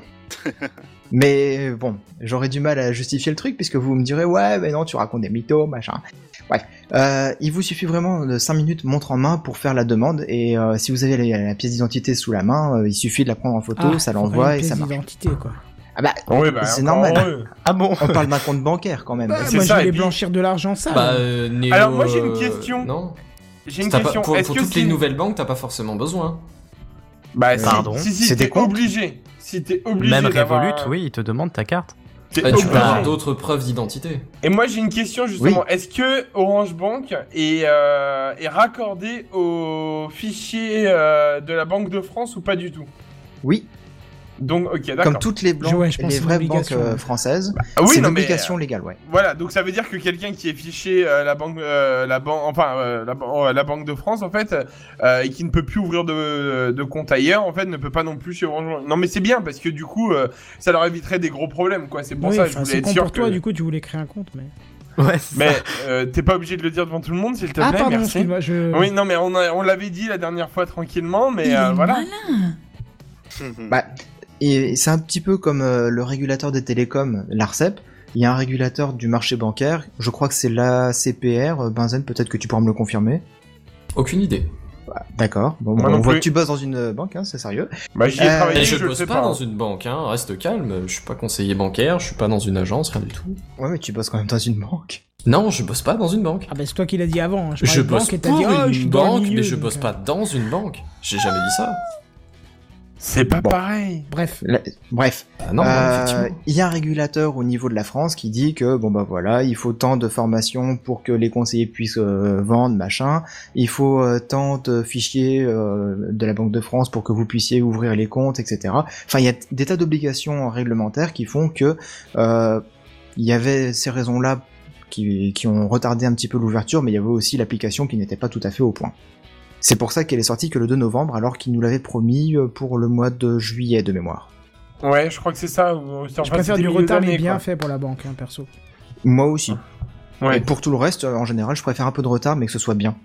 mais bon, j'aurais du mal à justifier le truc puisque vous me direz ouais, mais non, tu racontes des mythos, machin. Ouais, Euh, il vous suffit vraiment de 5 minutes montre en main pour faire la demande et euh, si vous avez la, la pièce d'identité sous la main, euh, il suffit de la prendre en photo,
Ah,
ça
faudrait
l'envoie
une
et ça
pièce
marche.
d'identité, quoi.
Ah bah,
Oui, bah,
C'est
encore
normal.
heureux.
Ah bon
on parle d'un compte bancaire quand même.
Bah,
c'est
moi,
ça,
je
et
voulais
puis-
blanchir de l'argent, ça.
Bah, euh, Néo,
Alors, moi, j'ai une
euh,
question.
Non.
J'ai une
T'as pas-
question.
pour
Est-ce
pour
que
toutes
si-
les nouvelles Euh, banques, t'as pas forcément besoin. hein.
Bah, si-
Pardon.
Si, si,
C'est des
t'es
comptes.
obligé. Si t'es obligé.
Même
d'avoir euh,
Revolut,
un-
oui, il te demande ta carte.
t'es
Bah, tu peux
obligé.
avoir d'autres preuves d'identité.
Et moi j'ai une question justement. Est-ce que Orange Bank est, euh, est raccordé au fichier euh, de la Banque de France ou pas du tout
Oui,
Donc ok
comme
d'accord.
toutes les, blanques,
Ouais, je pense que
les
c'est une
vraies banques
obligation.
euh, françaises,
Ah
c'est une
mais,
obligation légale, ouais.
euh, voilà donc ça veut dire que quelqu'un qui est fiché euh, la banque euh, la banque enfin euh, la, ban- euh, la Banque de France en fait euh, et qui ne peut plus ouvrir de, de compte ailleurs en fait ne peut pas non plus chez Orange Bank. Non mais c'est bien parce que du coup euh, ça leur éviterait des gros problèmes quoi. C'est pour
oui,
ça que je
enfin,
voulais
c'est
être
con
sûr
pour toi,
que-
du coup, tu voulais créer un compte, mais.
Ouais, c'est
Mais
ça.
euh, t'es pas obligé de le dire devant tout le monde s'il te plaît.
Ah, pardon,
merci.
excuse-moi, je.
Oui, non, mais on, a- on l'avait dit la dernière fois tranquillement, mais euh, voilà. Ah.
Bah, et c'est un petit peu comme euh, le régulateur des télécoms, l'ARCEP. E Il y a un régulateur du marché bancaire. Je crois que c'est l'ACPR. Euh, Benzen, peut-être que tu pourras me le confirmer. Bah,
Aucune idée.
D'accord. Bon,
Moi
on
non
voit
plus.
que tu bosses dans une euh, banque, hein, c'est sérieux.
Bah, j'y ai
Euh,
travaillé,
Et
je,
je
le
bosse
sais
pas
pas.
dans une banque, hein. Reste calme. Je suis pas conseiller bancaire. Je suis pas dans une agence, rien du tout.
Ouais, mais tu bosses quand même dans une banque.
Non, je bosse pas dans une banque.
Ah, bah, c'est toi qui l'as dit avant. hein. Je,
Je
parlais de
bosse
banque et t'as
pour
dit, oh, je suis
une
dans le
banque,
milieu,
mais je
donc,
bosse
euh,
pas dans une banque. J'ai jamais dit ça.
C'est pas Bah, pareil.
Bref.
La- Bref,
Ah non,
Euh,
effectivement.
il y a un régulateur au niveau de la France qui dit que bon bah voilà, il faut tant de formations pour que les conseillers puissent euh, vendre machin, il faut euh, tant de fichiers euh, de la Banque de France pour que vous puissiez ouvrir les comptes, etc. Enfin, il y a t- des tas d'obligations réglementaires qui font que euh, il y avait ces raisons-là qui, qui ont retardé un petit peu l'ouverture, mais il y avait aussi l'application qui n'était pas tout à fait au point. C'est pour ça qu'elle est sortie que le 2 novembre, alors qu'ils nous l'avaient promis euh, pour le mois de juillet de mémoire.
Ouais, je crois que c'est ça. ou- c'est-
Je
enfin,
préfère
c'était
du
milieu
retard, mais
d'année,
bien
quoi.
fait pour la banque, hein, perso.
Moi aussi.
Ouais.
Et pour tout le reste, euh, en général, je préfère un peu de retard, mais que ce soit bien.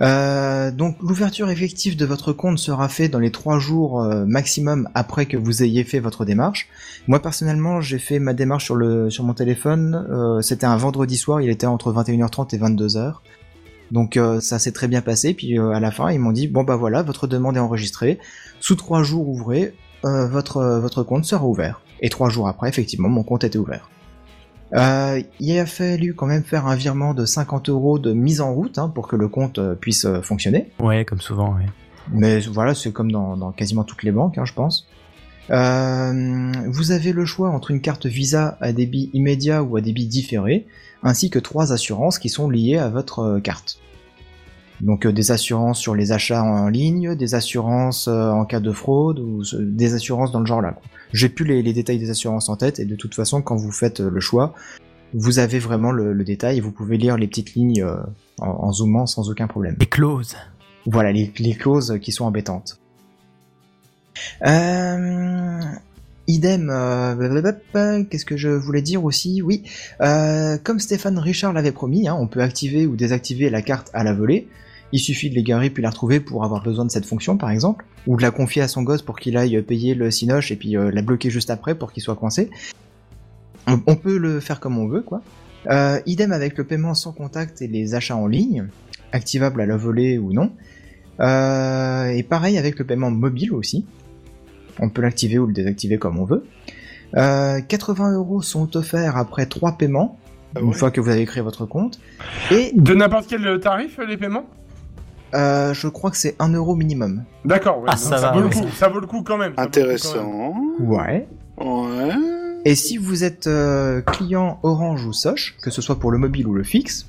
Euh, donc l'ouverture effective de votre compte sera faite dans les trois jours euh, maximum après que vous ayez fait votre démarche. Moi personnellement j'ai fait ma démarche sur, le, sur mon téléphone, euh, c'était un vendredi soir, il était entre 21h30 et 22h. Donc euh, ça s'est très bien passé, puis euh, à la fin ils m'ont dit bon bah voilà, votre demande est enregistrée, sous trois jours ouvrés, euh, votre, euh, votre compte sera ouvert. Et trois jours après effectivement mon compte était ouvert. Euh, il a fallu quand même faire un virement de 50 euros de mise en route hein, pour que le compte euh, puisse euh, fonctionner.
Ouais, comme souvent, ouais.
Mais voilà, c'est comme dans, dans quasiment toutes les banques, hein, je pense. Euh, vous avez le choix entre une carte Visa à débit immédiat ou à débit différé, ainsi que trois assurances qui sont liées à votre euh, carte. Donc euh, des assurances sur les achats en ligne, des assurances euh, en cas de fraude, ou ce- des assurances dans le genre là. quoi. J'ai plus les, les détails des assurances en tête, et de toute façon, quand vous faites euh, le choix, vous avez vraiment le, le détail et vous pouvez lire les petites lignes euh, en- en zoomant sans aucun problème.
Des clauses.
Voilà les, les clauses qui sont embêtantes. Euh, idem, euh, blablabla, qu'est-ce que je voulais dire aussi Oui, euh, comme Stéphane Richard l'avait promis, hein, on peut activer ou désactiver la carte à la volée. Il suffit de l'égarer puis la retrouver pour avoir besoin de cette fonction, par exemple, ou de la confier à son gosse pour qu'il aille payer le cinoche et puis euh, la bloquer juste après pour qu'il soit coincé. On, on peut le faire comme on veut, quoi. Euh, idem avec le paiement sans contact et les achats en ligne, activables à la volée ou non. Euh, et pareil avec le paiement mobile aussi. On peut l'activer ou le désactiver comme on veut. Euh, 80 euros sont offerts après trois paiements, une fois que vous avez créé votre compte. Et
De n'importe quel tarif, euh, les paiements
euh, je crois que c'est 1 euro minimum.
D'accord, ouais.
Ah,
donc
ça va,
vaut le
ouais.
coup, ça vaut le coup quand même. ça vaut le coup quand même.
Intéressant.
Ouais.
Ouais.
Et si vous êtes euh, client Orange ou Soch, que ce soit pour le mobile ou le fixe,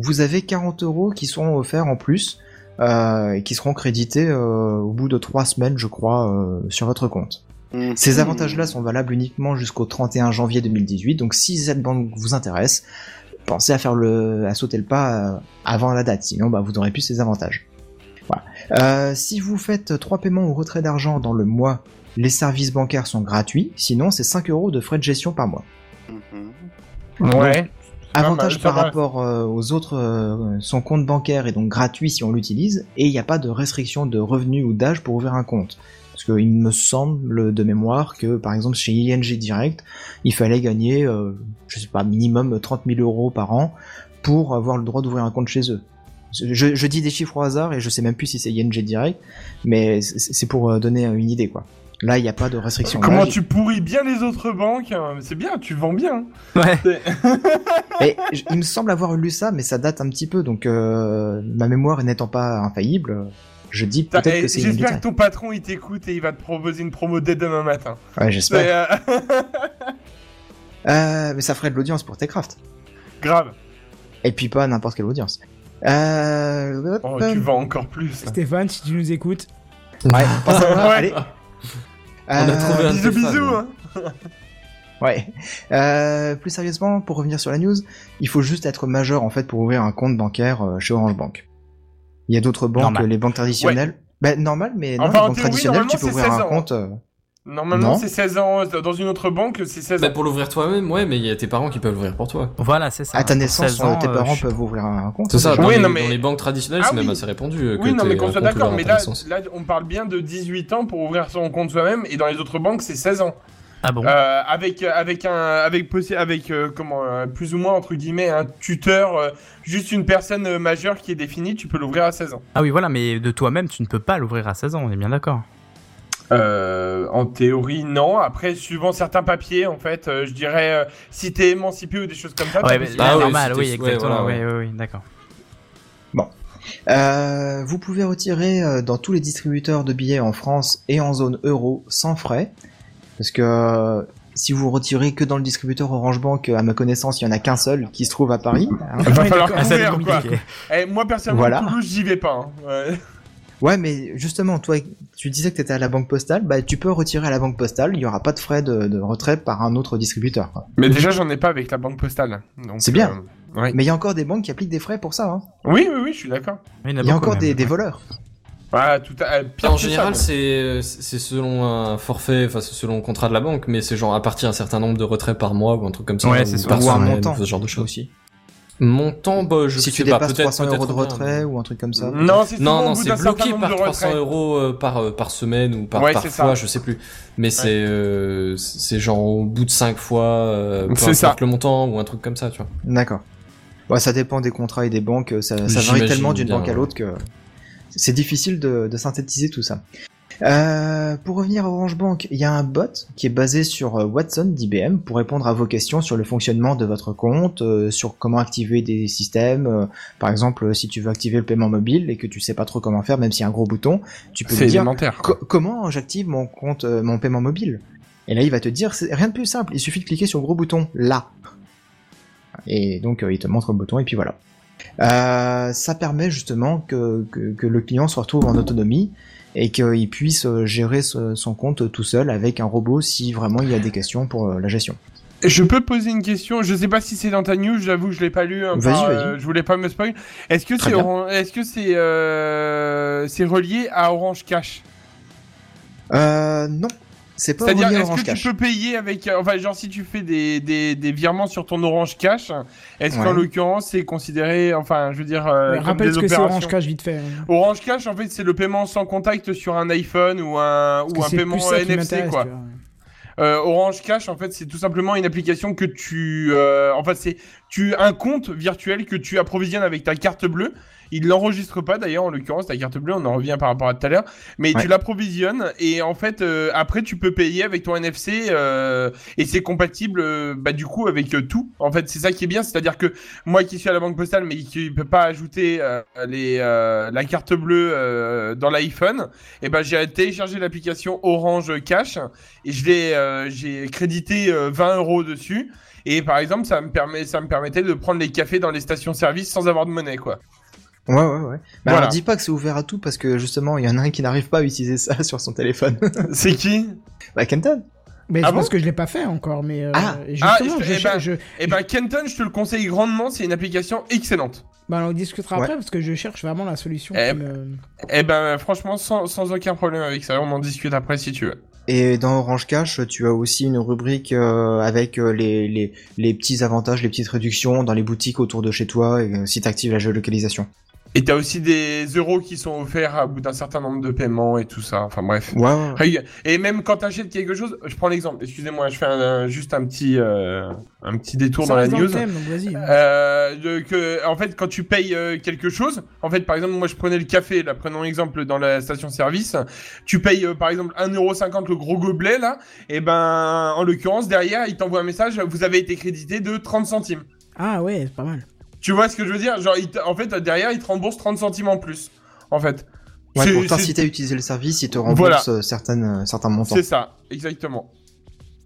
vous avez 40 euros qui sont offerts en plus euh, et qui seront crédités euh, au bout de 3 semaines, je crois, euh, sur votre compte.
Mm.
Ces
Mhm.
avantages-là sont valables uniquement jusqu'au 31 janvier 2018, donc si cette banque vous intéresse, pensez à faire le, à sauter le pas euh, avant la date, sinon bah, vous n'aurez plus ces avantages. Voilà. Euh, si vous faites trois paiements ou retrait d'argent dans le mois, les services bancaires sont gratuits, sinon c'est 5 euros de frais de gestion par mois.
Mhm.
Ouais. pas
Avantage
mal, ça
par
va.
rapport euh, aux autres, euh, son compte bancaire est donc gratuit si on l'utilise, et il n'y a pas de restriction de revenus ou d'âge pour ouvrir un compte. Parce qu'il me semble de mémoire que, par exemple, chez ING Direct, il fallait gagner, euh, je sais pas, minimum 30 000 euros par an pour avoir le droit d'ouvrir un compte chez eux. Je, je dis des chiffres au hasard et je sais même plus si c'est ING Direct, mais c'est c'est pour euh, donner euh, une idée, quoi. Là, il n'y a pas de restriction.
Comment
d'âge.
tu pourris bien les autres banques hein. C'est bien, tu vends bien.
Ouais.
Mais j- il me semble avoir lu ça, mais ça date un petit peu, donc euh, ma mémoire n'étant pas infaillible, euh, je dis
T'as-
peut-être
eh,
que c'est une
J'espère que ton patron il t'écoute et il va te proposer une promo dès demain matin.
Ouais, j'espère.
C'est, euh,
Euh, mais ça ferait de l'audience pour Techcraft.
grave.
Et puis pas n'importe quelle audience. Euh... hop,
Oh,
euh,
tu vends encore plus.
Stéphane, si tu nous écoutes,
Ouais, pense à moi,
Ouais.
allez.
On a
Euh,
trouvé un
Bisous,
Stéphane.
bisous. hein.
Ouais. Euh, plus sérieusement, pour revenir sur la news, il faut juste être majeur en fait pour ouvrir un compte bancaire euh, chez Orange Bank. Il y a d'autres banques,
Normal.
les banques traditionnelles. Bah, normal, mais non,
Enfin,
les
en
banques
théorie,
traditionnelles, tu peux
normalement, c'est
ouvrir
16
un
ans.
compte. euh,
Normalement,
Non.
c'est 16 ans. euh, Dans une autre banque, c'est 16
Bah,
ans.
pour l'ouvrir toi-même, ouais, mais il y a tes parents qui peuvent l'ouvrir pour toi.
Voilà, c'est ça.
À ta
Pour
naissance,
16 ans,
euh, tes
euh,
parents
je-
peuvent ouvrir un compte.
C'est ça, dans,
Oui,
les,
non, mais-
dans les banques traditionnelles,
Ah
c'est même
oui.
assez répandu. euh, que
Oui, non,
t'aies
mais
un
qu'on soit
compte
d'accord.
ouvert à
Mais
ta
là,
naissance.
là, on parle bien de 18 ans pour ouvrir son compte soi-même. Et dans les autres banques, c'est 16 ans.
Ah bon
Euh, avec euh, avec un avec possi- avec euh, comment euh, plus ou moins entre guillemets un tuteur euh, juste une personne euh, majeure qui est définie tu peux l'ouvrir à 16 ans.
Ah oui, voilà, mais de toi-même, tu ne peux pas l'ouvrir à 16 ans, on est bien d'accord.
Euh, en théorie non après suivant certains papiers en fait euh, je dirais euh, si t'es émancipé ou des choses comme ça. t'as
Ouais, mais
possibilité-
ah
là,
oui,
normal,
c'était-
oui,
ouais,
exactement.
voilà,
Oui,
ouais.
oui, oui, d'accord.
Euh, vous pouvez retirer euh, dans tous les distributeurs de billets en France et en zone euro sans frais. Parce que euh, si vous retirez que dans le distributeur Orange Bank, euh, à ma connaissance, il y en a qu'un seul qui se trouve à Paris. hein.
Va falloir
Ah, ça va être
couvrir, quoi.
compliqué.
Eh, moi personnellement
Voilà.
Toulouse j'y vais pas. hein. Ouais.
Ouais, mais justement, toi, tu disais que t'étais à la banque postale, bah tu peux retirer à la banque postale, il n'y aura pas de frais de, de retrait par un autre distributeur. quoi.
Mais déjà j'en ai pas avec la banque postale. donc,
C'est bien.
euh, ouais.
Mais il y a encore des banques qui appliquent des frais pour ça. Hein.
Oui oui oui je suis d'accord.
Il y en a
Il y a
beaucoup,
encore des,
Ah même.
des voleurs.
Voilà tout à euh, pire
en
que ça,
général,
quoi.
c'est c'est selon un forfait, enfin c'est selon le contrat de la banque, mais c'est genre à partir d'un certain nombre de retraits par mois ou un truc comme ça,
Ouais,
ou
c'est ça.
par
Ou un
semaine,
montant.
ce genre de choses.
aussi.
Montant, bah, je
si
sais
tu
pas,
dépasses
peut-être
300 euros de
peut-être rien, mais-
retrait ou un truc comme ça.
Non, c'est souvent
Non, non,
au bout
c'est
d'un certain
bloqué
nombre
par
de
300
retraits.
euros euh, par, euh, par semaine ou par,
Ouais,
par
c'est ça.
fois, je sais plus. Mais c'est euh, c'est genre au bout de 5 fois, euh, peu
C'est
importe
ça.
le montant ou un truc comme ça, tu vois.
D'accord. Ouais, ça dépend des contrats et des banques, ça, ça varie
J'imagine
tellement d'une
bien,
banque à
ouais.
l'autre que c'est difficile de, de synthétiser tout ça. Euh, pour revenir à Orange Bank, il y a un bot qui est basé sur euh, Watson d'IBM pour répondre à vos questions sur le fonctionnement de votre compte, euh, sur comment activer des systèmes. euh, par exemple, euh, si tu veux activer le paiement mobile et que tu sais pas trop comment faire, même s'il y a un gros bouton, tu peux lui dire
élémentaire.
Co- comment j'active mon compte, euh, mon paiement mobile Et là, il va te dire, c'est rien de plus simple, il suffit de cliquer sur le gros bouton, là. Et donc, euh, il te montre le bouton, et puis voilà. Euh, ça permet justement que, que, que le client se retrouve en autonomie et qu'il puisse euh, gérer ce- son compte tout seul avec un robot si vraiment il y a des questions pour euh, la gestion.
Je peux poser une question. Je sais pas si c'est dans ta news. J'avoue, je l'ai pas lu. hein,
Vas-y,
par,
vas-y.
euh, je voulais pas me spoil. Est-ce que
Très
c'est
bien.
Oran- est-ce que c'est euh, c'est relié à Orange Cash
Euh, non, c'est pas
C'est-à-dire
relié à
est-ce que
Orange Cash.
tu peux payer avec euh, enfin genre si tu fais des, des, des virements sur ton Orange Cash, est-ce qu'en
Ouais.
l'occurrence c'est considéré enfin je veux dire euh,
Ouais,
comme
rappelle
des
ce que c'est
opérations
Orange Cash vite fait. hein.
Orange Cash en fait c'est le paiement sans contact sur un iPhone ou un
Parce que
ou un
c'est
paiement
plus ça qui
NFC
m'intéresse,
quoi.
tu vois.
Euh, Orange Cash, en fait, c'est tout simplement une application que tu, euh, en fait, c'est tu un compte virtuel que tu approvisionnes avec ta carte bleue. Il l'enregistre pas d'ailleurs en l'occurrence ta carte bleue, on en revient par rapport à tout à l'heure, mais
Ouais.
tu l'approvisionnes et en fait euh, après tu peux payer avec ton NFC euh, et c'est compatible euh, bah du coup avec euh, tout. En fait c'est ça qui est bien, c'est-à-dire que moi qui suis à la banque postale mais qui peut pas ajouter euh, les euh, la carte bleue euh, dans l'iPhone, et ben j'ai téléchargé l'application Orange Cash et je l'ai euh, j'ai crédité euh, 20 euros dessus et par exemple ça me permet ça me permettait de prendre les cafés dans les stations service sans avoir de monnaie quoi
Ouais, ouais, ouais. Bah,
Voilà.
alors, dis pas que c'est ouvert à tout parce que justement, il y en a un qui n'arrive pas à utiliser ça sur son téléphone.
c'est qui
bah, Kenton
Mais
Ah
c'est
bon
parce que je l'ai pas fait encore, mais euh,
Ah.
justement,
Ah, je-
je,
eh ben-
je-
Eh ben Kenton je te le conseille grandement c'est une application excellente
bah, on en discutera
Ouais.
après parce que je cherche vraiment la solution.
Eh
qui me-
Eh ben franchement sans, sans aucun problème avec ça on en discute après si tu veux
Et dans Orange Cash, tu as aussi une rubrique euh, avec euh, les, les, les petits avantages, les petites réductions dans les boutiques autour de chez toi et, euh, si tu actives la géolocalisation.
Et t'as aussi des euros qui sont offerts à bout d'un certain nombre de paiements et tout ça. Enfin bref.
Ouais, ouais, ouais.
Regarde. Et même quand t'achètes quelque chose, je prends l'exemple. Excusez-moi, je fais un- un- juste un petit euh, un petit détour
Ça
dans la
reste le
news.
thème, donc vas-y. hein.
Euh, le- que, en fait, quand tu payes euh, quelque chose, en fait, par exemple, moi je prenais le café, là, prenons exemple dans la station-service, tu payes euh, par exemple 1,50€ le gros gobelet, là, et ben, en l'occurrence, derrière, il t'envoie un message, vous avez été crédité de 30 centimes.
Ah ouais, c'est pas mal.
Tu vois ce que je veux dire Genre, il te- en fait, derrière, il te rembourse 30 centimes en plus, en fait.
Ouais,
C'est-
pour
c'est-
t'inciter à utiliser le service, il te rembourse
Voilà.
euh, certaines, euh, certains montants.
C'est ça, exactement.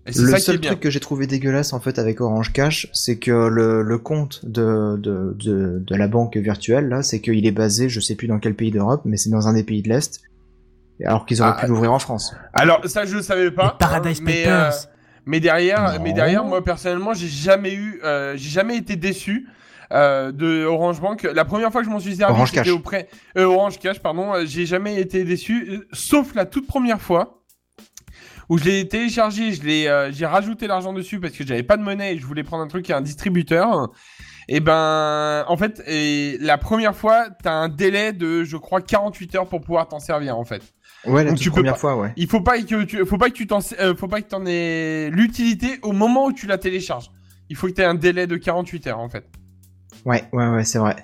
Et c'est
Le
ça qui
seul
est bien.
truc que j'ai trouvé dégueulasse en fait avec Orange Cash, c'est que le, le compte de, de, de, de la banque virtuelle là, c'est qu'il est basé, je sais plus dans quel pays d'Europe, mais c'est dans un des pays de l'Est, alors qu'ils auraient
Ah,
pu l'ouvrir en France.
Alors, ça, je le savais pas.
Les Paradise
hein, mais,
Papers.
euh, mais derrière,
Non.
mais derrière, moi personnellement, j'ai jamais eu, euh, j'ai jamais été déçu euh, de Orange Bank. La première fois que je m'en suis servi,
Orange
c'était
Cash.
au prêt- euh, Orange Cash, pardon. euh, J'ai jamais été déçu, euh, sauf la toute première fois où je l'ai téléchargé, je l'ai, euh, j'ai rajouté l'argent dessus parce que j'avais pas de monnaie et je voulais prendre un truc à un distributeur. Et ben, en fait, et la première fois, t'as un délai de, je crois, 48 heures pour pouvoir t'en servir, en fait.
Ouais, la
Donc
toute
tu peux
première
pas-
fois, ouais.
Il faut pas que tu, faut pas que tu t'en, euh, faut pas que t'en aies l'utilité au moment où tu la télécharges. Il faut que tu aies un délai de 48 heures en fait.
Ouais, ouais, ouais, c'est vrai.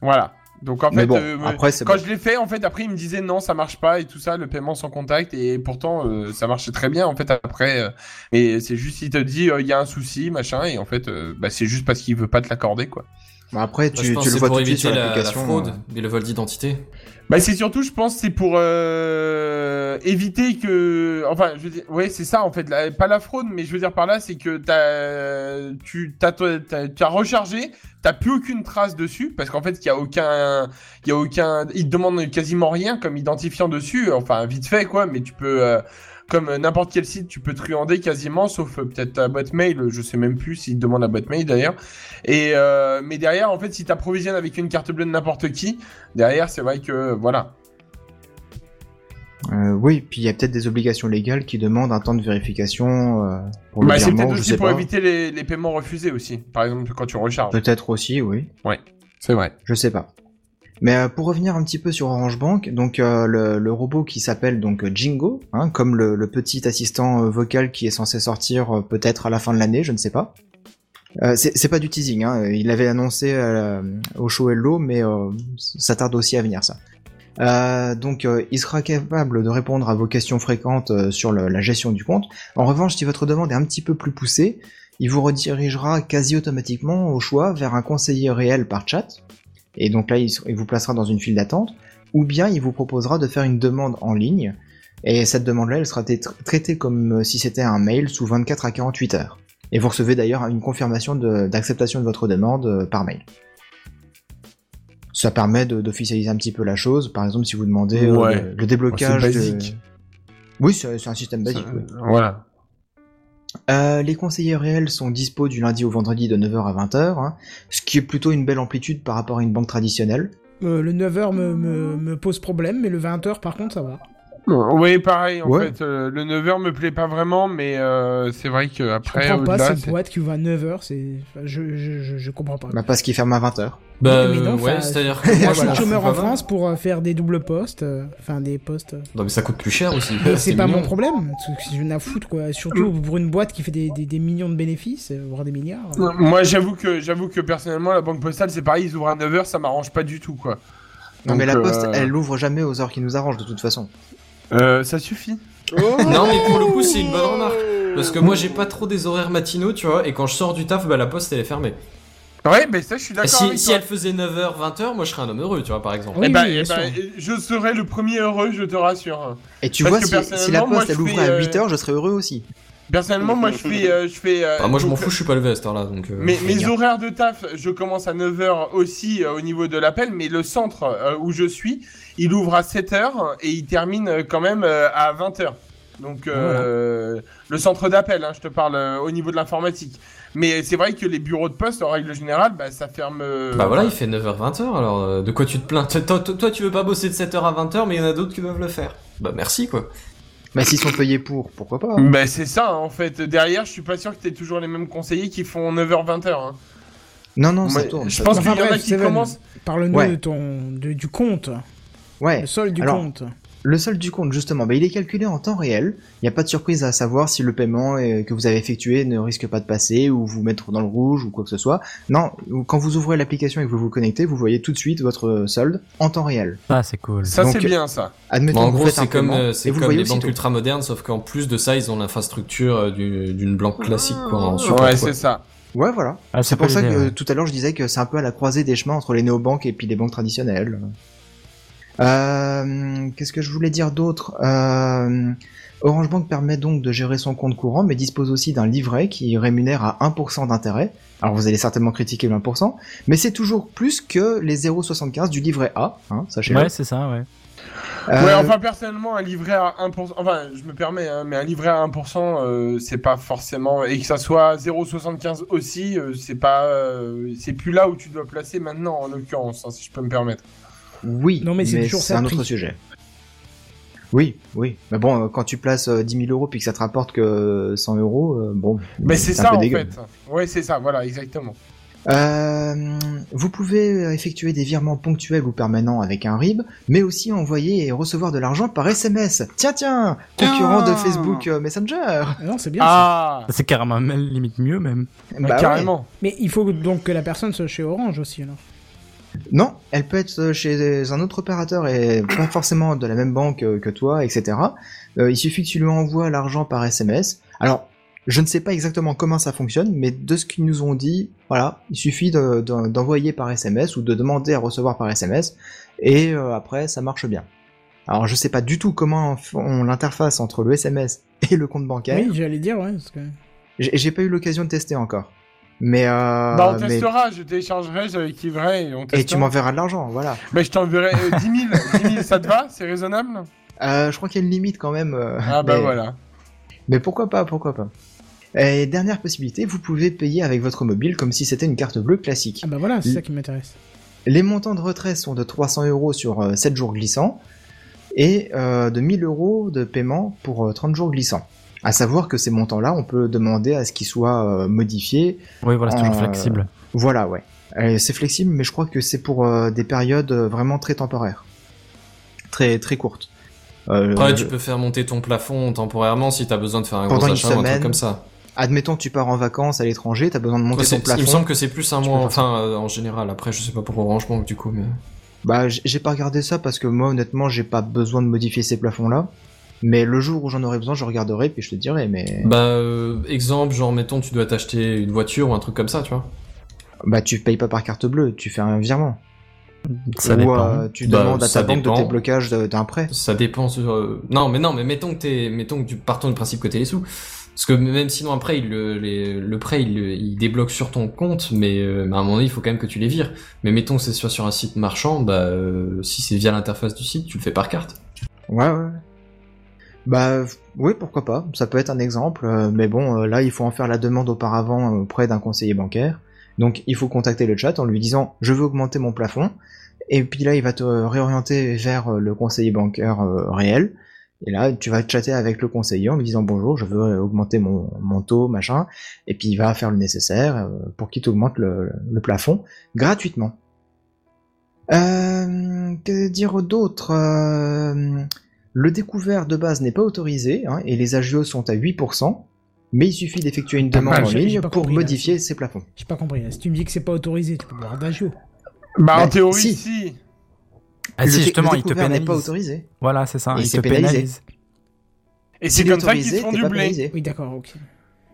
Voilà. Donc en
mais
fait,
bon,
euh,
après c'est
quand
bon.
je l'ai fait, en fait, après il me disait non, ça marche pas et tout ça, le paiement sans contact et pourtant euh, ça marchait très bien en fait après. euh, mais c'est juste il te dit euh, il y a un souci machin et en fait euh, bah, c'est juste parce qu'il veut pas te l'accorder quoi.
Bon, après
Bah, je
tu,
pense
tu le
c'est
vois
pour
tout de suite
éviter
sur
la, la
l'application.
fraude
euh,
et le vol d'identité.
Bah c'est surtout, je pense, c'est pour euh, éviter que, enfin, je veux dire, ouais, c'est ça en fait, la- pas la fraude, mais je veux dire par là, c'est que t'as, tu, t'as, t'as, t'as- tu as rechargé, t'as plus aucune trace dessus, parce qu'en fait, il y a aucun, il y a aucun, ils te demandent quasiment rien comme identifiant dessus, enfin, vite fait quoi, mais tu peux, euh, comme n'importe quel site, tu peux truander quasiment, sauf euh, peut-être ta boîte mail, je sais même plus s'ils te demandent la boîte mail d'ailleurs. Et euh, mais derrière, en fait, si t'approvisionnes avec une carte bleue de n'importe qui, derrière, c'est vrai que voilà.
euh, oui, puis il y a peut-être des obligations légales qui demandent un temps de vérification euh, pour le
Bah, c'est
virement,
peut-être
je
aussi
sais
pour
pas.
éviter les, les paiements refusés aussi. Par exemple, quand tu recharges.
Peut-être aussi, oui.
C'est vrai.
Je sais pas. Mais euh, pour revenir un petit peu sur Orange Bank, donc euh, le, le robot qui s'appelle donc euh, Jingo, hein, comme le, le petit assistant euh, vocal qui est censé sortir euh, peut-être à la fin de l'année, je ne sais pas. Euh, c'est c'est pas du teasing, hein, il l'avait annoncé euh, au show Hello, mais euh, ça tarde aussi à venir ça. Euh, donc euh, il sera capable de répondre à vos questions fréquentes euh, sur le- la gestion du compte. En revanche, si votre demande est un petit peu plus poussée, il vous redirigera quasi automatiquement au choix vers un conseiller réel par chat. Et donc là, il s- il vous placera dans une file d'attente, ou bien il vous proposera de faire une demande en ligne. Et cette demande-là, elle sera tra- traitée comme euh, si c'était un mail sous 24 à 48 heures. Et vous recevez d'ailleurs une confirmation de- d'acceptation de, votre demande euh, par mail. Ça permet de- d'officialiser un petit peu la chose. Par exemple, si vous demandez euh,
Ouais.
le, le déblocage.
C'est
de-
basique.
Oui, c'est c'est un système basique. oui.
Voilà.
Euh, les conseillers réels sont dispo du lundi au vendredi de 9h à 20h, hein, ce qui est plutôt une belle amplitude par rapport à une banque traditionnelle.
Euh, le 9h me, me- me pose problème, mais le 20h par contre ça va.
Oui, pareil. En
Ouais.
fait, euh, le 9h me plaît pas vraiment, mais euh, c'est vrai que
Je
après.
comprends pas
au-delà,
cette
c'est-
boîte qui ouvre à 9h, c'est. enfin, Je, je, je, je comprends pas.
Bah, parce qu'ils ferment à 20h.
Bah
mais non,
ouais,
enfin,
c'est-à-dire que
Moi
moi
je suis
j'en
chômeur
fais
en
pas
France pour euh, faire des doubles postes, euh, enfin des postes.
mal. Non mais ça coûte plus cher aussi.
Mais c'est pas
mignon.
mon problème, parce que je n'ai à foutre quoi. Surtout
Mm.
pour une boîte qui fait des, des, des millions de bénéfices, euh, voire des milliards.
Non, Moi, j'avoue que j'avoue que personnellement, la banque postale, c'est pareil. Ils ouvrent à 9h, ça m'arrange pas du tout, quoi.
Non, mais
Donc,
la poste,
euh,
elle ouvre jamais aux heures qui nous arrangent de toute façon.
Euh, ça suffit.
Oh.
Non mais pour le coup c'est une bonne remarque. Parce que moi j'ai pas trop des horaires matinaux tu vois et quand je sors du taf bah la poste elle est fermée.
Ouais, mais ça, je suis
Et
d'accord.
Si,
avec
si
toi.
elle faisait 9h 20h moi je serais un homme heureux tu vois par exemple.
Oui,
Eh ben,
oui,
eh
bien
ben,
sûr.
je serai le premier heureux, je te rassure.
Et tu
parce
vois,
que
si, si la
personnellement, moi,
poste,
je
elle ouvrait
fais,
à
euh,
8h, je serais heureux aussi.
Personnellement, moi, je fais, euh, je fais. euh,
Ah, moi je m'en
donc,
fous je suis pas levé à cette heure là donc. euh,
Mais
faut
mes
dire.
horaires de taf, je commence à 9h aussi euh, au niveau de l'appel, mais le centre euh, où je suis, il ouvre à 7h et il termine euh, quand même euh, à 20h. Donc euh, le centre d'appel, hein, je te parle euh, au niveau de l'informatique. Mais c'est vrai que les bureaux de poste, en règle générale, bah, ça ferme... euh,
Bah voilà il fait 9h 20h alors euh, de quoi tu te plains Toi- toi, toi, toi, tu veux pas bosser de 7h à 20h mais il y en a d'autres qui doivent le faire. Bah merci quoi.
Bah, s'ils sont payés pour, pourquoi pas hein.
Bah, c'est ça, hein, en fait. Derrière, je suis pas sûr que t'aies toujours les mêmes conseillers qui font 9h-20h. Hein.
Non, non, ça
Ouais,
tourne.
je
ça
pense
tourne.
Enfin,
qu'il y en a
Bah, bref,
qui
Seven.
commencent-
Parle-nous
Ouais.
de ton, de- du compte,
Ouais.
Eh,
le solde du
Alors,
compte.
Le solde du compte, justement, bah, il est calculé en temps réel. Il n'y a pas de surprise à savoir si le paiement euh, que vous avez effectué ne risque pas de passer ou vous mettre dans le rouge ou quoi que ce soit. Non, quand vous ouvrez l'application et que vous vous connectez, vous voyez tout de suite votre euh, solde en temps réel.
Ah, c'est cool.
Ça,
Donc,
c'est bien, ça.
Admettons
Bon, en
que vous
gros,
faites un
c'est comme,
paiement
euh,
et
c'est
vous
comme
le voyez
les banques
aussitôt.
ultra modernes, sauf qu'en plus de ça, ils ont l'infrastructure euh, du- d'une banque classique, quoi. en support,
Ouais,
quoi.
c'est ça.
Ouais, voilà.
Ah,
C'est pour ça que
l'idée,
euh,
ouais.
tout à l'heure je disais que c'est un peu à la croisée des chemins entre les néobanques et puis les banques traditionnelles. Euh, Qu'est-ce que je voulais dire d'autre Euh, Orange Bank permet donc de gérer son compte courant, mais dispose aussi d'un livret qui rémunère à 1% d'intérêt. Alors vous allez certainement critiquer le 1%, mais c'est toujours plus que les 0,75 du livret A, hein, sachez-le.
Ouais, c'est ça, ouais.
Euh,
Ouais, enfin, personnellement, un livret à 1%, enfin, je me permets, hein, mais un livret à 1%, euh, c'est pas forcément, et que ça soit 0,75 aussi, euh, c'est pas, euh, c'est plus là où tu dois placer maintenant, en l'occurrence, hein, si je peux me permettre.
Oui,
Non, mais c'est toujours ça,
un
prix.
autre sujet. Oui, oui. Mais bon, euh, quand tu places euh, 10 000 euros puis que ça te rapporte que 100 euros, euh, bon.
Mais c'est
un
ça,
peu
en
dégueu.
fait. Ouais, c'est ça, voilà, exactement.
Euh, vous pouvez effectuer des virements ponctuels ou permanents avec un RIB, mais aussi envoyer et recevoir de l'argent par SMS. Tiens, tiens, concurrent
Tiens.
de Facebook euh, Messenger.
Ah Non, c'est bien. ça.
Ah,
C'est carrément même limite mieux, même.
bah,
Bah ouais.
carrément.
Mais il faut donc que la personne soit chez Orange aussi. alors.
Non, elle peut être euh, chez un autre opérateur et pas forcément de la même banque euh, que toi, etc. Euh, il suffit que tu lui envoies l'argent par SMS. Alors, je ne sais pas exactement comment ça fonctionne, mais de ce qu'ils nous ont dit, voilà, il suffit de- de- d'envoyer par SMS ou de demander à recevoir par SMS, et euh, après, ça marche bien. Alors, je sais pas du tout comment on l'interface entre le SMS et le compte bancaire.
Oui, j'allais dire, ouais. parce que-
J'ai j'ai pas eu l'occasion de tester encore. Mais, euh,
bah, on
mais-
testera, je téléchargerai, j'avec livret, et on testera.
Et tu m'enverras de l'argent, voilà.
Mais je t'enverrai euh, 10 000, 10 000, ça te va? C'est raisonnable?
Euh, je crois qu'il y a une limite quand même. euh,
Ah, bah
mais-
voilà.
Mais pourquoi pas, pourquoi pas. Et dernière possibilité, vous pouvez payer avec votre mobile comme si c'était une carte bleue classique.
Ah bah voilà, c'est
Il-
ça qui m'intéresse.
Les montants de retrait sont de 300 euros sur euh, 7 jours glissants et euh, de 1000 euros de paiement pour euh, 30 jours glissants. À savoir que ces montants-là, on peut demander à ce qu'ils soient euh, modifiés.
Oui, voilà, c'est toujours
Euh,
flexible.
Voilà, ouais. Euh, C'est flexible, mais je crois que c'est pour euh, des périodes euh, vraiment très temporaires, très très courtes. Euh,
Après, tu peux faire monter ton plafond temporairement si t'as besoin de faire un
Pendant
gros
une
achat ou un
semaine,
truc comme ça.
Admettons que tu pars en vacances à l'étranger, t'as besoin de
Après,
monter
c'est-
ton plafond.
il me semble que c'est plus un
Tu
mois,
peux faire ça.
enfin, euh, en général. Après, je sais pas pour Orange Bank du coup, mais.
Bah, j- j'ai pas regardé ça parce que moi, honnêtement, j'ai pas besoin de modifier ces plafonds-là. Mais le jour où j'en aurai besoin, je regarderai puis je te dirai. Mais
Bah, euh, exemple, genre, mettons, tu dois t'acheter une voiture ou un truc comme ça, tu vois.
bah, tu payes pas par carte bleue, tu fais un virement.
Ça
Ou
dépend.
euh, tu
Bah,
demandes à ta
ça
banque
dépend.
de déblocage de- d'un prêt.
Ça dépend. sur, euh, Non, mais non, mais mettons que t'es, mettons que tu partons du principe que t'es les sous. Parce que même sinon après, il, le- les- le prêt, il, le- il débloque sur ton compte, mais euh, à un moment donné, il faut quand même que tu les vires. Mais mettons que c'est soit sur un site marchand, bah euh, si c'est via l'interface du site, tu le fais par carte.
Ouais, ouais. ouais. Bah, f- oui, pourquoi pas. Ça peut être un exemple. euh, mais bon, euh, là, il faut en faire la demande auparavant euh, auprès d'un conseiller bancaire. Donc, il faut contacter le chat en lui disant Je veux augmenter mon plafond. Et puis là, il va te euh, réorienter vers euh, le conseiller bancaire euh, réel. Et là, tu vas chatter avec le conseiller en lui disant Bonjour, je veux euh, augmenter mon, mon taux, machin. Et puis, il va faire le nécessaire euh, pour qu'il t'augmente le- le plafond gratuitement. Euh, que dire d'autre Euh, Le découvert de base n'est pas autorisé hein, et les agios sont à 8%, mais il suffit d'effectuer une
Ah, Pas
demande
mal,
en
j'ai- j'ai
ligne
pas
pour
compris, là.
modifier ces plafonds.
J'ai pas compris. là. Si tu me dis que c'est pas autorisé, tu peux boire d'agio.
Bah, en
Bah,
théorie,
si.
si.
Ah, si,
dé-
justement, il te
découvert n'est
pénalise.
pas autorisé.
Voilà, c'est ça,
Et
il te
c'est pénalisé.
pénalise.
Et c'est
S'il est
comme ça qu'ils se
autorisé,
font
t'es
du
pas
blé.
pénalisé.
Oui, d'accord, ok.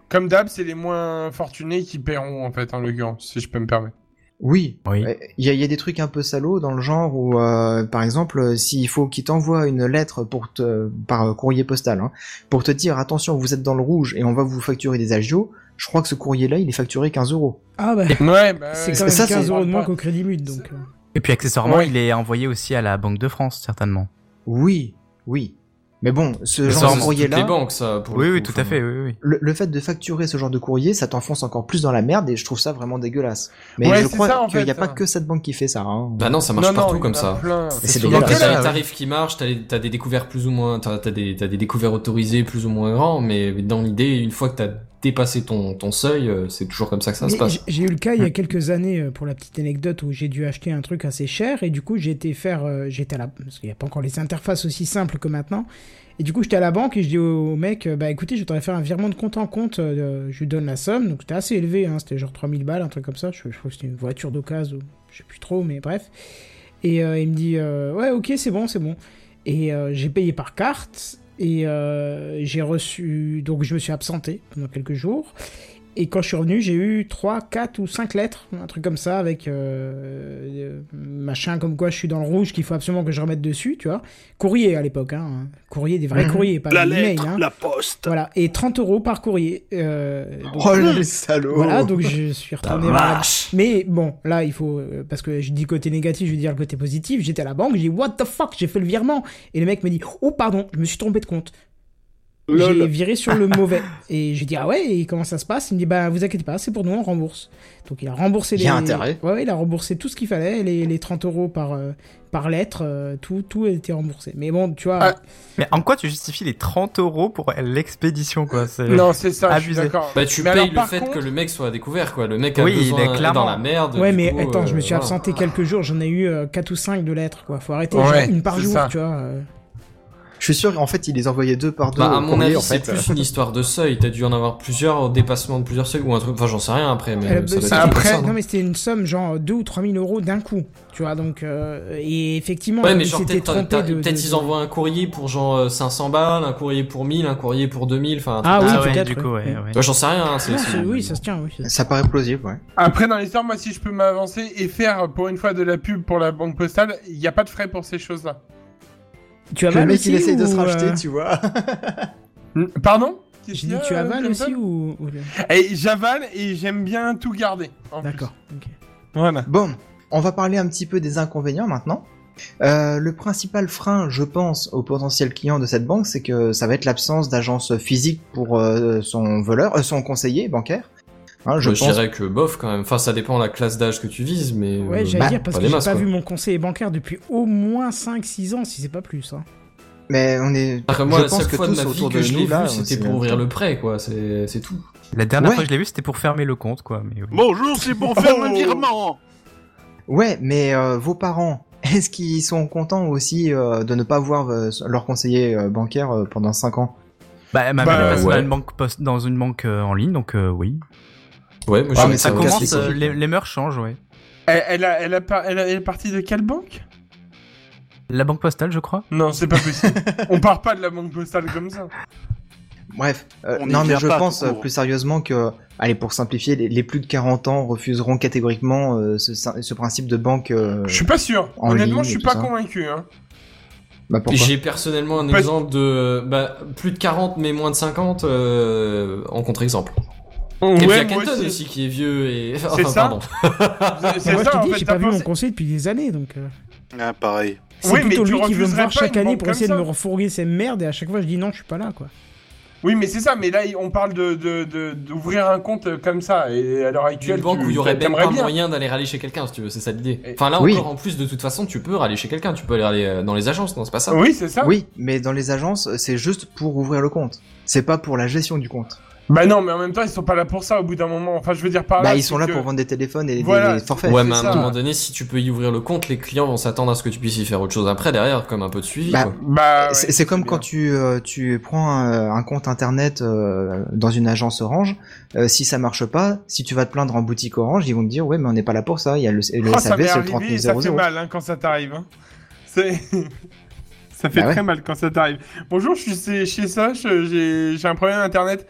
Comme d'hab, c'est les moins fortunés qui paieront, en fait, en l'occurrence, si je peux me permettre.
Oui,
Oui.
Euh, Il y, a- il y a des trucs un peu salauds dans le genre où, euh, par exemple, euh, s'il faut qu'il t'envoie une lettre pour te, par euh, courrier postal hein, pour te dire attention, vous êtes dans le rouge et on va vous facturer des agios, je crois que ce courrier-là, il est facturé 15 euros.
Ah bah,
Ouais, bah,
c'est
ouais.
quand même
ça, c'est-
15 euros de moins qu'au Crédit Mut, donc. euh.
Et puis accessoirement,
Ouais.
il est envoyé aussi à la Banque de France, certainement.
Oui, oui. Mais bon, ce
Mais ça
genre
rembourse
de
toutes
courrier-là,
les banques, ça. pour le
Oui, oui,
coup,
hein.
tout à
enfin.
fait, oui, oui.
le, le fait de facturer ce genre de courrier, ça t'enfonce encore plus dans la merde et je trouve ça vraiment dégueulasse. Mais
Ouais,
je
c'est
crois
ça, en
qu'il n'y a
fait.
pas que cette banque qui fait ça. Hein.
Bah non, ça marche
Non, non,
partout
il y en
comme
a
ça.
plein.
Et c'est
Souvent,
dégueulasse.
T'as
dégueulasse.
des tarifs qui marchent, t'as les- t'as des découvertes plus ou moins, t'as t'as des, t'as des découvertes autorisées plus ou moins grands, mais dans l'idée, une fois que t'as dépassé ton, ton seuil, euh, c'est toujours comme ça que ça se
Mais
passe. Hmm.
j'- J'ai eu le cas il y a quelques années, euh, pour la petite anecdote, où j'ai dû acheter un truc assez cher et du coup j'ai été faire, euh, j'étais à la, parce qu'il n'y a pas encore les interfaces aussi simples que maintenant. Et du coup j'étais à la banque et je dis au, au mec, euh, bah écoutez, je voudrais faire un virement de compte en compte, euh, je lui donne la somme, donc c'était assez élevé, hein, c'était genre 3000 balles, un truc comme ça. Je, je crois que c'était une voiture d'occasion, ou je sais plus trop, mais bref. Et euh, il me dit, euh, ouais, ok, c'est bon, c'est bon. Et euh, j'ai payé par carte et euh, j'ai reçu, donc je me suis absenté pendant quelques jours. Et quand je suis revenu, j'ai eu 3, 4 ou 5 lettres, un truc comme ça, avec euh, euh, machin comme quoi je suis dans le rouge, qu'il faut absolument que je remette dessus, tu vois. Courrier à l'époque, hein. Courrier, des vrais courriers, pas
La
des emails.
lettre,
hein.
la poste.
Voilà, et 30 euros par courrier. euh, donc-
Oh les salauds
voilà, donc je suis retourné. vers la- Mais bon, là, il faut. euh, Parce que je dis côté négatif, je vais dire le côté positif. J'étais à la banque, j'ai dit What the fuck, j'ai fait le virement. Et le mec me dit Oh, pardon, je me suis trompé de compte. J'ai viré sur le mauvais. Et j'ai dit Ah ouais, et comment ça se passe Il me dit Bah, vous inquiétez pas, c'est pour nous, on rembourse. Donc il a remboursé
Il
les.
y a intérêt.
Ouais, ouais, il a remboursé tout ce qu'il fallait, les, les 30 euros par, euh, par lettre, euh, tout, tout a été remboursé. Mais bon, tu vois.
Ah,
Mais en quoi tu justifies les 30 euros pour l'expédition, quoi c'est-
Non, c'est ça, je suis
Abusé.
d'accord.
Bah tu
Mais
payes
alors,
le
par
fait
contre-
que le mec soit découvert quoi. Le mec a
Oui, il est
besoin est dans
clairement-
la merde.
Ouais,
du
mais
coup,
attends,
euh,
je me suis
voilà.
absenté quelques jours, j'en ai eu 4 ou 5 de lettres, quoi. Faut arrêter,
Ouais,
genre une par
c'est
jour,
ça.
tu vois. euh.
Je suis sûr, en fait, il les envoyait deux par deux.
Bah,
au
à mon
courrier,
avis,
en
c'est
fait.
plus une histoire de seuil. T'as dû en avoir plusieurs, au dépassement de plusieurs seuils ou un truc. Enfin, j'en sais rien après, mais
Euh,
ça doit
c'était-
être un peu
après-
ça, hein. non
non, mais c'était une somme genre 2 ou 3 000 euros d'un coup, tu vois. Donc, euh, et effectivement,
Ouais, mais
il
genre,
s'était
peut-être t'as-
trompé
t'as-
de.
peut-être
de-
ils envoient un courrier pour genre euh, 500 balles, un courrier pour 1000, un courrier pour 2000, enfin. un truc
Ah
comme
oui,
ça.
ouais,
peut-être,
du coup,
ouais.
ouais, ouais.
Ouais, j'en sais rien, hein, c'est.
Non,
c'est-
c'est- oui, ça se tient, oui. ça se-
Ça paraît plausible, ouais.
Après, dans l'histoire, moi, si je peux m'avancer et faire pour une fois de la pub pour la banque postale, il n'y a pas de frais pour ces choses-là.
Tu as
Le
mal
mec,
aussi
il essaye de se
ou,
racheter,
euh,
tu vois.
Hmm, Pardon
J'ai dit,
ah,
tu avales aussi ou. ou-
Et j'avale et j'aime bien tout garder. en Ah, plus.
D'accord, ok.
Voilà.
Bon, on va parler un petit peu des inconvénients maintenant. Euh, le principal frein, je pense, au potentiel client de cette banque, c'est que ça va être l'absence d'agence physique pour euh, son voleur, euh, son conseiller bancaire. Hein, je
Je
pense.
dirais que bof quand même. Enfin, ça dépend de la classe d'âge que tu vises, mais.
Ouais,
euh,
j'allais
bah,
dire parce
pas
que
des
j'ai
masses,
pas
quoi.
vu mon conseiller bancaire depuis au moins 5-6 ans, si c'est pas plus. Hein.
Mais on est.
Enfin, moi,
je
la
pense
seule
que
fois de
tous
ma vie
autour
que je
de
l'ai
nous là,
vu,
on
c'était
s'est-
pour ouvrir le prêt, quoi. C'est c'est tout.
La dernière
Ouais.
fois que je l'ai vu, c'était pour fermer le compte, quoi. Mais oui.
Bonjour, c'est pour faire
Oh.
un virement.
Ouais, mais euh, vos parents, est-ce qu'ils sont contents aussi euh, de ne pas voir euh, leur conseiller euh, bancaire euh, pendant 5 ans
Bah, ma
Bah,
mère elle passe dans
ouais.
une banque, post- dans une banque euh, en ligne, donc euh, oui.
Ouais, moi,
Ah,
je-
mais
Ça
me casse les
commence, euh,
couilles.
les, les mœurs changent, ouais.
Elle, elle a- elle a par- elle a- elle est partie de quelle banque
La banque postale, je crois.
Non, c'est pas possible. On part pas de la banque postale comme ça.
Bref, euh,
On n'y
non mais
vient
je
pas,
pense
tout court.
euh, plus sérieusement que, allez pour simplifier, les, les plus de 40 ans refuseront catégoriquement euh, ce, ce principe de banque. euh,
Je suis pas sûr.
en
Honnêtement,
ligne
je
et
suis
tout
pas
ça.
convaincu. Hein.
bah, pourquoi
J'ai personnellement un
Parce-
exemple de euh, bah, plus de 40 mais moins de 50 euh, en contre-exemple. Et puis il y a
Ouais, moi
Kenton aussi. Ah.
aussi.
qui est vieux et enfin,
C'est ça
pardon.
C'est
moi,
ça,
je
en
te dis,
fait,
j'ai
t'as
pas vu mon
pensé-
conseiller depuis des années, donc. euh,
Ah, pareil.
C'est
Oui, mais
plutôt
tu
lui qui veut me
refuserais
voir
pas
chaque
une
année
banque
pour essayer de
comme
me
ça
refourguer ses merdes, et à chaque fois je dis non, je suis pas là, quoi.
Oui, mais c'est ça. Mais là, on parle de de- de- d'ouvrir un compte euh, comme ça. Et à l'heure
Une
actuelle,
banque
tu-
où il y aurait même
t'aimerais
pas
bien.
moyen d'aller râler chez quelqu'un si tu veux, c'est ça l'idée.
Et-
Enfin là
Oui.
encore en plus de toute façon tu peux râler chez quelqu'un, tu peux aller râler euh, dans les agences, non c'est pas ça.
Oui, c'est ça.
Oui, mais dans les agences, c'est juste pour ouvrir le compte. C'est pas pour la gestion du compte.
Bah non, mais en même temps, ils sont pas là pour ça. Au bout d'un moment, enfin, je veux dire par
Bah,
Ah, là.
ils
c'est
sont là
que-
pour vendre des téléphones et des-
Voilà,
des forfaits.
ouais
c'est
mais à un
ça.
moment donné si tu peux y ouvrir le compte les clients vont s'attendre à ce que tu puisses y faire autre chose après derrière comme un peu de suivi
Bah,
quoi.
Bah, ouais,
c'est c'est comme
bien.
quand tu, euh, tu prends un, un compte internet euh, dans une agence Orange. euh, si ça marche pas, si tu vas te plaindre en boutique Orange, ils vont te dire ouais mais on n'est pas là pour ça. Il y a le, le
Oh, ça
SAV,
m'est
c'est le
arrivé
30
et ça
000.
fait mal hein, quand ça t'arrive. hein. C'est- ça fait
Bah ouais.
très mal quand ça t'arrive. Bonjour, je suis chez, chez Soch, euh, j'ai j'ai un problème internet.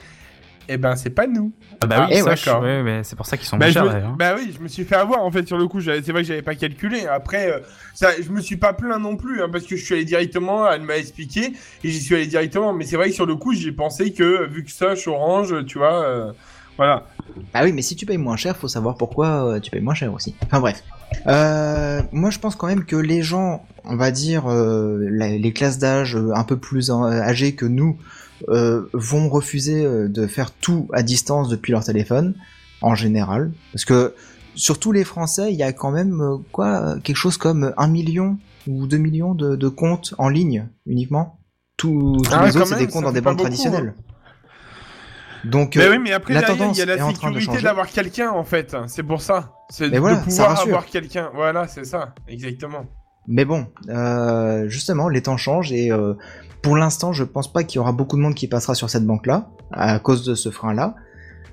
Eh ben, c'est pas nous.
Ah, bah
eh
oui,
ouais,
ça, je-
d'accord.
ouais, mais c'est pour ça qu'ils sont
Bah, je
méchants,
me-
d'ailleurs.
bah oui, je me suis fait avoir en fait sur le coup. J'avais- C'est vrai que j'avais pas calculé. Après, euh, ça, je me suis pas plaint non plus hein, parce que je suis allé directement. Elle m'a expliqué et j'y suis allé directement. Mais c'est vrai que sur le coup, j'ai pensé que euh, vu que Soch, Orange, tu vois, euh, voilà.
Ah oui, mais si tu payes moins cher, faut savoir pourquoi euh, tu payes moins cher aussi. Enfin bref. Euh, moi, je pense quand même que les gens on va dire, euh, la- les classes d'âge euh, un peu plus en- âgées que nous euh, vont refuser euh, de faire tout à distance depuis leur téléphone, en général. Parce que sur tous les Français, il y a quand même euh, quoi quelque chose comme un million ou deux millions de, de comptes en ligne uniquement. Tous, tous
Ah,
les
quand
autres, c'est
même,
des comptes
ça
dans des
fait pas
banques
beaucoup, hein.
traditionnelles. Donc,
Mais
euh,
oui, mais après,
la
derrière, il y a
tendance est
la
en train de
sécurité
changer.
d'avoir quelqu'un, en fait. C'est pour ça. C'est
Mais
de
voilà, ça
pouvoir
rassure.
avoir quelqu'un. Voilà, c'est ça. Exactement.
Mais bon, euh, justement, les temps changent et euh, pour l'instant, je pense pas qu'il y aura beaucoup de monde qui passera sur cette banque-là à cause de ce frein-là.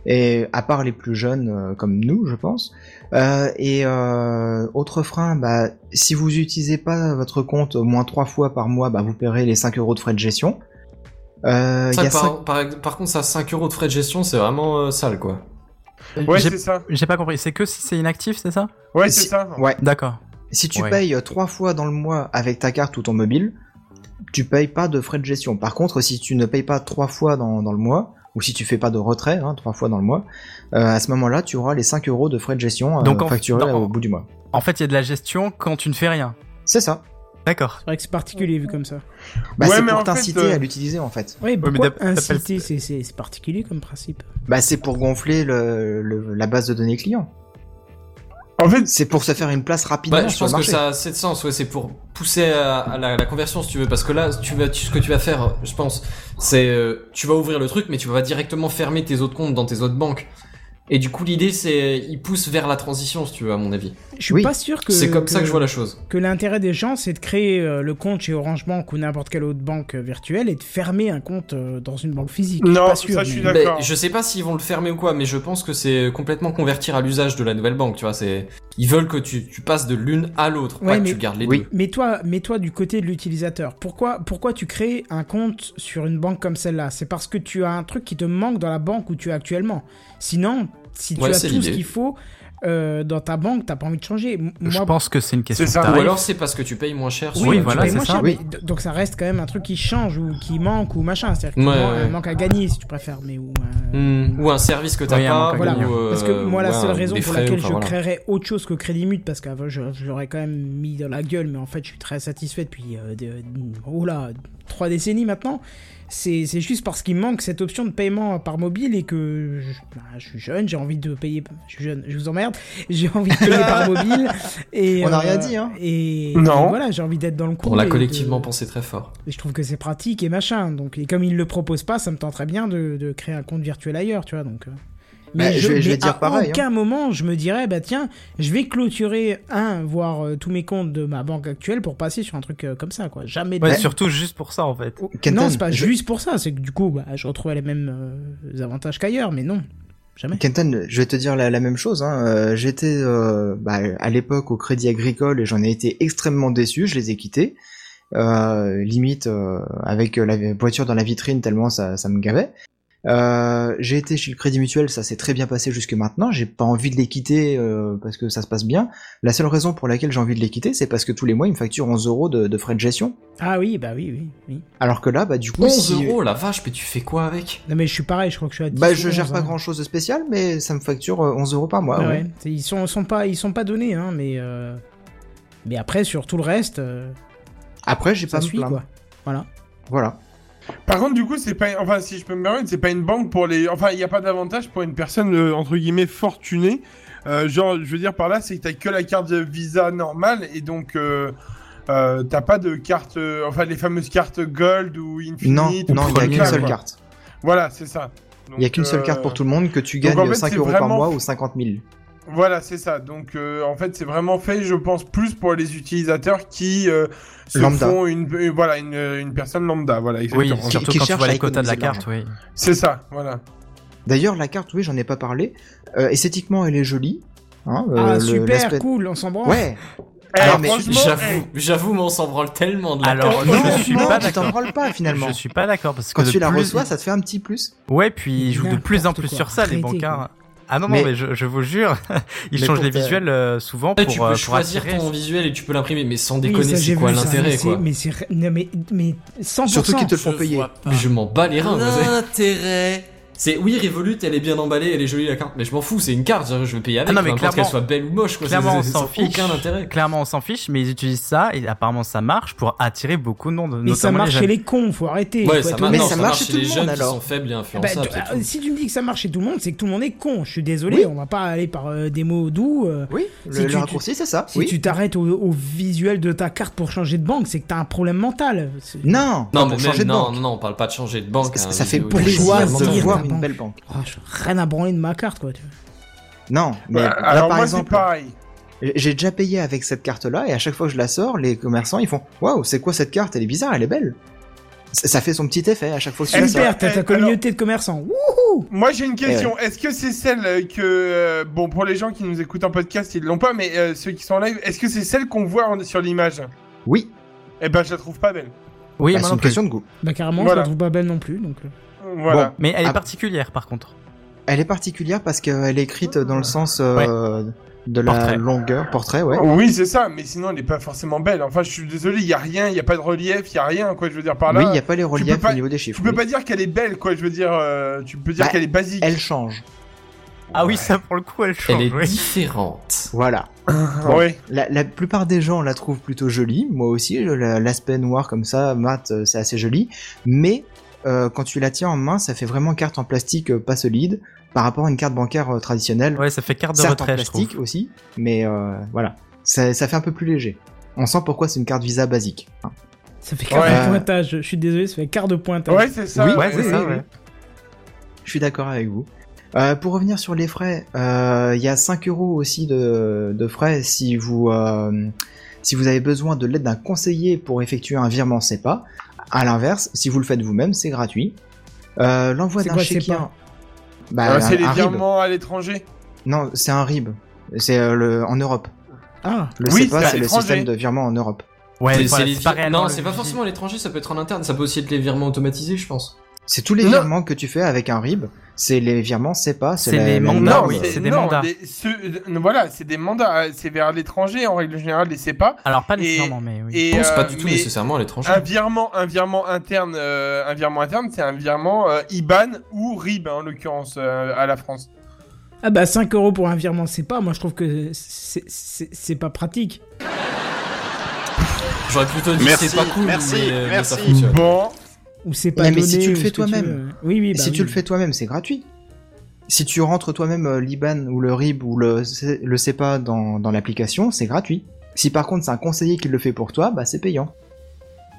Et à part les plus jeunes euh, comme nous, je pense. Euh, et euh, autre frein, bah, si vous n'utilisez pas votre compte au moins trois fois par mois, bah, vous paierez les 5 euros de frais de gestion. Euh, il
Ça,
y a
par,
cinq-
par- par contre, ça, 5 euros de frais de gestion, c'est vraiment euh, sale, quoi.
Ouais,
hein. J'ai-
c'est ça.
J'ai pas compris. C'est que si c'est inactif, c'est ça
Ouais,
Si-
c'est ça.
Ouais.
D'accord.
Si tu
Ouais.
payes euh, trois fois dans le mois avec ta carte ou ton mobile, tu payes pas de frais de gestion. Par contre, si tu ne payes pas trois fois dans, dans le mois, ou si tu fais pas de retrait hein, trois fois dans le mois, euh, à ce moment-là, tu auras les 5 euros de frais de gestion euh,
Donc, en-
facturés
dans-
au bout du mois.
En fait, il y a de la gestion quand tu ne fais rien.
C'est ça.
D'accord.
C'est vrai que c'est particulier vu comme ça.
Bah,
Ouais,
c'est
mais
pour
en fait,
t'inciter
euh,
à l'utiliser en fait.
Oui,
mais
pourquoi
d'ap- t'appelles-
inciter C'est- C'est c'est particulier comme principe.
Bah, c'est pour gonfler le, le- la base de données client.
En fait,
C'est pour se faire une place rapidement
Bah, je
sur le
pense
marché.
que ça a assez de sens, ouais, c'est pour pousser à, à la, la conversion si tu veux, parce que là, tu vas, tu- ce que tu vas faire, je pense, c'est euh, tu vas ouvrir le truc, mais tu vas directement fermer tes autres comptes dans tes autres banques. Et du coup, l'idée, c'est il pousse vers la transition, si tu veux, à mon avis.
Je suis
Oui.
pas sûr que.
C'est comme ça que je vois la chose.
que l'intérêt des gens, c'est de créer euh, le compte chez Orange Bank ou n'importe quelle autre banque euh, virtuelle et de fermer un compte euh, dans une banque physique.
Non,
pas sûr,
ça, je suis
mais-
d'accord.
Ben, je sais pas s'ils vont le fermer ou quoi, mais je pense que c'est complètement convertir à l'usage de la nouvelle banque, tu vois. C'est ils veulent que tu, tu passes de l'une à l'autre,
Ouais,
pas
mais-
que tu gardes les
Oui.
deux.
Mets-toi mets -toi du côté de l'utilisateur. Pourquoi, pourquoi tu crées un compte sur une banque comme celle-là C'est parce que tu as un truc qui te manque dans la banque où tu es actuellement. Sinon, si tu
Ouais,
as
c'est
tout ce
l'idée.
qu'il faut euh, dans ta banque, t'as pas envie de changer. M-
Je
moi,
pense que c'est une question
C'est ça.
de
Ah,
Ou
tarif.
alors c'est parce que tu payes moins cher. sur
Oui,
la-
voilà,
tu
mais
payes
c'est
moi,
ça.
cher, mais d- donc ça reste quand même un truc qui change ou qui manque ou machin. C'est-à-dire que
Ouais,
tu manques-
ouais.
un manque à gagner si tu préfères, mais ou un-
Hmm, Ou un service que t'as
Oui, un
pas.
manque à
Voilà,
gagner,
ou, euh,
parce que moi, la
ouais,
seule
un-
raison
des
pour
frais,
laquelle
enfin,
je
voilà.
créerais autre chose que Crédit Mut, parce que avant, je, je l'aurais quand même mis dans la gueule, mais en fait, je suis très satisfait depuis, euh, de- oh là, trois décennies maintenant. C'est c'est juste parce qu'il manque cette option de paiement par mobile et que je, bah, je suis jeune, j'ai envie de payer. Je suis jeune, je vous emmerde. J'ai envie de payer par mobile. Et, euh,
On n'a rien dit, hein.
Et,
Non.
et voilà, j'ai envie d'être dans le coup.
On l'a
et de-
collectivement pensé très fort.
et je trouve que c'est pratique et machin. Donc, et comme il le propose pas, ça me tenterait bien de, de créer un compte virtuel ailleurs, tu vois. Donc, euh.
Bah, je vais- je vais dire
à
pareil, hein.
aucun moment je me dirais, bah tiens, je vais clôturer un, voire euh, tous mes comptes de ma banque actuelle pour passer sur un truc euh, comme ça, quoi. Jamais. de
Ouais,
la vie.
surtout juste pour ça en fait.
Oh,
Kenton,
non, c'est pas
je-
juste pour ça. C'est que du coup, bah, je retrouvais les mêmes euh, avantages qu'ailleurs, mais non, jamais.
Kenton, je vais te dire la, la même chose. hein. Euh, J'étais euh, bah, à l'époque au Crédit Agricole et j'en ai été extrêmement déçu. Je les ai quittés, Euh, limite euh, avec la voiture dans la vitrine tellement ça, ça me gavait. Euh, j'ai été chez le Crédit Mutuel, ça s'est très bien passé jusque maintenant. J'ai pas envie de les quitter euh, parce que ça se passe bien. La seule raison pour laquelle j'ai envie de les quitter, c'est parce que tous les mois ils me facturent 11 euros de, de frais de gestion.
Ah oui, bah oui, oui, oui.
Alors que là, bah du coup,
11
si-
euros, oh la vache, mais tu fais quoi avec
Non, mais je suis pareil. Je crois que je suis à. 10
bah
ou
je gère
11,
pas
hein.
grand chose de spécial, mais ça me facture euh, 11 euros par mois.
Ouais,
ouais.
ouais. C'est- Ils sont, sont pas, ils sont pas donnés, hein, mais. euh, Mais après, sur tout le reste, euh,
Après, j'ai
ça
pas me
suit,
plaindre.
quoi. Voilà.
Voilà.
Par contre, du coup, c'est pas. Enfin, si je peux me permettre, c'est pas une banque pour les. Enfin, il n'y a pas d'avantage pour une personne, euh, entre guillemets, fortunée. Euh, genre, je veux dire par là, c'est que t'as que la carte Visa normale et donc. Euh... euh, t'as pas de carte, euh, enfin les fameuses cartes Gold ou
Non,
Infinite.
non, il n'y a qu'une
Premium,
seule
quoi.
carte.
Voilà, c'est ça. euh,
Il n'y a qu'une seule carte pour tout le monde que tu
donc
gagnes
en fait,
5
c'est
euros par
vraiment-
mois ou 50 000.
Voilà, c'est ça. Donc euh, en fait, c'est vraiment fait, je pense, plus pour les utilisateurs qui euh, se
Lambda.
font une, euh, voilà, une, euh, une personne lambda. Voilà,
Oui,
exactement.
surtout
qui
quand tu
cherche
vois
à
les quotas de la
économiser
carte, oui.
C'est ça, voilà.
D'ailleurs, la carte, oui, j'en ai pas parlé. Euh, esthétiquement, elle est jolie. Hein, euh,
ah
le-
super
l'aspect-
cool, on s'en branle.
Ouais,
Eh,
Alors, mais
franchement, eh,
J'avoue, j'avoue, mais on s'en branle tellement de la
Alors,
carte.
non,
non,
je suis
non,
pas
tu t'en
d'accord.
parles pas finalement.
Je suis pas d'accord parce que
Quand
de
tu la
plus-
reçois, ça te fait un petit plus.
Ouais, puis ils jouent de plus en
N'importe
plus
quoi.
sur ça, les
Arrêtez,
bancards. Ah non, non,
Mais-
mais, je, je vous jure, ils
Mais
changent
pour
les
ta-
visuels euh, souvent pour,
tu
euh,
peux
pour
choisir
attirer.
ton visuel et tu peux l'imprimer, mais sans
Oui, ça,
déconner,
j'ai
c'est quoi
vu ça, mais
l'intérêt
c'est-
quoi
Mais c'est non, mais mais 100%.
Surtout qu'ils te le font payer.
Mais je m'en bats les reins. vous savez.
L'intérêt
C'est oui, Revolut, elle est bien emballée, elle est jolie la carte, mais je m'en fous, c'est une carte, je vais payer avec,
Ah non, mais
peu importe qu'elle
clairement-
soit belle ou moche, quoi.
Clairement, on
c'est- c'est-
s'en
ça n'a
fiche.
aucun intérêt.
Clairement, on s'en fiche, mais ils utilisent ça et apparemment ça marche pour attirer beaucoup de monde.
Mais ça
notamment les
marche chez
jeunes.
les cons, faut arrêter.
Ouais,
faut
ça,
être
marche-
honnête.
Mais
non,
ça
ça
marche
marche
chez
chez les
tout le
jeunes
monde,
qui
alors.
sont faibles et
Bah,
influençables.
tu-
c'est
ah,
tout.
si tu me dis que ça marche chez tout le monde, c'est que tout le monde est con. Je suis désolé,
Oui.
on va pas aller par euh, des mots doux. euh,
Oui, le,
Si tu-
le raccourci, c'est ça.
si
oui.
tu t'arrêtes au, au visuel de ta carte pour changer de banque, c'est que t'as un problème mental. C'est-
Non,
Non,
pas
mais
pour changer
même-
de
non,
banque.
non, non, on parle pas de changer de banque.
Ça,
hein,
ça fait
vidéo-
Ouais, c'est
plaisir de
dire
voir
la
une
banque.
belle banque.
Oh, j'ai rien à branler de ma carte, quoi. tu vois.
Non, mais
Bah,
là,
alors
par
moi c'est
exemple,
pareil.
j'ai déjà payé avec cette carte-là et à chaque fois que je la sors, les commerçants ils font Waouh, c'est quoi cette carte Elle est bizarre, elle est belle. Ça ça fait son petit effet à chaque fois que tu
Elle
la
perd.
sors.
Super, t'as ta
alors-
communauté de commerçants. Wouh
Moi j'ai une
Eh
question. Est-ce que c'est celle euh, que euh, bon pour les gens qui nous écoutent en podcast ils l'ont pas, mais euh, ceux qui sont en live, est-ce que c'est celle qu'on voit en- sur l'image
Oui,
Eh ben je la trouve pas belle.
Oui,
bah, c'est
moi non
une
plus.
question de goût.
Bah carrément,
Voilà.
je la trouve pas belle non plus. Donc, euh.
Voilà.
Mais elle est
Ah.
particulière par contre.
Elle est particulière parce qu'elle est
Ah.
écrite dans le sens euh, de la
Portrait.
longueur, portrait, ouais.
Oui c'est ça, mais sinon elle est pas forcément belle. Enfin je suis désolé, il y a rien, il y a pas de relief, il y a rien quoi. Je veux dire par là.
oui, il n'y a pas les reliefs
peux pas-
au niveau des chiffres.
Tu peux
oui.
pas dire qu'elle est belle quoi. Je veux dire, euh, tu peux dire
Bah,
qu'elle est basique.
Elle change,
Ah oui, ça pour le coup, elle change.
Elle est
oui.
différente.
voilà.
Ouais.
La, la plupart des gens la trouvent plutôt jolie, moi aussi, je- la- l'aspect noir comme ça, mat, euh, c'est assez joli, mais euh, quand tu la tiens en main, ça fait vraiment carte en plastique euh, pas solide par rapport à une carte bancaire euh, traditionnelle,
Ouais, ça fait carte de
certes en
retrait, je
plastique
trouve.
aussi, mais euh, voilà, ça, ça fait un peu plus léger. On sent pourquoi c'est une carte Visa basique. hein.
Ça fait quart
Ouais.
de pointage. Je suis désolé, ça fait quart de pointage.
Ouais c'est ça.
Oui,
Ouais, c'est
Oui,
ça,
oui,
ouais.
Je suis d'accord avec vous. Euh, pour revenir sur les frais, euh, il y a 5 euros aussi de, de frais si vous, euh, si vous avez besoin de l'aide d'un conseiller pour effectuer un virement SEPA. À l'inverse, si vous le faites vous-même, c'est gratuit. Euh, L'envoi
C'est
d'un
quoi, E
chéquier.
SEPA
Bah,
Ah, c'est
un-
les
un RIB.
virements à l'étranger.
Non, c'est un RIB. C'est euh, le- en Europe.
Ah,
Le
Oui, c'est
SEPA,
à
c'est le
l'étranger.
système de virement en Europe.
Ouais,
C'est-
voilà,
c'est les
c'est pas
vir-
réellement
Non,
le
c'est pas
visuel.
forcément à l'étranger, ça peut être en interne, ça peut aussi être les virements automatisés, je pense.
C'est tous les
Non.
virements que tu fais avec un RIB. C'est les virements E SEPA.
C'est
la-
les
la
mandats,
norme.
oui,
c'est
c'est des
non,
mandats.
des- ceux- euh, voilà, c'est des mandats. euh, C'est vers l'étranger en règle générale, les CEPA.
Alors pas
Et-
nécessairement, mais oui.
Et,
Je pense
euh,
pas du tout
mais
nécessairement à l'étranger.
un virement, un virement interne, euh, un virement interne, c'est un virement euh, IBAN ou RIB hein, en l'occurrence euh, à la France.
ah bah 5 euros pour un virement, c'est pas. Moi, je trouve que c'est- c'est c'est pas pratique.
J'aurais plutôt dit
Merci,
c'est pas cool,
merci,
mais, euh, mais
merci.
ça fonctionne.
Bon,
Ou c'est pas
Non, mais si
donné,
tu le
ou ce
fais
que tu
toi-même.
veux. Oui, oui.
Et
bah
si tu
oui.
le fais toi-même, c'est gratuit. Si tu rentres toi-même euh, l'IBAN ou le RIB ou le, C- le CEPA dans, dans l'application, c'est gratuit. Si par contre c'est un conseiller qui le fait pour toi, bah c'est payant.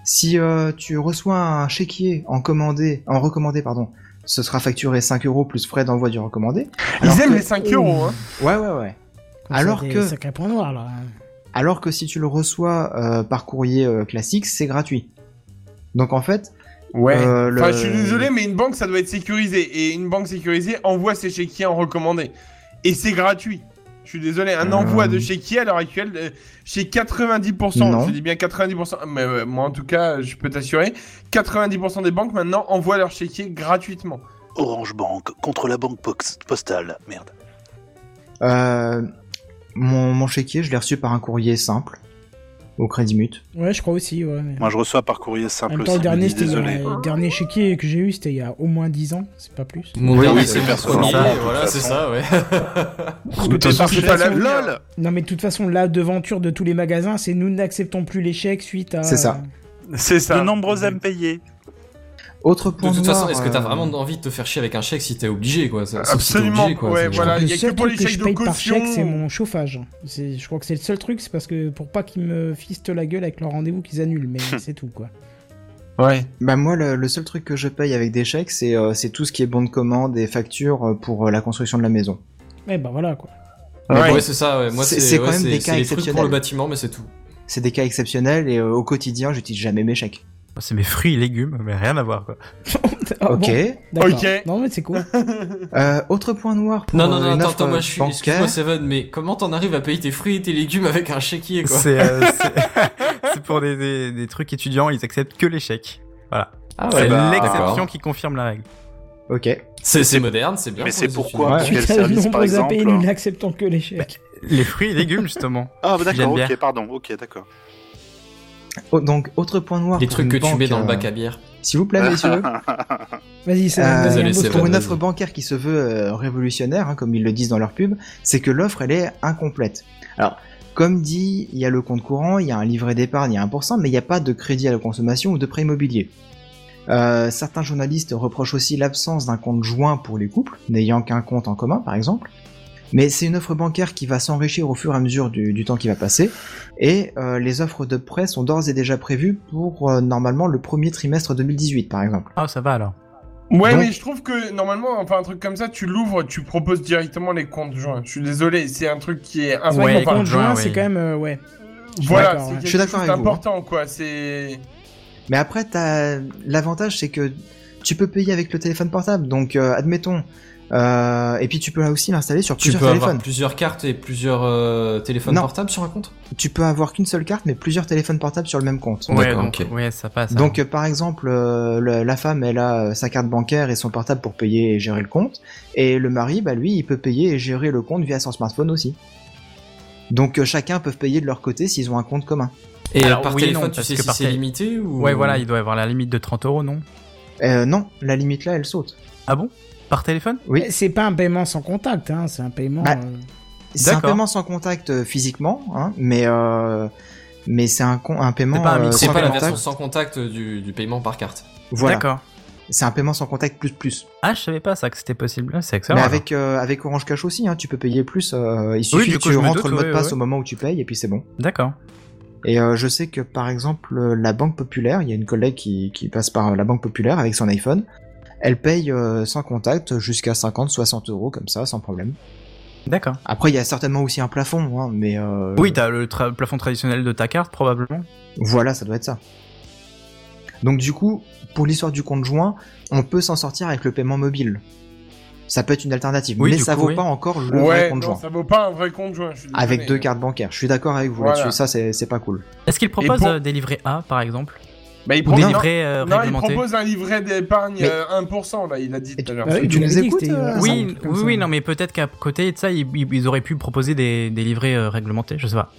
Si euh, tu reçois un chéquier en commandé, en recommandé, pardon, ce sera facturé 5 euros plus frais d'envoi du recommandé. Alors
ils aiment
que-
les 5 euros. Hein.
Ouais, ouais, ouais.
Comme
Alors
ça, des
que-
sacrés points noirs, là.
Alors que si tu le reçois euh, par courrier euh, classique, c'est gratuit. Donc en fait,
Ouais.
euh, le-
Enfin, je suis désolé, mais une banque, ça doit être sécurisé. Et une banque sécurisée envoie ses chéquiers en recommandé. Et c'est gratuit. Je suis désolé, un
Euh.
envoi de chéquier à l'heure actuelle, euh, chez 90%,
Non.
je dis bien 90%, mais euh, moi en tout cas, je peux t'assurer, 90% des banques maintenant envoient leurs chéquiers gratuitement.
Orange Bank contre la banque pox- postale. Merde.
Euh, mon, mon chéquier, je l'ai reçu par un courrier simple au Crédit Mut.
Ouais, je crois aussi, ouais. mais-
Moi, je reçois par courrier
En
simple
même temps,
aussi.
le dernier, c'était euh,
Désolé.
le dernier chéquier que j'ai eu, c'était il y a au moins 10 ans, c'est pas plus.
Mon
Oui,
dernier,
oui, c'est
le
perso,
premier,
normal, de toute
Voilà, c'est
façon.
ça, ouais.
Parce que t'es
toute
parti
façon,
à la-
LOL
Non, mais de toute façon, la devanture de tous les magasins, c'est nous n'acceptons plus l'échec suite à.
C'est ça.
C'est ça.
De nombreux âmes payées.
Autre
De
point
toute
noir,
façon, est-ce que t'as
euh,
vraiment envie de te faire chier avec un chèque si t'es obligé, quoi ça- sauf si t'es
Absolument.
obligé, quoi,
Ouais,
c'est-
voilà. Ah,
le
y a que
seul
pour les
truc que
chèques
je
de
paye par
caution.
chèque, c'est mon chauffage. C'est- Je crois que c'est le seul truc, c'est parce que pour pas qu'ils me fistent la gueule avec leur rendez-vous qu'ils annulent, mais c'est tout quoi.
Ouais.
Bah moi, le, le seul truc que je paye avec des chèques, c'est euh, c'est tout ce qui est bon de commande et facture euh, pour euh, la construction de la maison.
Eh ben voilà quoi.
Mais
Ouais.
ouais, c'est ça, ouais. Moi,
C'est-
c'est
c'est quand
ouais,
même des
c'est-
cas
c'est les trucs pour
exceptionnels.
le bâtiment, mais c'est tout.
C'est des cas exceptionnels et euh, au quotidien, j'utilise jamais mes chèques.
Oh, C'est mes fruits et légumes, mais rien à voir. Quoi.
Ah,
ok.
bon, d'accord.
Ok.
Non mais c'est quoi
Euh, autre point noir pour
Non, non,
euh,
non,
une
attends,
offre
attends, moi, je suis.
bancaire.
Excuse-moi, Seven, mais comment t'en arrives à payer tes fruits et tes légumes avec un chéquier, quoi
C'est euh, c'est- c'est pour des, des, des trucs étudiants, ils acceptent que l'échec. Voilà.
Ah
c'est
bah,
l'exception
d'accord.
qui confirme la règle.
Ok.
C'est c'est moderne, c'est bien.
Mais
pour
c'est
les
pourquoi
étudiants.
Quel
Suite à
service,
nombreux
par exemple,
API,
hein.
nous n'acceptons que l'échec.
Bah, Les fruits et légumes, justement.
Ah, bah, d'accord,
J'aime bien.
ok, pardon. Ok, d'accord.
Oh, donc, autre point noir.
Les
pour
trucs
une
que tu
banque,
mets dans le
euh,
bac à bière.
S'il vous plaît, messieurs.
Vas-y, c'est
Euh,
vas-y, un
désolé,
beau
c'est
score.
Pour
vrai.
une
vas-y.
offre bancaire qui se veut euh, révolutionnaire, hein, comme ils le disent dans leur pub, c'est que l'offre, elle est incomplète. Alors, comme dit, il y a le compte courant, il y a un livret d'épargne, il y a 1%, mais il n'y a pas de crédit à la consommation ou de prêt immobilier. Euh, certains journalistes reprochent aussi l'absence d'un compte joint pour les couples, n'ayant qu'un compte en commun, par exemple. Mais c'est une offre bancaire qui va s'enrichir au fur et à mesure du, du temps qui va passer, et euh, les offres de prêt sont d'ores et déjà prévues pour euh, normalement le premier trimestre 2018, par exemple.
Ah, ça va alors.
Ouais,
Donc-
mais je trouve que normalement, enfin, un truc comme ça, tu l'ouvres, tu proposes directement les comptes joints. Je suis désolé, c'est un truc qui est
C'est vrai que
Ouais,
les comptes
compte joint,
joints, c'est
oui.
quand même. euh, ouais.
Voilà,
d'accord, hein. ouais.
c'est
Je suis
quelque
d'accord
chose
avec vous, hein.
d'important, quoi. C'est.
Mais après, t'as- l'avantage, c'est que tu peux payer avec le téléphone portable. Donc, euh, admettons. euh, et puis, tu peux là aussi l'installer sur
Tu peux
plusieurs
avoir
téléphones.
plusieurs cartes et plusieurs euh, téléphones
Non.
portables sur un compte
Tu peux avoir qu'une seule carte, mais plusieurs téléphones portables sur le même compte.
Ouais,
D'accord,
donc,
ok.
ouais, ça passe. alors.
Donc, euh, par exemple, euh, le- la femme, elle a euh, sa carte bancaire et son portable pour payer et gérer le compte. Et le mari, bah, lui, il peut payer et gérer le compte via son smartphone aussi. Donc, euh, chacun peut payer de leur côté s'ils ont un compte commun.
Et
Alors,
par
oui et
téléphone,
non,
tu
parce
sais
que
si
par
c'est
tél-
limité ou
Ouais, voilà, il doit y avoir la limite de 30 euros, non
Euh, non, la limite là, elle saute.
Ah bon Par téléphone
Oui.
C'est pas un paiement sans contact, hein, c'est un paiement.
Bah,
euh,
C'est un
D'accord.
paiement sans contact euh, physiquement, hein, mais euh, mais c'est un, con- un paiement
C'est pas un mix,
euh,
C'est
sans
pas la
contact.
version sans contact du, du paiement par carte.
Voilà,
D'accord.
c'est un paiement sans contact plus plus.
Ah, je savais pas ça que c'était possible. Ah, C'est excellent.
mais
alors.
avec euh, avec Orange Cash aussi, hein, tu peux payer plus. euh, il suffit
du
que
coup,
tu
je me
rentres
doute,
le mot de
ouais,
passe
ouais.
au moment où tu payes et puis c'est bon.
D'accord.
Et euh, je sais que par exemple euh, la Banque Populaire, il y a une collègue qui, qui passe par la Banque Populaire avec son iPhone. Elle paye euh, sans contact jusqu'à 50, 60 euros comme ça, sans problème.
D'accord.
Après, il y a certainement aussi un plafond, hein, mais euh,
Oui, t'as le tra- plafond traditionnel de ta carte, probablement.
Voilà, ça doit être ça. Donc du coup, pour l'histoire du compte joint, on peut s'en sortir avec le paiement mobile. Ça peut être une alternative,
Oui,
mais
du
ça
coup,
vaut
oui.
pas encore le vrai
Ouais,
compte
non,
joint.
ça vaut pas un vrai compte joint. je suis désolé.
Avec deux cartes bancaires, je suis d'accord avec vous
Voilà.
là-dessus, ça c'est c'est pas cool.
Est-ce qu'il propose
pour-
euh, des livrets A, par exemple
Bah, il
Ou
propose,
des
non.
livrets euh,
non, il
réglementés
propose un livret d'épargne
Mais-
euh, 1%, là, il a dit
Et
tout à
tu-
l'heure.
Ah oui,
tu
nous
nous
avais dit que
écoutes,
c'était,
euh,
euh, un
Oui,
truc comme
oui,
ça.
oui, non, mais peut-être qu'à côté de ça, ils, ils- ils auraient pu proposer des, des livrets euh, réglementés, je sais pas.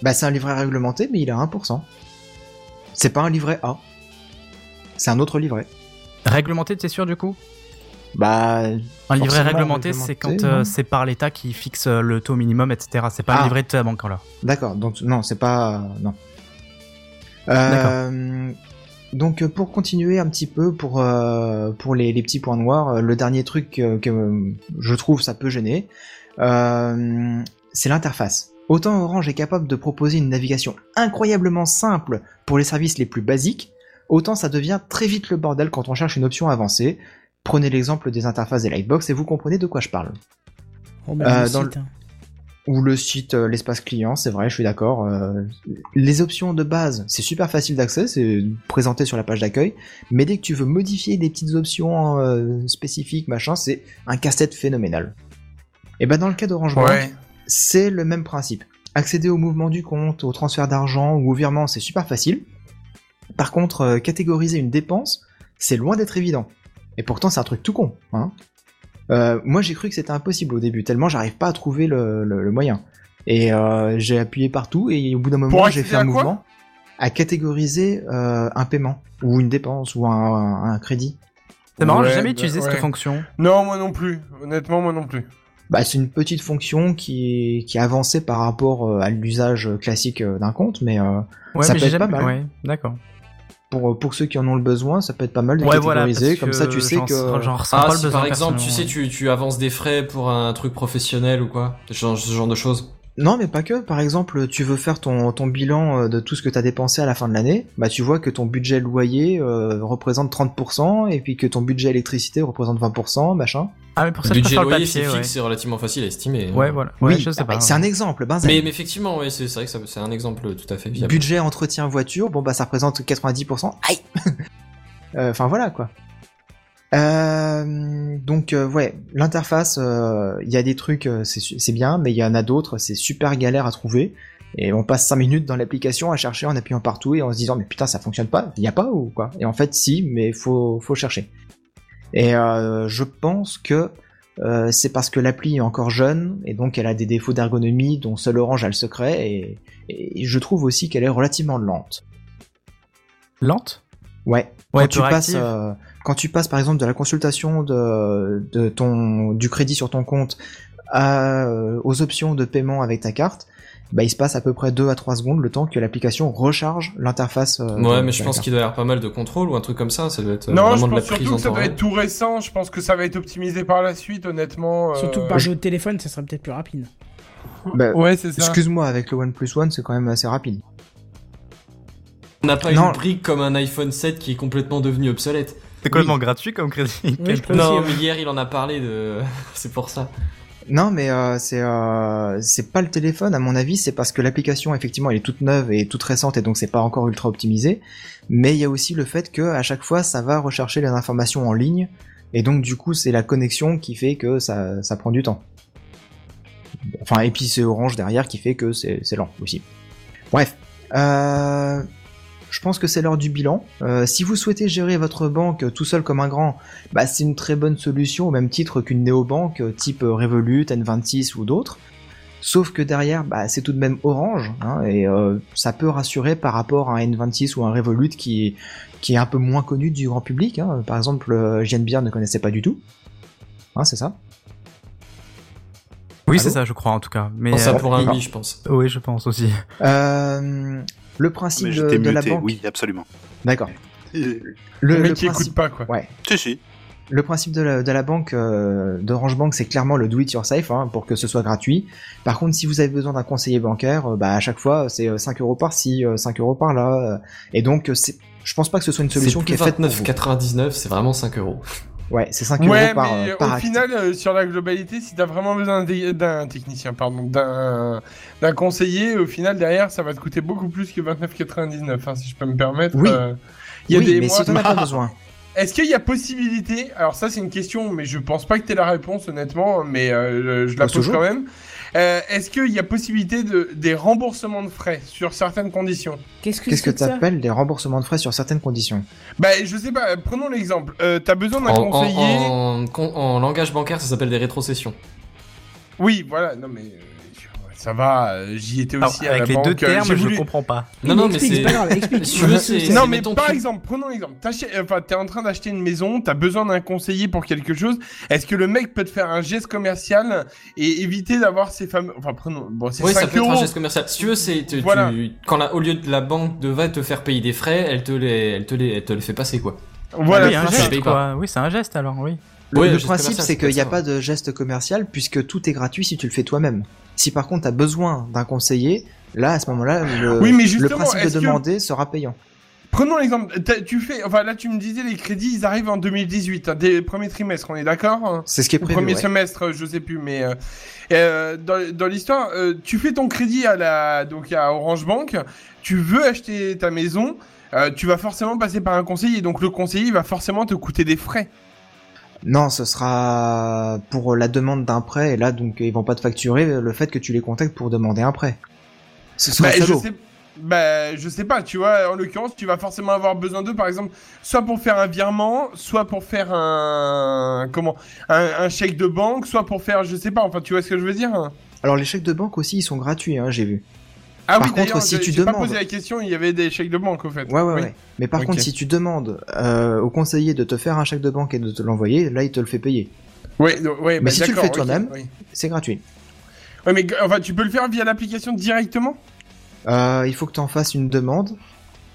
Bah c'est un livret réglementé, mais il a 1%. C'est pas un livret A. C'est un autre livret.
Réglementé, t'es sûr du coup
Bah
Un livret
Forcément
réglementé, c'est quand euh,
non.
c'est par l'État qui fixe euh, le taux minimum, etc. C'est pas
Ah.
le livret de ta banque là.
D'accord, donc non, c'est pas. Non. Euh, donc euh, pour continuer un petit peu pour, euh, pour les, les petits points noirs, euh, le dernier truc euh, que euh, je trouve ça peut gêner, euh, c'est l'interface. Autant Orange est capable de proposer une navigation incroyablement simple pour les services les plus basiques, autant ça devient très vite le bordel quand on cherche une option avancée. Prenez l'exemple des interfaces des Lightbox et vous comprenez de quoi je parle.
Oh, bah,
Euh,
le
dans
site, hein.
Ou le site, euh, l'espace client, c'est vrai, je suis d'accord. euh, les options de base, c'est super facile d'accès, c'est présenté sur la page d'accueil, mais dès que tu veux modifier des petites options euh, spécifiques, machin, c'est un casse-tête phénoménal. Et ben dans le cas d'Orange Bank,
Ouais.
c'est le même principe. Accéder au mouvement du compte, au transfert d'argent ou au virement, c'est super facile. Par contre, euh, catégoriser une dépense, c'est loin d'être évident. Et pourtant, c'est un truc tout con. hein. Euh, moi, j'ai cru que c'était impossible au début, tellement j'arrive pas à trouver le, le- le moyen. Et euh, j'ai appuyé partout, et au bout d'un moment, j'ai
accéder
fait un
à quoi
mouvement à catégoriser euh, un paiement, ou une dépense, ou un- un- un crédit.
C'est marrant, j'ai
Ouais,
jamais
bah,
utilisé cette
ouais.
fonction.
Non, moi non plus. Honnêtement, moi non plus.
Bah, c'est une petite fonction qui est, qui est avancée par rapport euh, à l'usage classique euh, d'un compte, mais euh,
Ouais,
Ça
mais
peut
j'ai
être pas
jamais.
mal.
Ouais, d'accord.
pour, euh, pour ceux qui en ont le besoin, ça peut être pas mal de
Ouais, voilà.
catégoriser,
parce
comme
que
ça tu sais
j'en-
que...
j'en ressens
Ah,
pas le
si
besoin
par exemple, tu sais,
personnellement.
tu, tu avances des frais pour un truc professionnel ou quoi ce genre, ce genre de choses.
Non, mais pas que. Par exemple, tu veux faire ton, ton bilan euh, de tout ce que t'as dépensé à la fin de l'année, bah tu vois que ton budget loyer euh, représente 30%, et puis que ton budget électricité représente 20%, machin.
Ah, mais pour ça,
le
je
budget
préfère le
loyer,
papier.
c'est
ouais.
fixe, c'est relativement facile à estimer. hein.
Ouais, voilà. Ouais,
oui,
je sais
bah,
pas.
c'est un exemple, ben
Mais, mais effectivement, ouais, c'est c'est vrai que ça- c'est un exemple tout à fait viable.
Budget entretien voiture, bon bah ça représente 90%. Aïe Euh, Enfin voilà quoi. Euh, donc euh, ouais, l'interface, euh, il y a des trucs, euh, c'est su- c'est bien, mais il y en a d'autres, c'est super galère à trouver. Et on passe 5 minutes dans l'application à chercher en appuyant partout et en se disant mais putain ça fonctionne pas, il n'y a pas ou quoi Et en fait si, mais faut, faut chercher. Et euh, je pense que euh, c'est parce que l'appli est encore jeune et donc elle a des défauts d'ergonomie dont seul Orange a le secret et, et je trouve aussi qu'elle est relativement lente.
lente
Ouais.
Ouais,
quand, tu
peu
passes,
réactive.
euh, quand tu passes par exemple de la consultation de, de ton, du crédit sur ton compte à, euh, aux options de paiement avec ta carte, bah, il se passe à peu près 2 à 3 secondes le temps que l'application recharge l'interface. euh, de-
Ouais, mais
de
je
la
pense
carte.
qu'il doit y avoir pas mal de contrôle ou un truc comme ça. Ça doit être euh,
Non, je
vraiment de la
pense
prise
surtout
en
que ça
temps hein.
doit
réel.
être tout récent. Je pense que ça va être optimisé par la suite, honnêtement. euh,
Surtout que par le téléphone, ça serait peut-être plus rapide.
Bah,
Ouais, c'est ça.
Excuse-moi, avec le OnePlus One, c'est quand même assez rapide.
On n'a pas
Non.
une brique comme un iPhone 7 qui est complètement devenu obsolète.
C'est complètement gratuit comme crédit.
Oui, je crois
Non,
aussi,
mais hier il en a parlé de. C'est pour ça.
Non, mais euh, c'est euh, c'est pas le téléphone à mon avis, c'est parce que l'application effectivement elle est toute neuve et toute récente et donc c'est pas encore ultra optimisé. Mais il y a aussi le fait que à chaque fois ça va rechercher les informations en ligne et donc du coup c'est la connexion qui fait que ça ça prend du temps. Enfin et puis c'est Orange derrière qui fait que c'est c'est lent aussi. Bref. Euh, je pense que c'est l'heure du bilan. Euh, si vous souhaitez gérer votre banque tout seul comme un grand, bah, c'est une très bonne solution au même titre qu'une néobanque euh, type euh, Revolut, N26 ou d'autres. Sauf que derrière, bah, c'est tout de même Orange, hein, et euh, ça peut rassurer par rapport à un N26 ou un Revolut qui, qui est un peu moins connu du grand public. hein. Par exemple, euh, JNBR ne connaissait pas du tout. Hein, c'est ça
Oui,
Allô
Ah c'est ça, je crois en tout cas. Mais
Oh,
Prends ça
euh,
pour un
d'accord.
oui, je pense.
oui, je pense aussi.
Euh, Le principe
Mais
de,
j'étais
de la
muté,
banque.
oui, absolument.
D'accord.
si,
Le,
Le
le
mec qui
principe-
écoute pas, quoi.
Ouais.
si.
Le principe de la, de la banque, euh, d'Orange Bank, c'est clairement le do it yourself hein, pour que ce soit gratuit. Par contre, si vous avez besoin d'un conseiller bancaire, euh, bah, à chaque fois, c'est euh, 5 euros par-ci, euh, 5 euros par-là. euh, et donc, euh, c'est- je pense pas que ce soit une solution
C'est
qui est
plus
faite pour
29,99, c'est vraiment 5 euros.
vous. Ouais, c'est 5
Ouais,
euros par,
mais
euh, par
au
acte.
final, euh, sur la globalité, si t'as vraiment besoin d'un- d'un technicien, pardon, d'un d'un conseiller, au final, derrière, ça va te coûter beaucoup plus que 29,99, hein, si je peux me permettre.
Oui.
euh, Il y a
oui,
des
mais
mois-
si t'en as pas besoin.
Est-ce qu'il y a possibilité Alors ça c'est une question, mais je pense pas que t'aies la réponse honnêtement, mais euh, je,
Bah,
je la
Pose
pose
toujours.
quand même. Euh, Est-ce qu'il y a possibilité de des remboursements de frais sur certaines conditions
Qu'est-ce que
Qu'est-ce que
c'est ça
t'appelles les remboursements de frais sur certaines conditions
Bah je sais pas. euh, Prenons l'exemple. Euh, T'as besoin
En,
d'un
en-
conseiller
en- con- en langage bancaire, ça s'appelle des rétrocessions.
Oui, voilà. Non mais euh, ça va. euh, J'y étais
Alors,
aussi à la
avec les
banque.
deux
euh,
termes,
j'ai voulu-
je comprends pas.
Non, non, mais
Explique,
c'est.
pas grave, explique.
Si tu veux, c'est-
Non
c'est-
mais
mettons,
par
tu-
exemple, prenons l'exemple. T'achè- Enfin, t'es en train d'acheter une maison, t'as besoin d'un conseiller pour quelque chose. Est-ce que le mec peut te faire un geste commercial et éviter d'avoir ces fameux. Enfin, prenons. Bon, c'est
Oui, ça
5
peut être
euros.
un geste commercial. Si tu veux, c'est tu- tu-
Voilà.
quand la, au lieu de la banque devait te faire payer des frais, elle te les, elle te les, elle te les fait passer quoi.
Ah
Voilà.
hein.
oui, un
c'est ça. Je
geste,
paye
quoi. Oui, c'est un geste alors, oui.
Le,
Ouais,
le
geste
principe,
commercial,
c'est qu'il n'y a
ça. hein.
pas de geste commercial puisque tout est gratuit si tu le fais toi-même. Si par contre t'as besoin d'un conseiller, là à ce moment-là, le,
Oui, mais
le
justement,
principe de
est-ce que-
demander sera payant.
Prenons l'exemple. T'as- Tu fais. Enfin, là, tu me disais les crédits, ils arrivent en 2018, hein, des premiers trimestres. On est d'accord hein
C'est ce qui est
Ou
prévu.
Premier
ouais.
semestre, euh, je sais plus, mais euh, euh, dans, dans l'histoire, euh, tu fais ton crédit à la donc à Orange Bank, tu veux acheter ta maison, euh, tu vas forcément passer par un conseiller, donc le conseiller il va forcément te coûter des frais.
Non, ce sera pour la demande d'un prêt, et là, donc, ils vont pas te facturer le fait que tu les contactes pour demander un prêt. Ce sera
Bah, je
salaud.
sais, bah, je sais pas, tu vois, en l'occurrence, tu vas forcément avoir besoin d'eux, par exemple, soit pour faire un virement, soit pour faire un comment, un, un chèque de banque, soit pour faire, je sais pas, enfin, tu vois ce que je veux dire. hein
Alors, les chèques de banque aussi, ils sont gratuits, hein, j'ai vu.
Ah
Par
oui,
contre,
d'ailleurs,
si
j'ai-
tu
j'ai pas
demandes-
posé la question, il y avait des chèques de banque, au fait.
Ouais, ouais,
Oui.
ouais. Mais par
Ok.
contre, si tu demandes euh, au conseiller de te faire un chèque de banque et de te l'envoyer, là, il te le fait payer.
Ouais, donc- ouais,
Mais
bah,
si tu le
d'accord,
fais
ok,
toi-même-
oui.
C'est gratuit.
Ouais, mais enfin, tu peux le faire via l'application directement
Euh, il faut que tu en fasses une demande.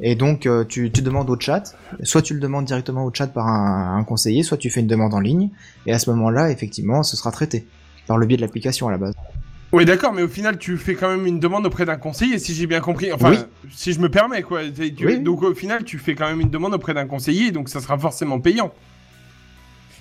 Et donc, euh, tu, tu demandes au chat. Soit tu le demandes directement au chat par un, un conseiller, soit tu fais une demande en ligne. Et à ce moment-là, effectivement, ce sera traité. Par le biais de l'application à la base.
Oui, d'accord, mais au final, tu fais quand même une demande auprès d'un conseiller, si j'ai bien compris. Enfin,
Oui.
si je me permets, quoi. Tu- tu-
Oui.
Donc, au final, tu fais quand même une demande auprès d'un conseiller, donc ça sera forcément payant.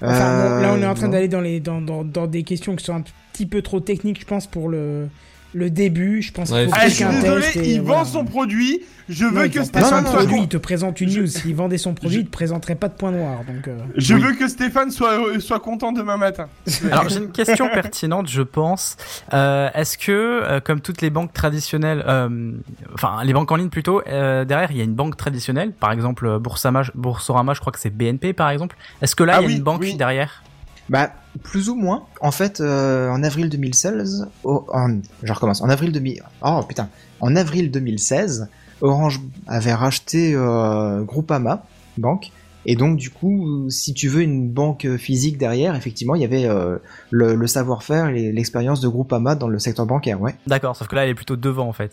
Enfin, bon, là, on est en train
Euh,
d'aller dans, les, dans, dans, dans des questions qui sont un petit peu trop techniques, je pense, pour le, le début. Je pense
Ouais,
qu'il faut
faut
Ah,
que
je suis
quelqu'un
désolé,
teste et
il
voilà.
vend son produit, je
Non,
veux
il
que
vend pas
Non,
Stéphane
son
non,
soit
produit,
non.
il te présente une
Je-
news. S'il vendait son produit,
Je-
il te présenterait pas de point noir. Donc, euh,
Je
oui.
veux que Stéphane soit, euh, soit content demain matin.
Alors j'ai une question pertinente, je pense. Euh, Est-ce que, euh, comme toutes les banques traditionnelles, euh, enfin les banques en ligne plutôt, euh, derrière il y a une banque traditionnelle, par exemple euh, Boursorama, Boursorama je crois que c'est BNP par exemple. Est-ce que là
Ah
il y a
oui,
une banque
oui.
derrière
Bah, plus ou moins. En fait, euh, en avril 2016, au- en, je recommence. En avril 2000, oh putain, en avril 2016, Orange avait racheté euh, Groupama Banque. Et donc, du coup, si tu veux une banque euh, physique derrière, effectivement, il y avait euh, le, le savoir-faire et l'expérience de Groupama dans le secteur bancaire, ouais.
D'accord, sauf que là, elle est plutôt devant en fait.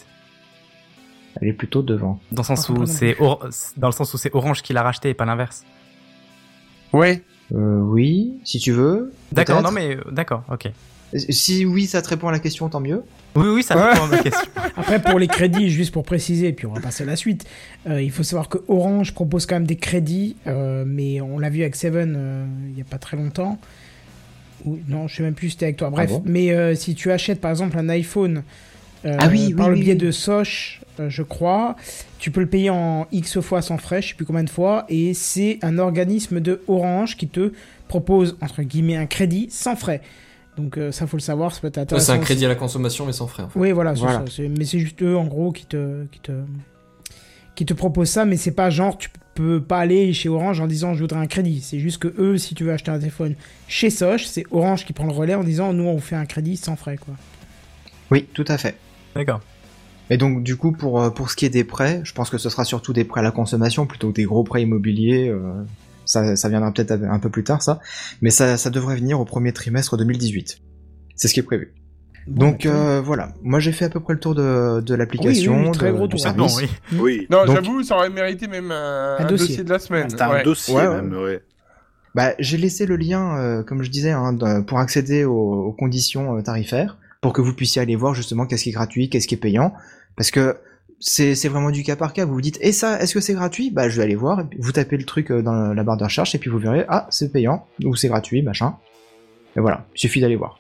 Elle est plutôt devant.
Dans le sens
Ah,
où
pardon.
c'est Or- dans le sens où c'est Orange qui l'a racheté et pas l'inverse.
Ouais.
Euh, oui, si tu veux.
D'accord,
peut-être.
non mais d'accord, ok.
Si oui, ça te répond à la question, tant mieux.
Oui, oui, ça
Ouais.
répond à ma question.
Après, pour les crédits, juste pour préciser, puis on va passer à la suite, euh, il faut savoir que Orange propose quand même des crédits, euh, mais on l'a vu avec Seven euh, il n'y a pas très longtemps. Ou, non, je sais même plus si c'était avec toi. Bref,
Ah bon
mais euh, si tu achètes par exemple un iPhone euh,
Ah oui,
par
oui,
le
oui,
biais
oui.
de Soch, euh, je crois, tu peux le payer en X fois sans frais, je sais plus combien de fois, et c'est un organisme de Orange qui te propose, entre guillemets, un crédit sans frais. Donc euh, ça, faut le savoir, ça peut être
Ouais, c'est
intéressant.
un
aussi.
crédit à la consommation, mais sans frais. en fait.
Oui, voilà, c'est
Voilà.
ça. C'est- Mais c'est juste eux, en gros, qui te, qui te, qui te proposent ça. Mais c'est pas genre, tu peux pas aller chez Orange en disant je voudrais un crédit. C'est juste que eux, si tu veux acheter un téléphone chez Soch, c'est Orange qui prend le relais en disant nous, on fait un crédit sans frais, quoi.
Oui, tout à fait.
D'accord.
Ah
Et donc, du coup, pour, euh, pour ce qui est des prêts, je pense que ce sera surtout des prêts à la consommation plutôt que des gros prêts immobiliers. euh, ça, ça viendra peut-être un peu plus tard, ça. Mais ça, ça devrait venir au premier trimestre 2018. C'est ce qui est prévu.
Bon,
donc,
bah,
euh, voilà. Moi, j'ai fait à peu près le tour de, de l'application,
Oui, oui, très
de-
gros
du
tour.
Non,
service.
oui.
Oui.
Non,
Donc-
j'avoue, ça aurait mérité même euh,
Un
un,
dossier.
dossier. de la semaine.
C'était un
Ouais.
dossier
Ouais, ouais.
même, ouais.
Bah, j'ai laissé le lien, euh, comme je disais, hein, de- pour accéder aux, aux conditions euh, tarifaires, pour que vous puissiez aller voir justement qu'est-ce qui est gratuit, qu'est-ce qui est payant, parce que c'est c'est vraiment du cas par cas. Vous vous dites, et ça, est-ce que c'est gratuit Bah, je vais aller voir. Et puis vous tapez le truc euh, dans la barre de recherche et puis vous verrez, ah, c'est payant ou c'est gratuit, machin. Et voilà, il suffit d'aller voir.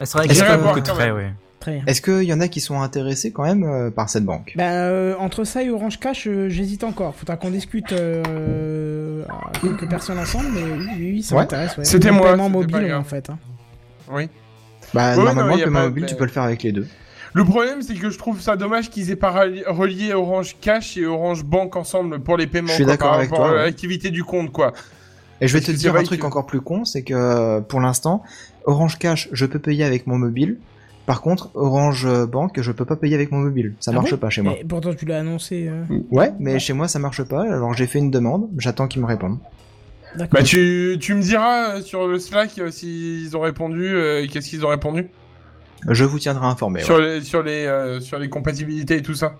Ah, C'est vrai
Est-ce
qu'il y a
qu'on
pas
va
beaucoup
voir
de
quand
frais,
même
oui.
très bien.
Est-ce qu'il y en a qui sont intéressés quand même euh, par cette banque
Bah, euh, entre ça et Orange Cash, euh, j'hésite encore. Faudra qu'on discute euh, à quelques personnes ensemble, mais oui, oui, oui, ça
Ouais.
m'intéresse. ouais.
C'était
Ou
moi,
paiement
c'était
mobile,
pas
ouais,
grave.
en fait. hein.
Oui.
Bah,
Ouais, non,
normalement,
il y a
le
pas-
mobile, tu peux le faire avec les deux.
Le problème, c'est que je trouve ça dommage qu'ils aient pas rali- relié Orange Cash et Orange Bank ensemble pour les paiements.
Je suis
quoi,
d'accord
par
avec
rapport
toi,
à
ouais.
L'activité du compte, quoi.
Et je vais
Parce
te
que
dire
c'est
un
vrai
truc
que-
encore plus con, c'est que euh, pour l'instant, Orange Cash, je peux payer avec mon mobile. Par contre, Orange euh, Bank, je peux pas payer avec mon mobile. Ça
Ah
marche
bon
pas chez moi.
Et pourtant, tu l'as annoncé. euh,
Bah,
Ouais, mais chez moi ça marche pas. Alors j'ai fait une demande, j'attends qu'ils me répondent.
D'accord.
Bah, tu, tu me diras euh, sur le Slack euh, s'ils ont répondu, euh, qu'est-ce qu'ils ont répondu
Je vous tiendrai informé. Ben ouais.
sur, les, sur, les, euh, sur les compatibilités et tout ça.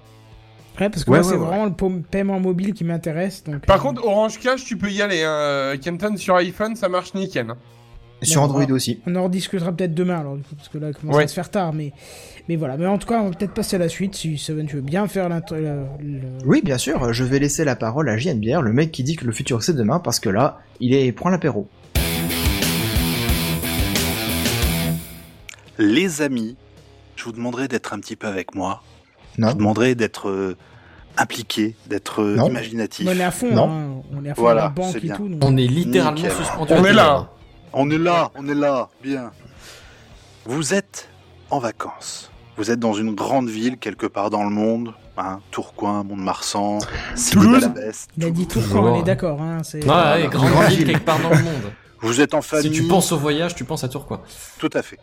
Ouais, parce que
Ouais,
moi, c'est
ouais, ouais.
vraiment le pa- paiement mobile qui m'intéresse. donc,
Par
Mmh.
euh,
contre, Orange Cash, tu peux y aller. Hein. Kenton, sur iPhone, ça marche nickel. hein.
Sur Android aussi.
On en rediscutera peut-être demain, alors, du coup, parce que là, il commence
Ouais.
à se faire tard. Mais, mais voilà. Mais en tout cas, on va peut-être passer à la suite. Si Seven, tu veux bien faire l'intro- le- le-
Oui, bien sûr, je vais laisser la parole à JNBR, le mec qui dit que le futur c'est demain, parce que là, il est prend l'apéro.
Les amis, je vous demanderai d'être un petit peu avec moi.
Non.
Je vous demanderai d'être euh, impliqué, d'être euh,
Non.
imaginatif.
On est à fond,
Non.
hein, on est à fond
Voilà,
dans la banque
c'est
et
bien.
tout. donc-
On est littéralement
Nickel.
suspendu.
On
à
est
terre,
là.
hein.
On est là, on est là, bien. Vous êtes en vacances. Vous êtes dans une grande ville quelque part dans le monde, hein, Tourcoing, Mont-de-Marsan,
Toulouse.
Sylvie-d'Alabès.
Il a dit tout
Toujours,
quand on est
hein.
d'accord. Hein, c'est-
Ouais, ouais, grande
Grande
ville
ville.
quelque part dans le monde.
Vous êtes en
si
famille.
tu penses au voyage, tu penses à Tourcoing.
Tout à fait.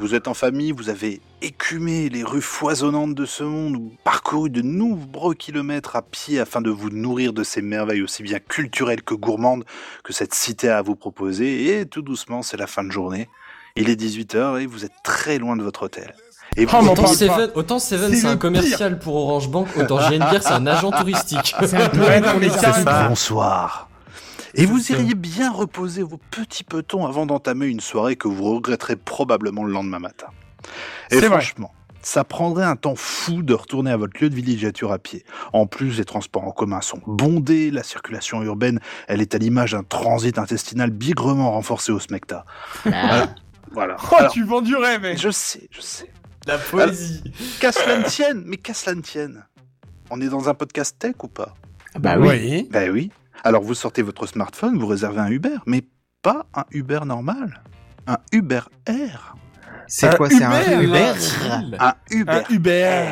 Vous êtes en famille, vous avez écumé les rues foisonnantes de ce monde, ou parcouru de nombreux kilomètres à pied afin de vous nourrir de ces merveilles aussi bien culturelles que gourmandes que cette cité a à vous proposer, et tout doucement, c'est la fin de journée. Il est 18h et vous êtes très loin de votre hôtel. Et
Oh,
vous-
m'en
Autant
parle pas.
Seven, autant Seven,
C'est
c'est un
le
commercial pour Orange Bank, autant GNBR, c'est un agent touristique.
C'est un peu
Ouais,
pour
non,
les
mais
artistes.
ça,
Ah, Bonsoir. Et vous
ça.
iriez bien reposer vos petits petons avant d'entamer une soirée que vous regretterez probablement le lendemain matin. Et
C'est vrai.
franchement, ça prendrait un temps fou de retourner à votre lieu de villégiature à pied. En plus, les transports en commun sont bondés, la circulation urbaine, elle est à l'image d'un transit intestinal bigrement renforcé au smecta. Voilà. Voilà.
Oh,
Alors,
tu vends du rêve, eh.
je sais, je sais.
La poésie.
Qu'à cela ne tienne, mais qu'à cela ne tienne. On est dans un podcast tech ou pas
Bah
Ah
oui.
ben oui. Alors vous sortez votre smartphone, vous réservez un Uber, mais pas un Uber normal. Un Uber Air.
C'est
Un
quoi C'est un
Uber,
Uber Ben.
Un Uber.
Un Uber.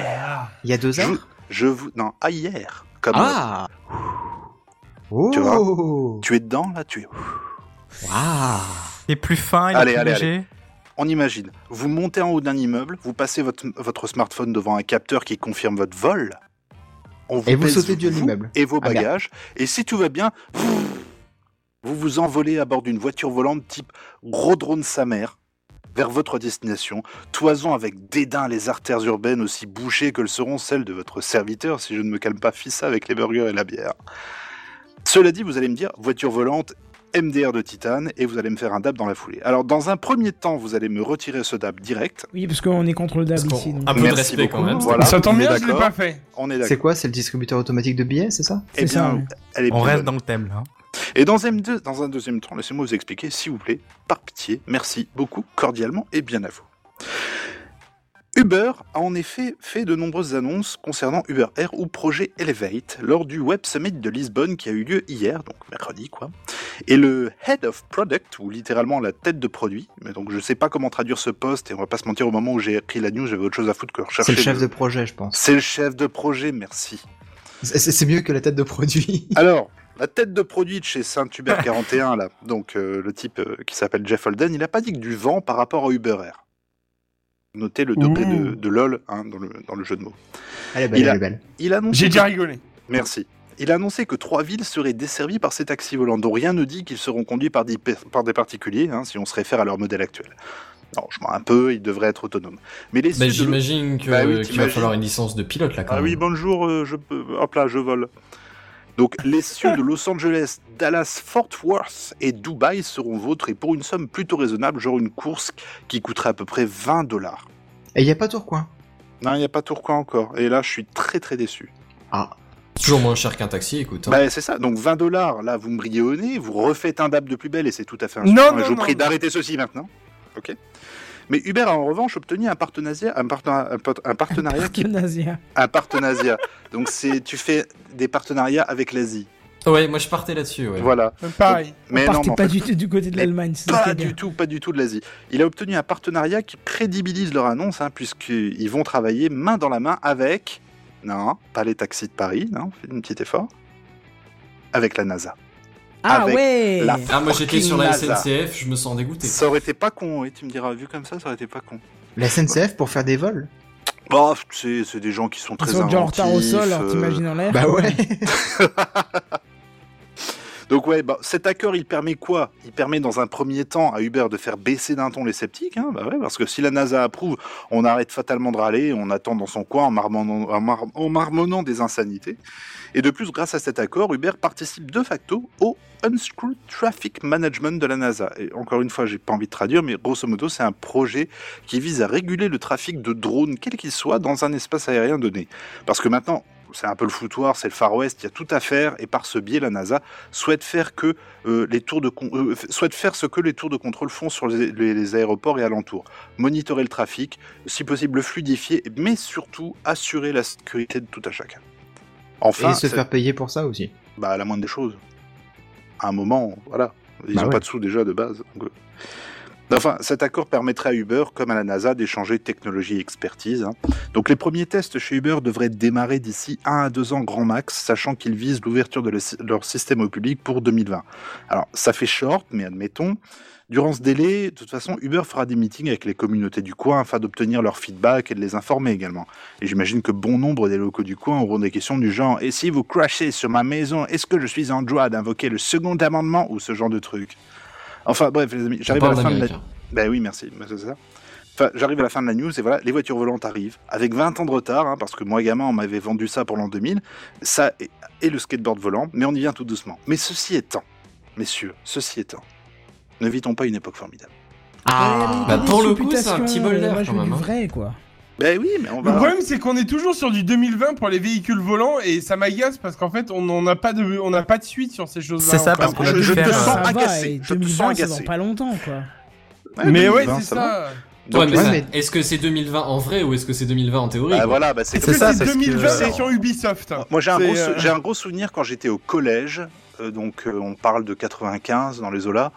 Il y a deux
Je,
heures
je vous. Non, ah, hier. Comme euh,
Ah Oh
Tu vois tu es dedans, là, tu es.
Waouh.
Il est plus fin, il est
Allez,
plus
allez,
léger.
On imagine, vous montez en haut d'un immeuble, vous passez votre, votre smartphone devant un capteur qui confirme votre vol. On
Et vous
pèse
sautez de
vous
l'immeuble.
Et vos
Ah, merde.
bagages. et si tout va bien, vous vous envolez à bord d'une voiture volante type gros drone sa mère vers votre destination, toisant avec dédain les artères urbaines aussi bouchées que le seront celles de votre serviteur si je ne me calme pas fissa avec les burgers et la bière. Cela dit, vous allez me dire voiture volante, MDR de titane et vous allez me faire un dab dans la foulée. Alors dans un premier temps, vous allez me retirer ce dab direct.
Oui, parce qu'on est contre le dab
Parce qu'on-
ici. donc.
Un peu de
Merci
respect quand
beaucoup.
même.
Voilà,
ça
on
tombe
est
bien, je l'ai
d'accord.
pas fait.
On est
C'est
d'accord.
quoi C'est le distributeur automatique de billets, c'est ça
Eh
C'est ça,
bien,
ouais.
elle est
On
plus
reste
bonne.
dans le thème là.
Et dans un, deux- dans un deuxième temps, laissez-moi vous expliquer, s'il vous plaît, par pitié, merci beaucoup, cordialement et bien à vous. Uber a en effet fait de nombreuses annonces concernant Uber Air ou projet Elevate lors du Web Summit de Lisbonne qui a eu lieu hier, donc mercredi quoi. Et le Head of Product, ou littéralement la tête de produit, mais donc je sais pas comment traduire ce poste et on va pas se mentir au moment où j'ai pris la news, j'avais autre chose à foutre que rechercher.
C'est le chef
le-
de projet, je pense.
C'est le chef de projet, merci.
C'est- C'est c'est mieux que la tête de produit.
Alors, la tête de produit de chez Saint-Hubert 41, là, donc euh, le type euh, qui s'appelle Jeff Holden, il n'a pas dit que du vent par rapport à Uber Air. Notez le degré de,
Ouh.
de LOL hein, dans, le, dans le jeu de mots.
Elle est belle,
Il a-
elle est belle.
Il annonce
J'ai déjà rigolé.
Merci. Il a annoncé que trois villes seraient desservies par ces taxis volants, dont rien ne dit qu'ils seront conduits par des, par des particuliers, hein, si on se réfère à leur modèle actuel. Non, je mens un peu, ils devraient être autonomes. Mais les
Bah,
Suédois-
j'imagine que-
Bah oui,
qu'il va
t'imagines.
falloir une licence de pilote là quand
Ah
même.
oui, bonjour, euh, je peux... Hop là, je vole. Donc, les cieux de Los Angeles, Dallas, Fort Worth et Dubaï seront vôtres et pour une somme plutôt raisonnable, genre une course qui coûterait à peu près 20 dollars.
Et il n'y a pas Tourcoing.
Non, il n'y a pas Tourcoing encore. Et là, je suis très très déçu.
Ah,
Toujours moins cher qu'un taxi, écoute. hein.
Bah, c'est ça. Donc, 20 dollars, là, vous me brillez au nez, vous refaites un dab de plus belle et c'est tout à fait insultant.
Non, non,
Et je vous
non,
prie
non.
d'arrêter ceci maintenant. Ok mais Uber a en revanche obtenu un partenariat, un partena- un part- un
hein.
partenariat qui
Euthanasia.
un partenariat. Donc c'est tu fais des partenariats avec l'Asie.
Ouais, moi je partais là-dessus. Ouais.
Voilà.
Pareil.
Euh, On
Mais non,
partait
mais en
pas
fait,
du tout du côté de
Mais
l'Allemagne. c'est ça
pas
qui est
du
bien.
tout, pas du tout de l'Asie. Il a obtenu un partenariat qui crédibilise leur annonce, hein, puisqu'ils vont travailler main dans la main avec. Non, pas les taxis de Paris, non, faites un petit effort. Avec la NASA.
Ah
avec
ouais
la
Ah, moi j'étais
Fucking
sur la
NASA.
SNCF, je me sens dégoûté.
Ça aurait été pas con, oui, tu me diras, vu comme ça, ça aurait été pas con.
la SNCF pour faire des vols
Bah, c'est c'est des gens qui sont
Ils
très
sont déjà en
inventifs.
retard au sol, alors
euh,
t'imagines en l'air.
Bah ouais.
Donc ouais, bah, cet accord, il permet quoi Il permet dans un premier temps à Uber de faire baisser d'un ton les sceptiques, hein, bah ouais, parce que si la NASA approuve, on arrête fatalement de râler, on attend dans son coin en marmonnant, en mar- en marmonnant des insanités. Et de plus, grâce à cet accord, Uber participe de facto au Unscrew Traffic Management de la NASA. Et encore une fois, j'ai pas envie de traduire, mais grosso modo, c'est un projet qui vise à réguler le trafic de drones, quel qu'il soit, dans un espace aérien donné. Parce que maintenant, c'est un peu le foutoir, c'est le Far West, il y a tout à faire, et par ce biais, la NASA souhaite faire que euh, les tours de con- euh, f- souhaite faire ce que les tours de contrôle font sur les, les- les aéroports et alentours monitorer le trafic, si possible le fluidifier, mais surtout assurer la sécurité de tout à chacun. Enfin,
Et se
Ah, c'est-
faire payer pour ça aussi.
bah, la moindre des choses. À un moment, voilà. Ils
Bah
n'ont
ouais.
pas de sous déjà de base. donc, euh. Enfin, cet accord permettrait à Uber, comme à la NASA, d'échanger technologie et expertise. hein. Donc les premiers tests chez Uber devraient démarrer d'ici 1 à 2 ans grand max, sachant qu'ils visent l'ouverture de le- leur système au public pour 2020. Alors ça fait short, mais admettons. Durant ce délai, de toute façon, Uber fera des meetings avec les communautés du coin afin d'obtenir leur feedback et de les informer également. Et j'imagine que bon nombre des locaux du coin auront des questions du genre Et si vous crashez sur ma maison, est-ce que je suis en droit d'invoquer le second amendement ou ce genre de truc Enfin bref, les amis,
On
j'arrive à
parle
la fin de la.
d'américain.
Ben oui, merci, ben, c'est ça. Enfin, j'arrive à la fin de la news et voilà, les voitures volantes arrivent avec 20 ans de retard, hein, parce que moi, gamin, on m'avait vendu ça pour l'an 2000, ça et, et le skateboard volant, mais on y vient tout doucement. Mais ceci étant, messieurs, ceci étant, ne vitons pas une époque formidable.
Ah,
Bah, pour le
des
coup, c'est un petit bol
supputations,
d'air,
euh, moi,
quand
je veux
même,
du
hein.
vrai, quoi.
Ben oui, mais on
Le
va.
problème, c'est qu'on est toujours sur du 2020 pour les véhicules volants et ça m'agace parce qu'en fait, on n'en a pas de, on n'a pas de suite sur ces choses-là.
C'est ça,
encore.
parce qu'on a
je,
dû
je te
faire,
sens
Ça va,
agacé.
et
Je te sens
2020, c'est dans
agacé.
pas longtemps, quoi.
Mais ouais,
2020,
c'est
va.
ça.
Ouais,
Donc,
mais
ouais,
ça-
mais-
est-ce que c'est 2020 en vrai ou est-ce que c'est 2020 en théorie
bah,
quoi
voilà, bah, c'est
C'est
comme ça.
ça, c'est
c'est ce que-
2020
c'est-
sur Ubisoft.
Moi, j'ai un,
C'est,
gros sou-
euh,
j'ai un gros souvenir quand j'étais au collège, euh, donc euh, on parle de 95 dans les Zola,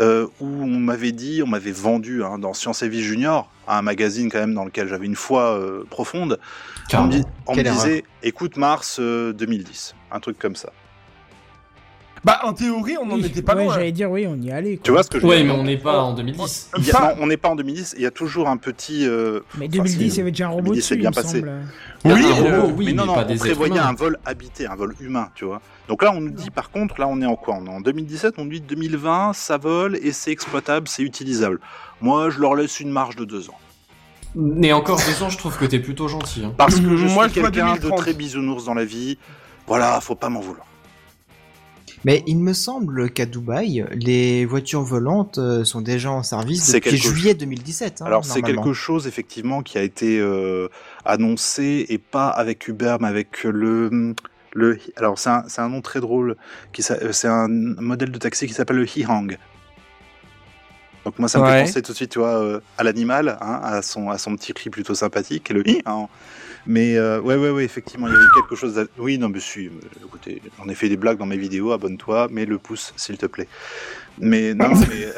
euh, où on m'avait dit, on m'avait vendu hein, dans Science et Vie Junior, un magazine quand même dans lequel j'avais une foi euh, profonde. On me,
Carrément.
dit- on me
Quelle
disait, écoute Mars euh, 2010, un truc comme ça.
Bah, en théorie, on n'en
Oui,
était pas
ouais,
loin.
j'allais dire, oui, on y allait.
Tu
quoi.
vois ce que je veux
Ouais, mais
dire
on n'est pas en 2010.
Il y a-
Pas-
non, on n'est pas en 2010, il y a toujours un petit. euh,
Mais
enfin,
2010, il y
c'est-
avait déjà un robot
2010,
dessus,
c'est
il
bien
me
passé.
semble.
il y a
Oui,
un
mais
robot,
le- oui,
mais non,
mais
non,
pas des
on
êtres
prévoyait
humains.
un vol habité, un vol humain, tu vois. Donc là, on nous dit par contre, là, on est en quoi On est en 2017, on nous dit 2020, ça vole et c'est exploitable, c'est utilisable. Moi, je leur laisse une marge de deux ans.
Mais encore deux ans, je trouve que t'es plutôt gentil. hein.
Parce que je
Moi,
suis
je vois
quelqu'un de
2030.
très bisounours dans la vie. Voilà, faut pas m'en vouloir.
Mais il me semble qu'à Dubaï, les voitures volantes euh, sont déjà en service
C'est
depuis
quelque-
juillet 2017. hein,
Alors c'est
normalement.
quelque chose effectivement qui a été euh, annoncé et pas avec Uber mais avec le le alors c'est un, c'est un nom très drôle qui s'a- euh, c'est un modèle de taxi qui s'appelle le Hihang. Donc moi ça me
Ouais.
fait penser tout de suite tu vois euh, à l'animal hein, à son à son petit cri plutôt sympathique et le Hihang. Mais euh, ouais ouais ouais effectivement il y avait quelque chose à- oui non mais si euh, écoutez j'en ai fait des blagues dans mes vidéos abonne-toi mets le pouce s'il te plaît. Mais non mais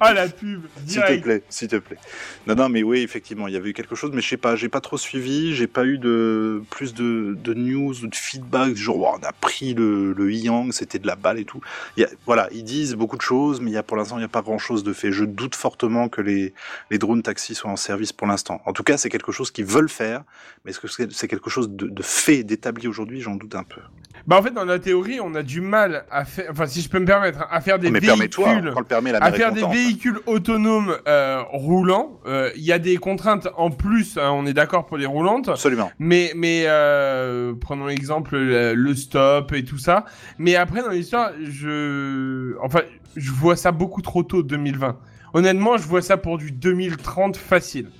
Ah, la pub,
S'il te
direct.
plaît, s'il te plaît. Non, non, mais oui, effectivement, il y avait eu quelque chose, mais je sais pas, j'ai pas trop suivi, j'ai pas eu de plus de, de news ou de feedback, du genre Ouah, on a pris le, le Yang, c'était de la balle et tout. Il y a- voilà, ils disent beaucoup de choses, mais il y a pour l'instant, il n'y a pas grand chose de fait. Je doute fortement que les, les drones taxis soient en service pour l'instant. En tout cas, c'est quelque chose qu'ils veulent faire, mais est-ce que c'est c'est quelque chose de, de fait, d'établi aujourd'hui J'en doute un peu.
Bah, en fait, dans la théorie, on a du mal à faire, enfin, si je peux me permettre, hein, à faire des
mais permets-toi,
véhicules.
quand le permet, la
à
mer est
faire des
contente.
véhicules autonomes euh, roulants, euh, il y a des contraintes en plus, hein, on est d'accord pour les roulantes,
Absolument.
mais, mais euh, prenons l'exemple le, le stop et tout ça. Mais après dans l'histoire, je, enfin, je vois ça beaucoup trop tôt 2020. Honnêtement, je vois ça pour du 2030 facile.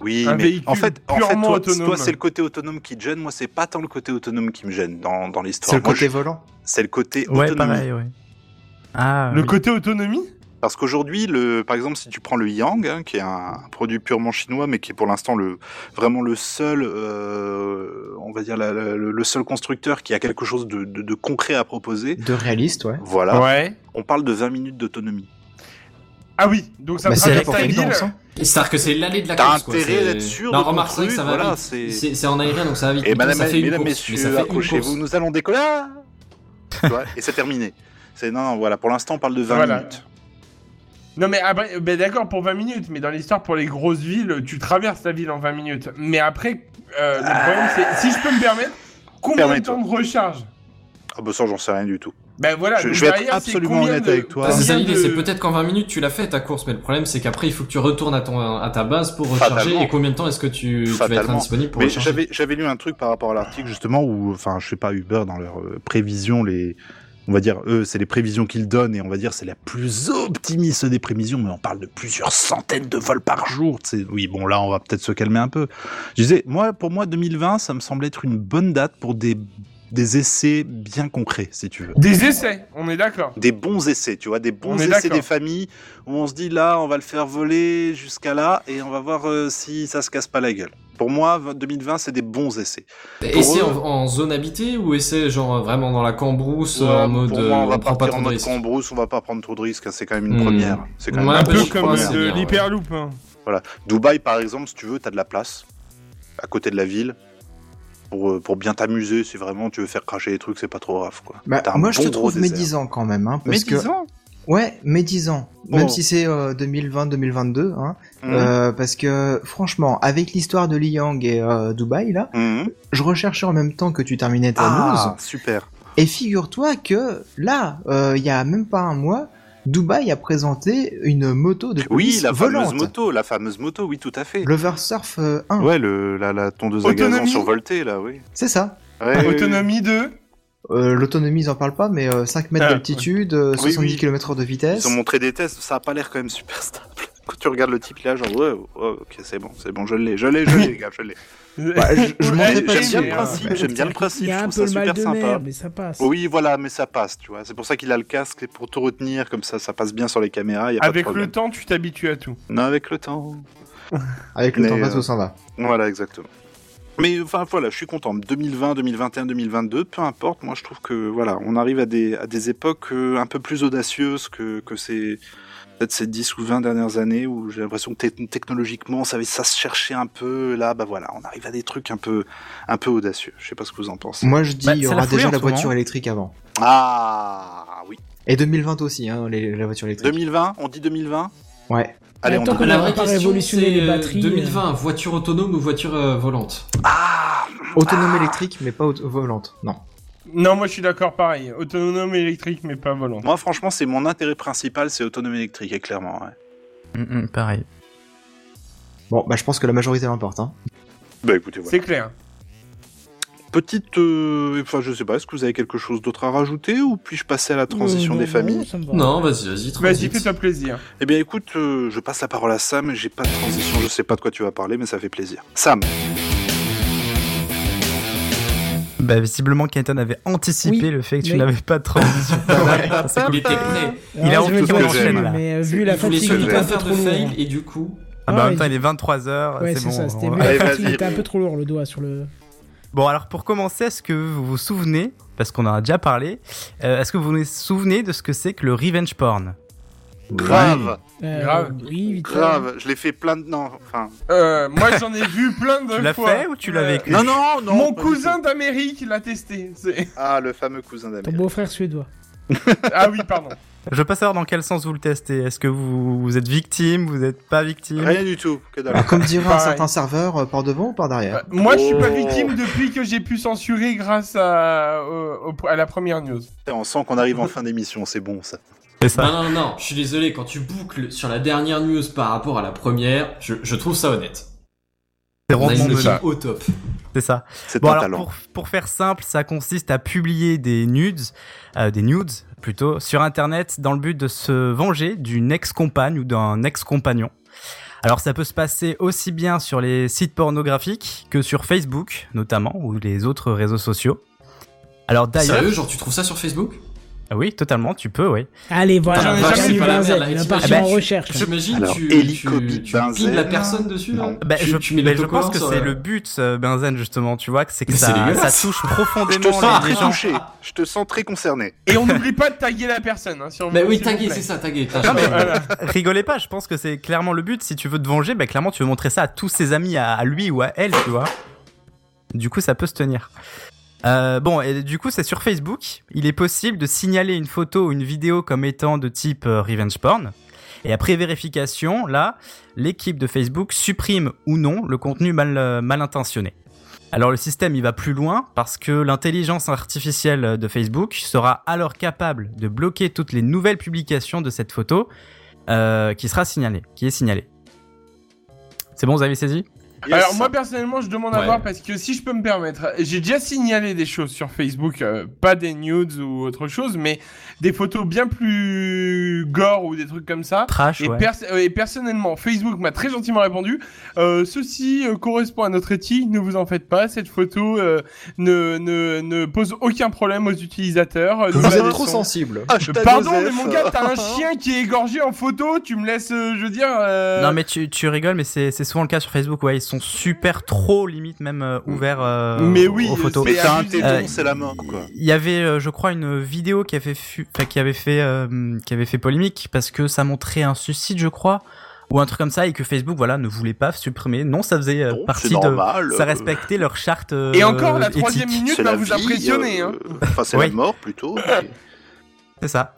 Oui,
Un
mais
véhicule
en fait, en fait,
purement
toi,
autonome.
toi, c'est le côté autonome qui te gêne. Moi, c'est pas tant le côté autonome qui me gêne dans, dans l'histoire.
C'est le
Moi,
côté
je-
volant.
c'est le côté
Ouais,
autonomie.
pareil, ouais. Ah,
Le
oui.
côté autonomie
Parce qu'aujourd'hui, le, par exemple, si tu prends le Yang, hein, qui est un, un produit purement chinois, mais qui est pour l'instant le vraiment le seul, euh, on va dire la- la- le le seul constructeur qui a quelque chose de, de- de concret à proposer.
De réaliste, ouais.
Voilà,
Ouais.
on parle de 20 minutes d'autonomie.
Ah oui, donc ça
Bah, c'est là
traverse
pour
la
faire une
ville.
danse, hein.
C'est-à-dire que c'est l'allée de la
T'as
course. quoi,
intérêt
c'est-
d'être sûr
Non,
de ton
remarque ça que
truc,
ça va
voilà,
vite.
c'est- Eh ben,
C'est c'est en aérien, donc ça va vite.
Et
Putain,
madame,
ça fait une
mesdames,
course, mais ça
messieurs,
fait une
accrochez-vous,
course.
nous allons décoller. Tu vois, et c'est terminé. C'est non, non, voilà. Pour l'instant, on parle de 20
Voilà.
minutes.
Non mais après, ben d'accord pour 20 minutes, mais dans l'histoire pour les grosses villes, tu traverses la ville en 20 minutes. Mais après, euh, le problème c'est, si je peux me permettre, combien de
Ah. Permets-toi.
temps de recharge
Ah bah ça j'en sais rien du tout.
Ben voilà,
Je-
donc
je vais être
derrière, c'est
absolument
combien
honnête
de-
avec toi.
Bah, c'est ça
combien
l'idée,
de-
c'est peut-être qu'en 20 minutes tu l'as fait ta course, mais le problème c'est qu'après il faut que tu retournes à, ton, à ta base pour recharger.
Fatalement.
Et combien de temps est-ce que tu, tu vas être
Fatalement.
indisponible pour
Mais
recharger
j'avais j'avais lu un truc par rapport à l'article justement où enfin je sais pas Uber dans leurs euh, prévisions les on va dire eux c'est les prévisions qu'ils donnent et on va dire c'est la plus optimiste des prévisions mais on parle de plusieurs centaines de vols par jour. tu sais. Oui bon là on va peut-être se calmer un peu. Je disais moi pour moi 2020 ça me semble être une bonne date pour des des essais bien concrets si tu veux.
Des essais, on est d'accord.
des bons essais, tu vois, des bons
On est
essais
d'accord.
des familles où on se dit là, on va le faire voler jusqu'à là et on va voir euh, si ça se casse pas la gueule. Pour moi, 2020, c'est des bons essais.
Et c'est
eux-
en, en zone habitée ou essaie genre vraiment dans la cambrousse
Ouais,
en mode
pour moi, on
euh,
va
prend
partir
trop
en
de
mode
risques.
cambrousse, on va pas prendre trop de risques, hein, c'est quand même une
Hmm.
première. C'est quand même
Ouais,
un
Un
bah,
bon
peu
je crois
comme
que c'est
euh,
de
bien, ouais.
l'hyperloop. hein.
Dubaï, par exemple, si tu veux, t'as de la place à côté de la ville. Pour, euh, pour bien t'amuser, si vraiment tu veux faire cracher les trucs, c'est pas trop grave. Quoi.
Bah,
T'as un
moi, je
bon
te
gros
trouve
désert.
médisant quand même. Hein, parce que...
Médisant
Ouais, médisant. Même
Oh.
si c'est euh, 2020-2022. Hein,
Mmh.
euh, parce que, franchement, avec l'histoire de Liang et euh, Dubaï, là,
Mmh.
je recherchais en même temps que tu terminais ta news.
Ah, super.
Et figure-toi que là, euh, il y a même pas un mois, Dubaï a présenté une moto de
Oui,
police
la
volante.
fameuse moto, la fameuse moto, oui, tout à fait.
L'Oversurf euh, 1,
Ouais, le, la, la tondeuse à
Autonomie.
gazon survoltée, là, oui.
c'est ça.
Ouais,
Autonomie de.
Euh, L'autonomie, ils en parlent pas, mais euh, 5 mètres
Ah,
d'altitude, euh,
Oui,
70
oui.
km de
oui.
vitesse.
Ils ont montré des tests, ça a pas l'air quand même super stable. Quand tu regardes le type là, genre, ouais, ouais, ok, c'est bon, c'est bon, je l'ai, je l'ai, je l'ai, les gars, je l'ai.
Bah, je- je m'en
Ouais,
fais
J'aime bien
pas mais,
le
euh,
principe,
hein.
ouais.
j'aime bien le principe,
Il y
je
a un
trouve
peu
ça
le mal
super
de mer,
sympa.
mais ça passe.
Oui, voilà, mais ça passe, tu vois. C'est pour ça qu'il a le casque, c'est pour tout retenir, comme ça, ça passe bien sur les caméras, y a
Avec
pas de
le
problème.
temps, tu t'habitues à tout.
Non, avec le temps.
Avec le
Mais,
temps passe,
euh,
tout s'en va.
Voilà, exactement. Mais enfin voilà, je suis content. 2020, 2021, 2022, peu importe. Moi, je trouve que voilà, on arrive à des, à des époques euh, un peu plus audacieuses que, que ces peut-être ces 10 ou 20 dernières années où j'ai l'impression que te- technologiquement ça, avait- ça se cherchait un peu. Là, bah voilà, on arrive à des trucs un peu, un peu audacieux. Je sais pas ce que vous en pensez.
Moi, je dis,
Bah,
il y
c'est
aura
la folie
déjà
en
la
ce moment.
voiture électrique avant.
Ah oui.
Et 2020 aussi, hein, les- la voiture électrique.
2020, on dit 2020
Ouais.
Allez, on
Attends,
donne-
La
on va
vraie
pas
question,
révolutionner
c'est euh,
les batteries, euh.
2020, voiture autonome ou voiture euh, volante
Ah
Autonome électrique, mais pas auto- volante. Non.
Non, moi je suis d'accord, pareil. Autonome électrique, mais pas volant.
Moi, franchement, c'est mon intérêt principal, c'est autonomie électrique, et clairement. ouais.
Mm, mm, pareil.
Bon, bah, je pense que la majorité l'emporte. Hein.
Bah écoutez, voilà.
C'est clair.
Petite. euh, Enfin, je sais pas, est-ce que vous avez quelque chose d'autre à rajouter ou puis-je passer à la transition
Euh,
des
non,
familles
ça me va.
Non, vas-y, vas-y,
Vas-y,
transit.
fais-toi plaisir.
Eh bien, écoute, euh, je passe la parole à Sam. J'ai pas de transition, je sais pas de quoi tu vas parler, mais ça fait plaisir. Sam,
Bah, visiblement, Kenton avait anticipé
Oui,
le fait que tu
mais-
n'avais pas de transition. C'est cool.
Il était prêt.
Alors,
Il a
je vais
honte,
dire
tout ce
aussi,
que j'aime.
Mais euh, vu la
Il voulait
fatigue,
que
il
surtout
était
pas
un peu
faire
trop
de
lourd.
fail
hein.
et du coup.
Ah, bah, en
Ouais,
même temps,
il-
il est 23h.
Ouais,
c'est
c'est
bon.
ça, c'était
on-
vu
Allez,
la fatigue,
vas-y.
il était un peu trop lourd le doigt sur le.
Bon, alors pour commencer, est-ce que vous vous souvenez, parce qu'on en a déjà parlé, euh, est-ce que vous vous souvenez de ce que c'est que le revenge porn
grave,
Euh,
Grave.
Oui, vite. fait.
grave, je l'ai fait plein de. Non, enfin.
Euh, moi j'en ai vu plein de
Tu l'as
fois.
fait ou tu l'as
Euh,
vécu
Non, non, non
Mon
pas du
cousin
tout.
d'Amérique l'a testé. c'est-
Ah, le fameux cousin
Ton
d'Amérique.
beau-frère suédois.
Ah oui, pardon.
Je veux pas savoir dans quel sens vous le testez. Est-ce que vous, vous êtes victime Vous êtes pas victime
Rien du tout, que dalle.
Alors, Bah, comme dirait un
Pareil.
certain serveur, euh, par devant ou par derrière
Euh, moi je suis pas
Oh.
victime depuis que j'ai pu censurer grâce à, au- au- à la première news.
Ah. On sent qu'on arrive en fin d'émission, c'est bon ça.
C'est ça.
Non, non, non, je suis désolé, quand tu boucles sur la dernière news par rapport à la première, je, je trouve ça honnête.
C'est
On a
rondement
une
menant.
équipe au top.
C'est ça.
C'est
Bon,
un
alors,
talent.
pour, pour faire simple, ça consiste à publier des nudes, euh, des nudes plutôt, sur Internet dans le but de se venger d'une ex-compagne ou d'un ex-compagnon. Alors, ça peut se passer aussi bien sur les sites pornographiques que sur Facebook, notamment, ou les autres réseaux sociaux. Alors, d'ailleurs,
Sérieux, genre tu trouves ça sur Facebook
Ah oui, totalement, tu peux, oui.
Allez,
Putain,
voilà,
j'en ai
Jean-Michel
jamais vu.
Benzel,
Ah,
il
bah,
a
tu-
parti
bah,
en
tu-
recherche.
J'imagine
Alors,
tu,
hélicoptère
tu, tu piles la
Benzel.
personne dessus là
Non.
Bah,
Tu-
je,
tu mets
bah,
le
je pense
document
que
sur,
c'est
euh,
le but, euh, Benzen, justement, tu vois, que c'est que
Mais c'est
ça,
dégueulasse.
ça touche
Je te
profondément
sens
les
très
gens.
touché. Je te sens très concerné.
Et on n'oublie pas de taguer la personne. Hein, sur
Bah oui,
s'il vous
taguer,
plaît.
c'est ça, taguer.
Ah, mais voilà.
Rigolez pas, je pense que c'est clairement le but. Si tu veux te venger, bah, clairement, tu veux montrer ça à tous ses amis, à, à lui ou à elle, tu vois. Du coup, ça peut se tenir. Euh, bon, et du coup, c'est sur Facebook. Il est possible de signaler une photo ou une vidéo comme étant de type euh, revenge porn. Et après vérification, là, l'équipe de Facebook supprime ou non le contenu mal, euh, mal intentionné. Alors le système, il va plus loin parce que l'intelligence artificielle de Facebook sera alors capable de bloquer toutes les nouvelles publications de cette photo euh, qui sera signalée, qui est signalée. C'est bon, vous avez saisi
Yes.
Alors moi personnellement je demande à
Ouais.
voir parce que si je peux me permettre, j'ai déjà signalé des choses sur Facebook, euh, pas des nudes ou autre chose, mais des photos bien plus gore ou des trucs comme ça.
Trash,
Et,
ouais.
perso- euh, et personnellement, Facebook m'a très gentiment répondu. Euh, ceci euh, correspond à notre éthique. Ne vous en faites pas. Cette photo euh, ne, ne, ne pose aucun problème aux utilisateurs. Euh, nous
Vous êtes
la
trop
laissons.
sensible.
Hashtag
Euh, Pardon,
Joseph.
mais mon gars, t'as un chien qui est égorgé en photo. Tu me laisses, euh, je veux dire. euh,
Non mais tu, tu rigoles, mais c'est c'est souvent le cas sur Facebook, ouais. Ils sont super trop limite même euh, ouverts euh,
Mais
aux-
oui,
aux photos.
Mais t'as un
abusé.
téton,
Euh,
c'est la main, quoi.
Il y avait, euh, je crois, une vidéo qui avait, fu- enfin, qui avait fait, euh, qui avait fait polémique parce que ça montrait un suicide, je crois, ou un truc comme ça, et que Facebook, voilà, ne voulait pas supprimer. Non, ça faisait euh,
Bon,
partie
c'est
de,
normal.
ça
euh,
respectait leur charte. euh,
Et encore, la
éthique.
troisième minute
c'est
va
la
vous
vie,
impressionner.
euh,
hein.
Enfin, c'est
Oui.
la mort plutôt. mais-
C'est ça.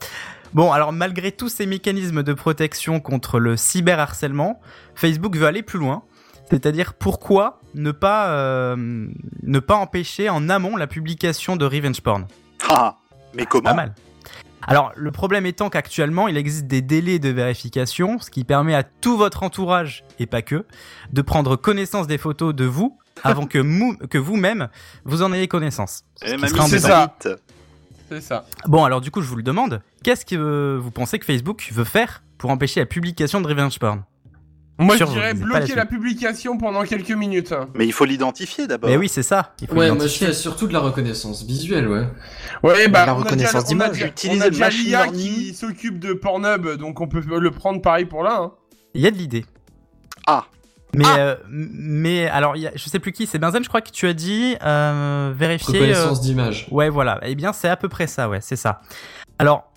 Bon, alors malgré tous ces mécanismes de protection contre le cyberharcèlement, Facebook veut aller plus loin. C'est-à-dire pourquoi ne pas, euh, ne pas empêcher en amont la publication de revenge porn
Ah, mais comment
Pas mal. Alors, le problème étant qu'actuellement, il existe des délais de vérification, ce qui permet à tout votre entourage, et pas que, de prendre connaissance des photos de vous avant que, mou- que vous-même, vous en ayez connaissance. Ce
Eh,
qui
mamie,
serait
c'est
embêtant.
ça.
euh,
C'est ça.
Bon, alors du coup, je vous le demande, qu'est-ce que euh, vous pensez que Facebook veut faire pour empêcher la publication de Revenge Porn
Moi, je
Sur-
dirais
vous n'êtes pas
bloquer
là-dessus.
la publication pendant quelques minutes.
Mais il faut l'identifier d'abord.
Mais oui, c'est ça. il faut
Ouais, moi je
l'identifier.
fais surtout de la reconnaissance visuelle, ouais.
Ouais,
la reconnaissance d'image.
Utiliser
on a
le
déjà
machine
l'IA
learning.
qui s'occupe de Pornhub, donc on peut le prendre pareil pour là. hein.
Il y a de l'idée.
Ah.
Mais, euh, m- mais alors, il y a- je sais plus qui, c'est Benzen, je crois que tu as dit, euh, vérifier... euh,
Reconnaissance d'image.
Ouais, voilà. Eh bien, c'est à peu près ça, ouais, c'est ça. Alors,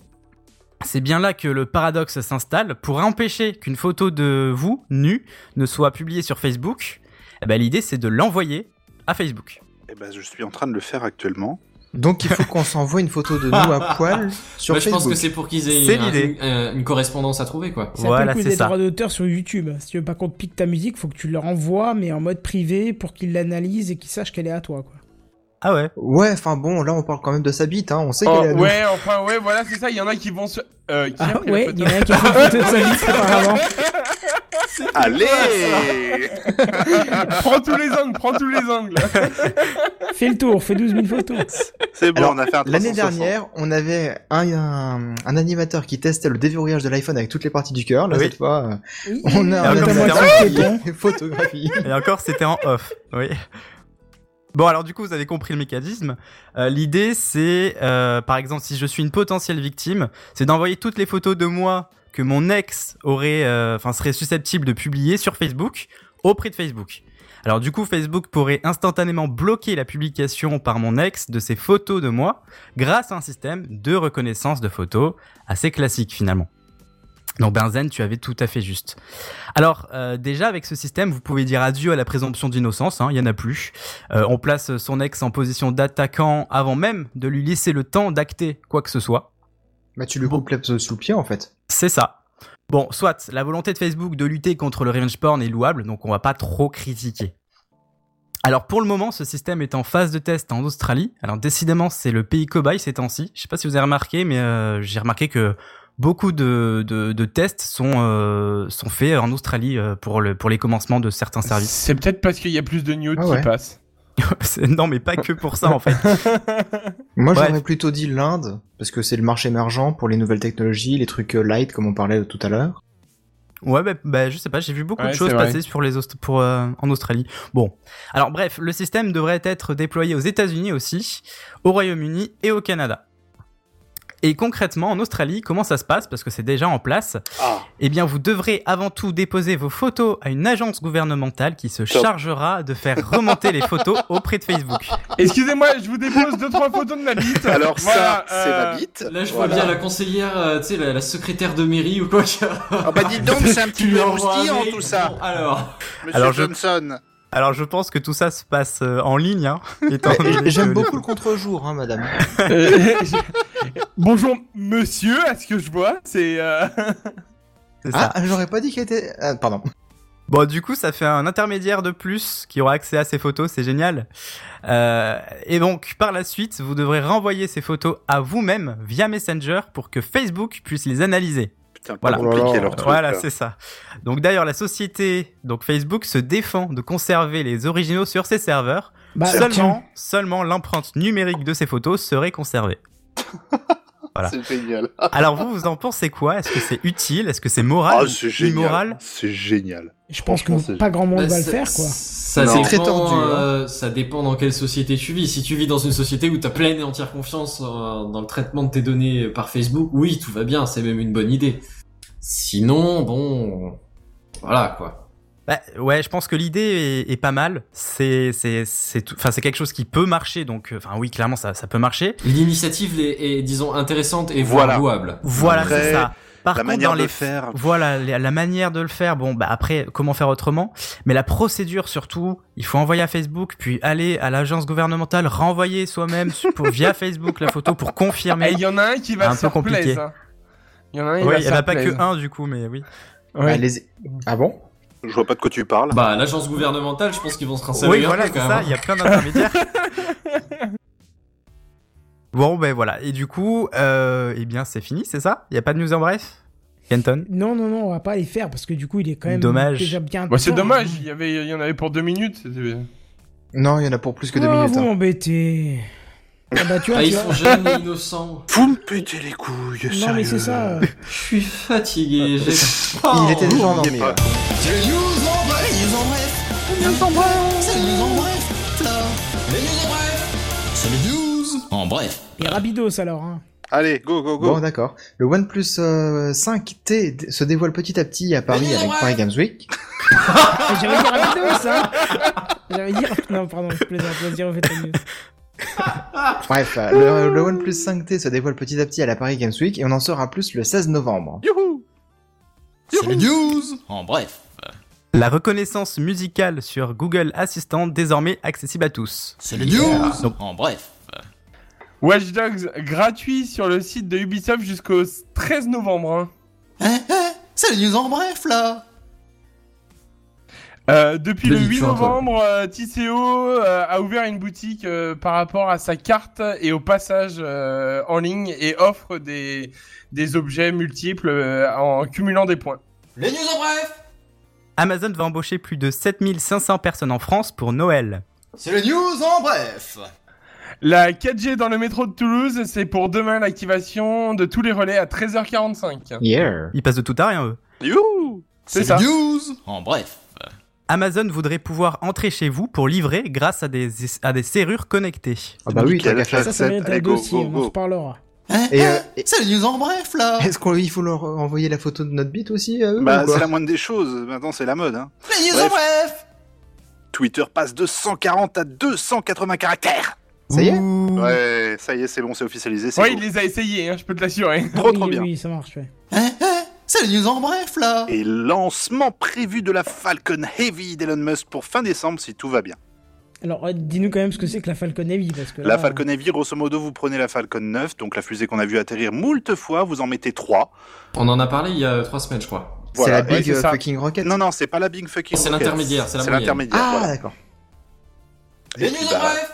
C'est bien là que le paradoxe s'installe. Pour empêcher qu'une photo de vous, nue, ne soit publiée sur Facebook, eh ben, l'idée c'est de l'envoyer à Facebook.
Eh ben, je suis en train de le faire actuellement.
Donc il faut qu'on s'envoie une photo de nous à poil sur
Moi, Bah,
Bah,
je
Facebook.
pense que c'est pour qu'ils aient
C'est
un-
l'idée.
un- une correspondance à trouver, quoi.
C'est un peu
Voilà,
le coup
c'est
des
ça.
droits d'auteur sur YouTube. Si tu veux pas qu'on te pique ta musique, faut que tu leur envoies, mais en mode privé, pour qu'ils l'analysent et qu'ils sachent qu'elle est à toi. Quoi.
Ah ouais
Ouais, enfin bon, là on parle quand même de sa bite, hein. on sait qu'elle est à nous.
Oh, ouais, enfin, ouais, voilà, c'est ça. Il y en a qui vont se. Euh, qui a
Ah
pris la
ouais,
photo
il y en a un qui a fait une photo de sa vie, apparemment.
Allez
Prends tous les angles, prends tous les angles.
Fais le tour, fais 12 000 photos.
C'est bon,
Alors,
on a fait un
L'année
360.
dernière, on avait un, un, un animateur qui testait le déverrouillage de l'iPhone avec toutes les parties du cœur. Là,
Oui.
cette fois, euh,
Oui,
on
oui,
a un
comme c'était
animateur
en
qui photographie.
Et encore, c'était en off. Oui. Bon, alors du coup, vous avez compris le mécanisme. Euh, L'idée, c'est, euh, par exemple, si je suis une potentielle victime, c'est d'envoyer toutes les photos de moi que mon ex aurait, euh, enfin, serait susceptible de publier sur Facebook auprès de Facebook. Alors du coup, Facebook pourrait instantanément bloquer la publication par mon ex de ses photos de moi grâce à un système de reconnaissance de photos assez classique finalement. Donc Benzen, tu avais tout à fait juste. Alors euh, déjà avec ce système, vous pouvez dire adieu à la présomption d'innocence, hein, il y en a plus. Euh, on place son ex en position d'attaquant avant même de lui laisser le temps d'acter quoi que ce soit.
bah, tu lui coupes la- sous le pied, en fait.
C'est ça. Bon, soit, la volonté de Facebook de lutter contre le revenge porn est louable, donc on va pas trop critiquer. Alors pour le moment, ce système est en phase de test en Australie. Alors décidément, c'est le pays cobaye ces temps-ci. Je sais pas si vous avez remarqué, mais euh, j'ai remarqué que beaucoup de, de- de tests sont, euh, sont faits en Australie euh, pour, le, pour les commencements de certains services.
C'est peut-être parce qu'il y a plus de nudes
Ah ouais.
qui passent.
C'est- non, mais pas que pour ça en fait.
Moi,
Bref.
j'aurais plutôt dit l'Inde, parce que c'est le marché émergent pour les nouvelles technologies, les trucs euh, light, comme on parlait tout à l'heure.
Ouais, bah, bah, je sais pas, j'ai vu beaucoup
Ouais,
de choses
c'est vrai.
passer sur les Aust- pour, euh, en Australie. Bon, alors bref, le système devrait être déployé aux États-Unis aussi, au Royaume-Uni et au Canada. Et concrètement, en Australie, comment ça se passe Parce que c'est déjà en place.
Ah.
Eh bien, vous devrez avant tout déposer vos photos à une agence gouvernementale qui se
Top.
chargera de faire remonter les photos auprès de Facebook.
Excusez-moi, je vous dépose deux trois photos de ma bite.
Alors ça,
Voilà,
c'est
euh,
ma bite.
Là, je
Voilà.
vois bien la conseillère, euh, tu sais, la, la secrétaire de mairie ou quoi. qui-
Ah bah dis donc, c'est un
Tu
petit
lui
peu
envoies un
en
mail.
tout ça,
Bon, alors,
monsieur
Alors, je-
Johnson.
Alors, je pense que tout ça se passe euh, en ligne. hein, étant donné que
J'aime
le-
beaucoup le contre-jour, hein, madame.
Euh, je- Bonjour monsieur, à ce que je vois, c'est euh,
c'est ça.
Ah, j'aurais pas dit qu'elle était... ah, pardon.
Bon, du coup, ça fait un intermédiaire de plus qui aura accès à ces photos, c'est génial. Euh, et donc, par la suite, vous devrez renvoyer ces photos à vous-même via Messenger pour que Facebook puisse les analyser.
Putain, pas
Voilà.
compliqué leur truc.
Voilà,
là.
c'est ça. Donc d'ailleurs, la société, donc Facebook, se défend de conserver les originaux sur ses serveurs.
Bah,
seulement, seulement l'empreinte numérique de ces photos serait conservée. Voilà.
C'est génial.
Alors vous, vous en pensez quoi Est-ce que c'est utile Est-ce que c'est moral
Ah,
ou
c'est génial.
immoral
C'est génial.
Je pense
Franchement,
que
c'est-
pas grand monde
bah,
va le
ça-
faire, quoi.
Ça,
Non.
dépend,
Très tordu, hein.
euh, ça dépend dans quelle société tu vis. Si tu vis dans une société où t'as pleine et entière confiance euh, dans le traitement de tes données par Facebook, oui, tout va bien, c'est même une bonne idée. Sinon, bon, voilà quoi.
Bah, ouais, je pense que l'idée est, est pas mal. C'est c'est c'est tout- enfin c'est quelque chose qui peut marcher. Donc euh, enfin oui, clairement ça ça peut marcher.
L'initiative est, est, disons, intéressante et voire
Voilà.
louable.
Voilà,
Après,
c'est ça. Par
la
contre,
manière
dans
de
les
le faire.
voilà la, la manière de le faire. Bon bah après comment faire autrement Mais la procédure surtout, il faut envoyer à Facebook, puis aller à l'agence gouvernementale, renvoyer soi-même su- pour, via Facebook la photo pour
eh,
confirmer.
il y en a un qui va
Un
se
peu
faire
compliqué.
plaise, hein. Il y en a un, il
Oui,
va
il
se
n'y en a
faire
pas
plaise.
que un du coup, mais oui.
Ouais.
Allez-y. Ah bon
Je vois pas de quoi tu parles.
Bah, l'agence gouvernementale, je pense qu'ils vont se renseigner.
Oui,
un
voilà,
peu,
c'est
quand
ça,
même. hein.
il y a plein d'intermédiaires. bon, ben voilà, et du coup, euh, eh bien, c'est fini, c'est ça Il n'y a pas de news en bref Kenton
Non, non, non, on va pas les faire parce que du coup, il est quand même
Dommage.
déjà bien.
Bah, c'est
dedans.
dommage, il y avait, il y en avait pour deux minutes. c'était-
Non, il y en a pour plus que deux
Ah,
minutes.
vous
hein.
m'embêtez. Ah bah, tu vois,
Ah,
tu
ils
vois-
sont jeunes et innocents.
Vous me pétez les couilles,
Non, mais c'est ça. euh,
Je suis fatigué. j'ai-
Il était déjà endormi.
pas.
ouais.
En bref.
Et Rabidos alors, hein.
Allez, go, go, go.
Bon, d'accord. Le OnePlus euh, 5T d- se dévoile petit à petit à Paris avec Paris Games Week.
Ah, J'avais dit Rabidos, hein J'avais dit. Non, pardon, je plaisante, vas-y, refais ta news.
Bref, euh, le, le OnePlus 5T se dévoile petit à petit à la Paris Games Week et on en saura plus le 16 novembre.
C'est les news En bref.
La reconnaissance musicale sur Google Assistant désormais accessible à tous.
C'est les news En bref.
Watch Dogs gratuit sur le site de Ubisoft jusqu'au 13 novembre. hein.
Hein, hein, C'est les news en bref là
Euh, depuis le
Vas-y,
8
tu rentres.
novembre, euh, TCO euh, a ouvert une boutique euh, par rapport à sa carte et au passage euh, en ligne et offre des, des objets multiples euh, en cumulant des points.
Les news en bref
Amazon va embaucher plus de 7500 personnes en France pour Noël.
C'est les news en bref
La 4G dans le métro de Toulouse, c'est pour demain l'activation de tous les relais à 13h45.
Ah,
Yeah.
Ils passent de tout à rien eux.
Youhou C'est ça.
les news En bref.
Amazon voudrait pouvoir entrer chez vous pour livrer grâce à des, à des serrures connectées.
Ah bah oui, t'as
Nickel.
qu'à faire.
Ça, ça mérite
allez,
un
go,
dossier,
go,
on en
go.
reparlera.
Hein,
Et,
hein,
euh, et-
C'est les news en bref là
Ah.
Est-ce qu'il faut leur envoyer la photo de notre bite aussi à eux,
Bah,
ou quoi
c'est la moindre des choses. Maintenant, c'est la mode. Hein.
Les news en
Bref.
bref
Twitter passe de 140 à 280 caractères.
Ça y est
Ouais, ça y est, c'est bon, c'est officialisé. C'est
Ouais,
beau.
il les a essayés, hein, je peux te l'assurer.
Trop,
Ah oui,
trop bien.
Oui, ça marche, ouais.
Hein, hein, C'est les news en bref là
Et lancement prévu de la Falcon Heavy d'Elon Musk pour fin décembre si tout va bien.
Alors, euh, dis-nous quand même ce que c'est que la Falcon Heavy, parce que
La
Ah.
là,
Falcon Heavy, grosso modo, vous prenez la Falcon 9, donc la fusée qu'on a vu atterrir moult fois, vous en mettez 3.
On en a parlé il y a trois semaines, je crois.
Voilà.
C'est
ouais,
la big
c'est
euh,
ça.
fucking rocket.
Non, non, c'est pas la Big Fucking
C'est
Rocket.
l'intermédiaire, c'est la
C'est
moyenne.
l'intermédiaire.
Ah,
voilà.
d'accord.
Et
Les
puis,
news en
bah,
bref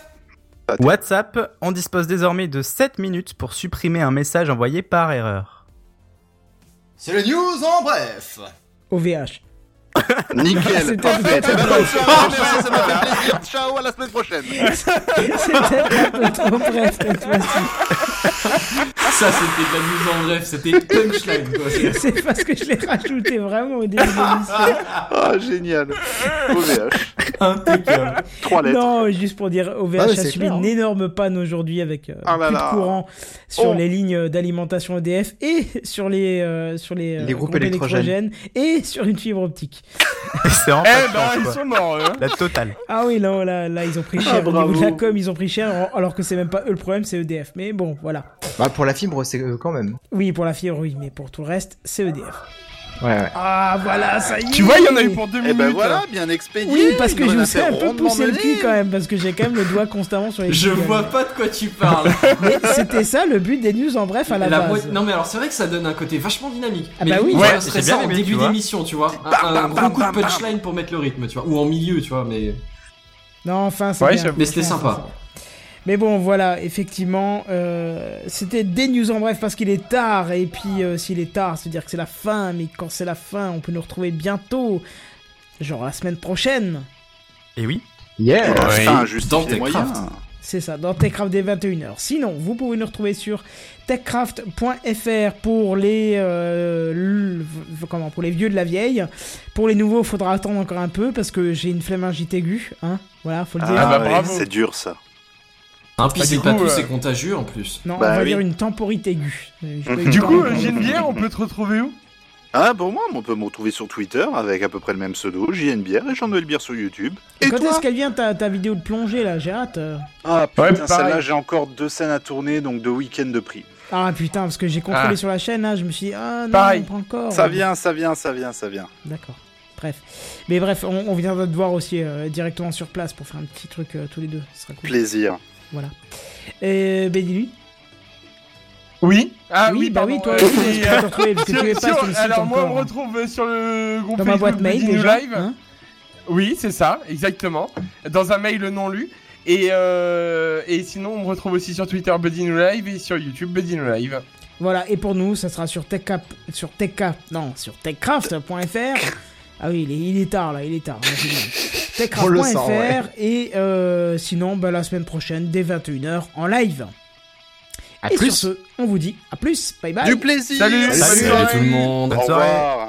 WhatsApp, on dispose désormais de 7 minutes pour supprimer un message envoyé par erreur.
C'est les news en bref
OVH.
bah, Nickel,
C'était-
parfait.
c'était-
Bah, comme ça, merci, ça m'a fait plaisir. Ciao, à la semaine prochaine.
C'est peut-être un peu trop bref cette fois-ci.
Ça, c'était de la news en bref, c'était punchline quoi. C'est-
C'est parce que je l'ai rajouté vraiment au début de l'émission.
Ah, génial. OVH.
Impeccable.
Trois lettres.
Non, juste pour dire, OVH
Ah ouais,
a
c'est
subi
clair, hein.
une énorme panne aujourd'hui avec euh,
Ah là
plus
là.
de courant sur
Oh.
les lignes d'alimentation EDF et sur les euh, sur les, euh,
Les groupes électrogènes.
électrogènes et sur une fibre optique.
C'est en
Eh ben, ils sont morts, eux, hein.
La totale.
Ah oui, là, là, là ils ont
Ah,
pris cher. au niveau de la com, ils ont pris cher, alors que c'est même pas eux le problème, c'est EDF. Mais bon, voilà.
Bah, pour la fibre, c'est euh, quand même.
Oui, pour la fibre, oui, mais pour tout le reste, c'est E EDF.
Ouais, ouais.
Ah, voilà, ça y est
Tu vois, il y en a eu pour deux
Eh
minutes.
ben voilà, bien expédié.
Oui, parce que
Bonne
je me suis
affaire,
un peu
rondement
poussé le
menée.
cul quand même, parce que j'ai quand même le doigt constamment sur les
Je
trucs,
vois
hein.
pas de quoi tu parles.
Mais c'était ça le but des news en bref à la,
La
base.
mo- Non mais alors c'est vrai que ça donne un côté vachement dynamique.
Ah
mais
bah oui.
ouais,
Ouais,
c'est
j'ai
ça
bien
en
aimé, tu
début
vois.
d'émission, tu vois. Un, un gros coup de punchline pour mettre le rythme, tu vois. Ou en milieu, tu vois. Mais,
Non, enfin, c'est
Ouais,
bien.
j'avoue.
mais c'était
Franchement,
sympa.
Mais bon, voilà, effectivement, euh, c'était des news en bref parce qu'il est tard. Et puis, euh, s'il est tard, c'est-à-dire que c'est la fin. Mais quand c'est la fin, on peut nous retrouver bientôt. Genre la semaine prochaine.
Et oui.
Ouais,
Yeah
Oui.
Enfin, juste
Dans
des moyens.
Techcraft.
C'est ça, dans TechCraft dès 21h. Sinon, vous pouvez nous retrouver sur techcraft.fr pour les euh, l- v- comment pour les vieux de la vieille. Pour les nouveaux, faudra attendre encore un peu parce que j'ai une flemme ingite aiguë, hein. Voilà, faut le dire.
Ah,
bah,
ouais,
bravo.
c'est dur ça.
Un pis
Bah,
c'est
du
pas
coup,
tout,
euh,
c'est contagieux en plus.
Non,
Bah
on va
oui.
dire une temporite aiguë. Euh, j'ai pas eu
Du
le
Du
temps
coup,
d'en
euh,
parler.
Geneviève, on peut te retrouver où
Ah, pour moi, on peut me retrouver sur Twitter avec à peu près le même pseudo, JNBR et Jean-Noël Bière sur YouTube. Et
Quand
toi
est-ce qu'elle vient ta, ta vidéo de plongée là J'ai hâte. euh.
Ah
Ouais,
putain,
pareil.
celle-là, j'ai encore deux scènes à tourner, donc deux week-ends de prix.
Ah putain, parce que j'ai contrôlé
Ah.
sur la chaîne, là, je me suis dit, ah non,
Pareil.
on prend encore.
Ça vient, ça vient, ça vient, ça vient.
D'accord. Bref. Mais bref, on, on viendra te voir aussi euh, directement sur place pour faire un petit truc euh, tous les deux. Ce sera cool.
Plaisir.
Et ben dis-lui.
Oui. Ah oui,
bah
pardon,
oui, toi,
euh,
tu peux
c'est,
te retrouver parce que
Sur-
tu es pas
sur-
sur le site
alors moi on me
encore, hein.
retrouve euh, sur le groupe
dans ma boîte
Facebook
mail
Big New
déjà.
Live.
hein.
oui, c'est ça, exactement. Dans un mail non lu. Et, euh, et sinon on me retrouve aussi sur Twitter Buddy New Live et sur YouTube Buddy New Live.
Voilà, et pour nous, ça sera sur TechCap, sur TechCap, non, sur techcraft.fr. Ah oui, il est, il est tard là, il est tard. là, c'est bien.
On le
Techcraft.fr
sent, ouais.
et euh, sinon, bah, la semaine prochaine, dès 21h en live.
À
et
plus.
sur ce, on vous dit à plus, bye bye.
Du plaisir
Salut,
Salut.
bonne soirée.
tout le monde.
Au
soirée.
revoir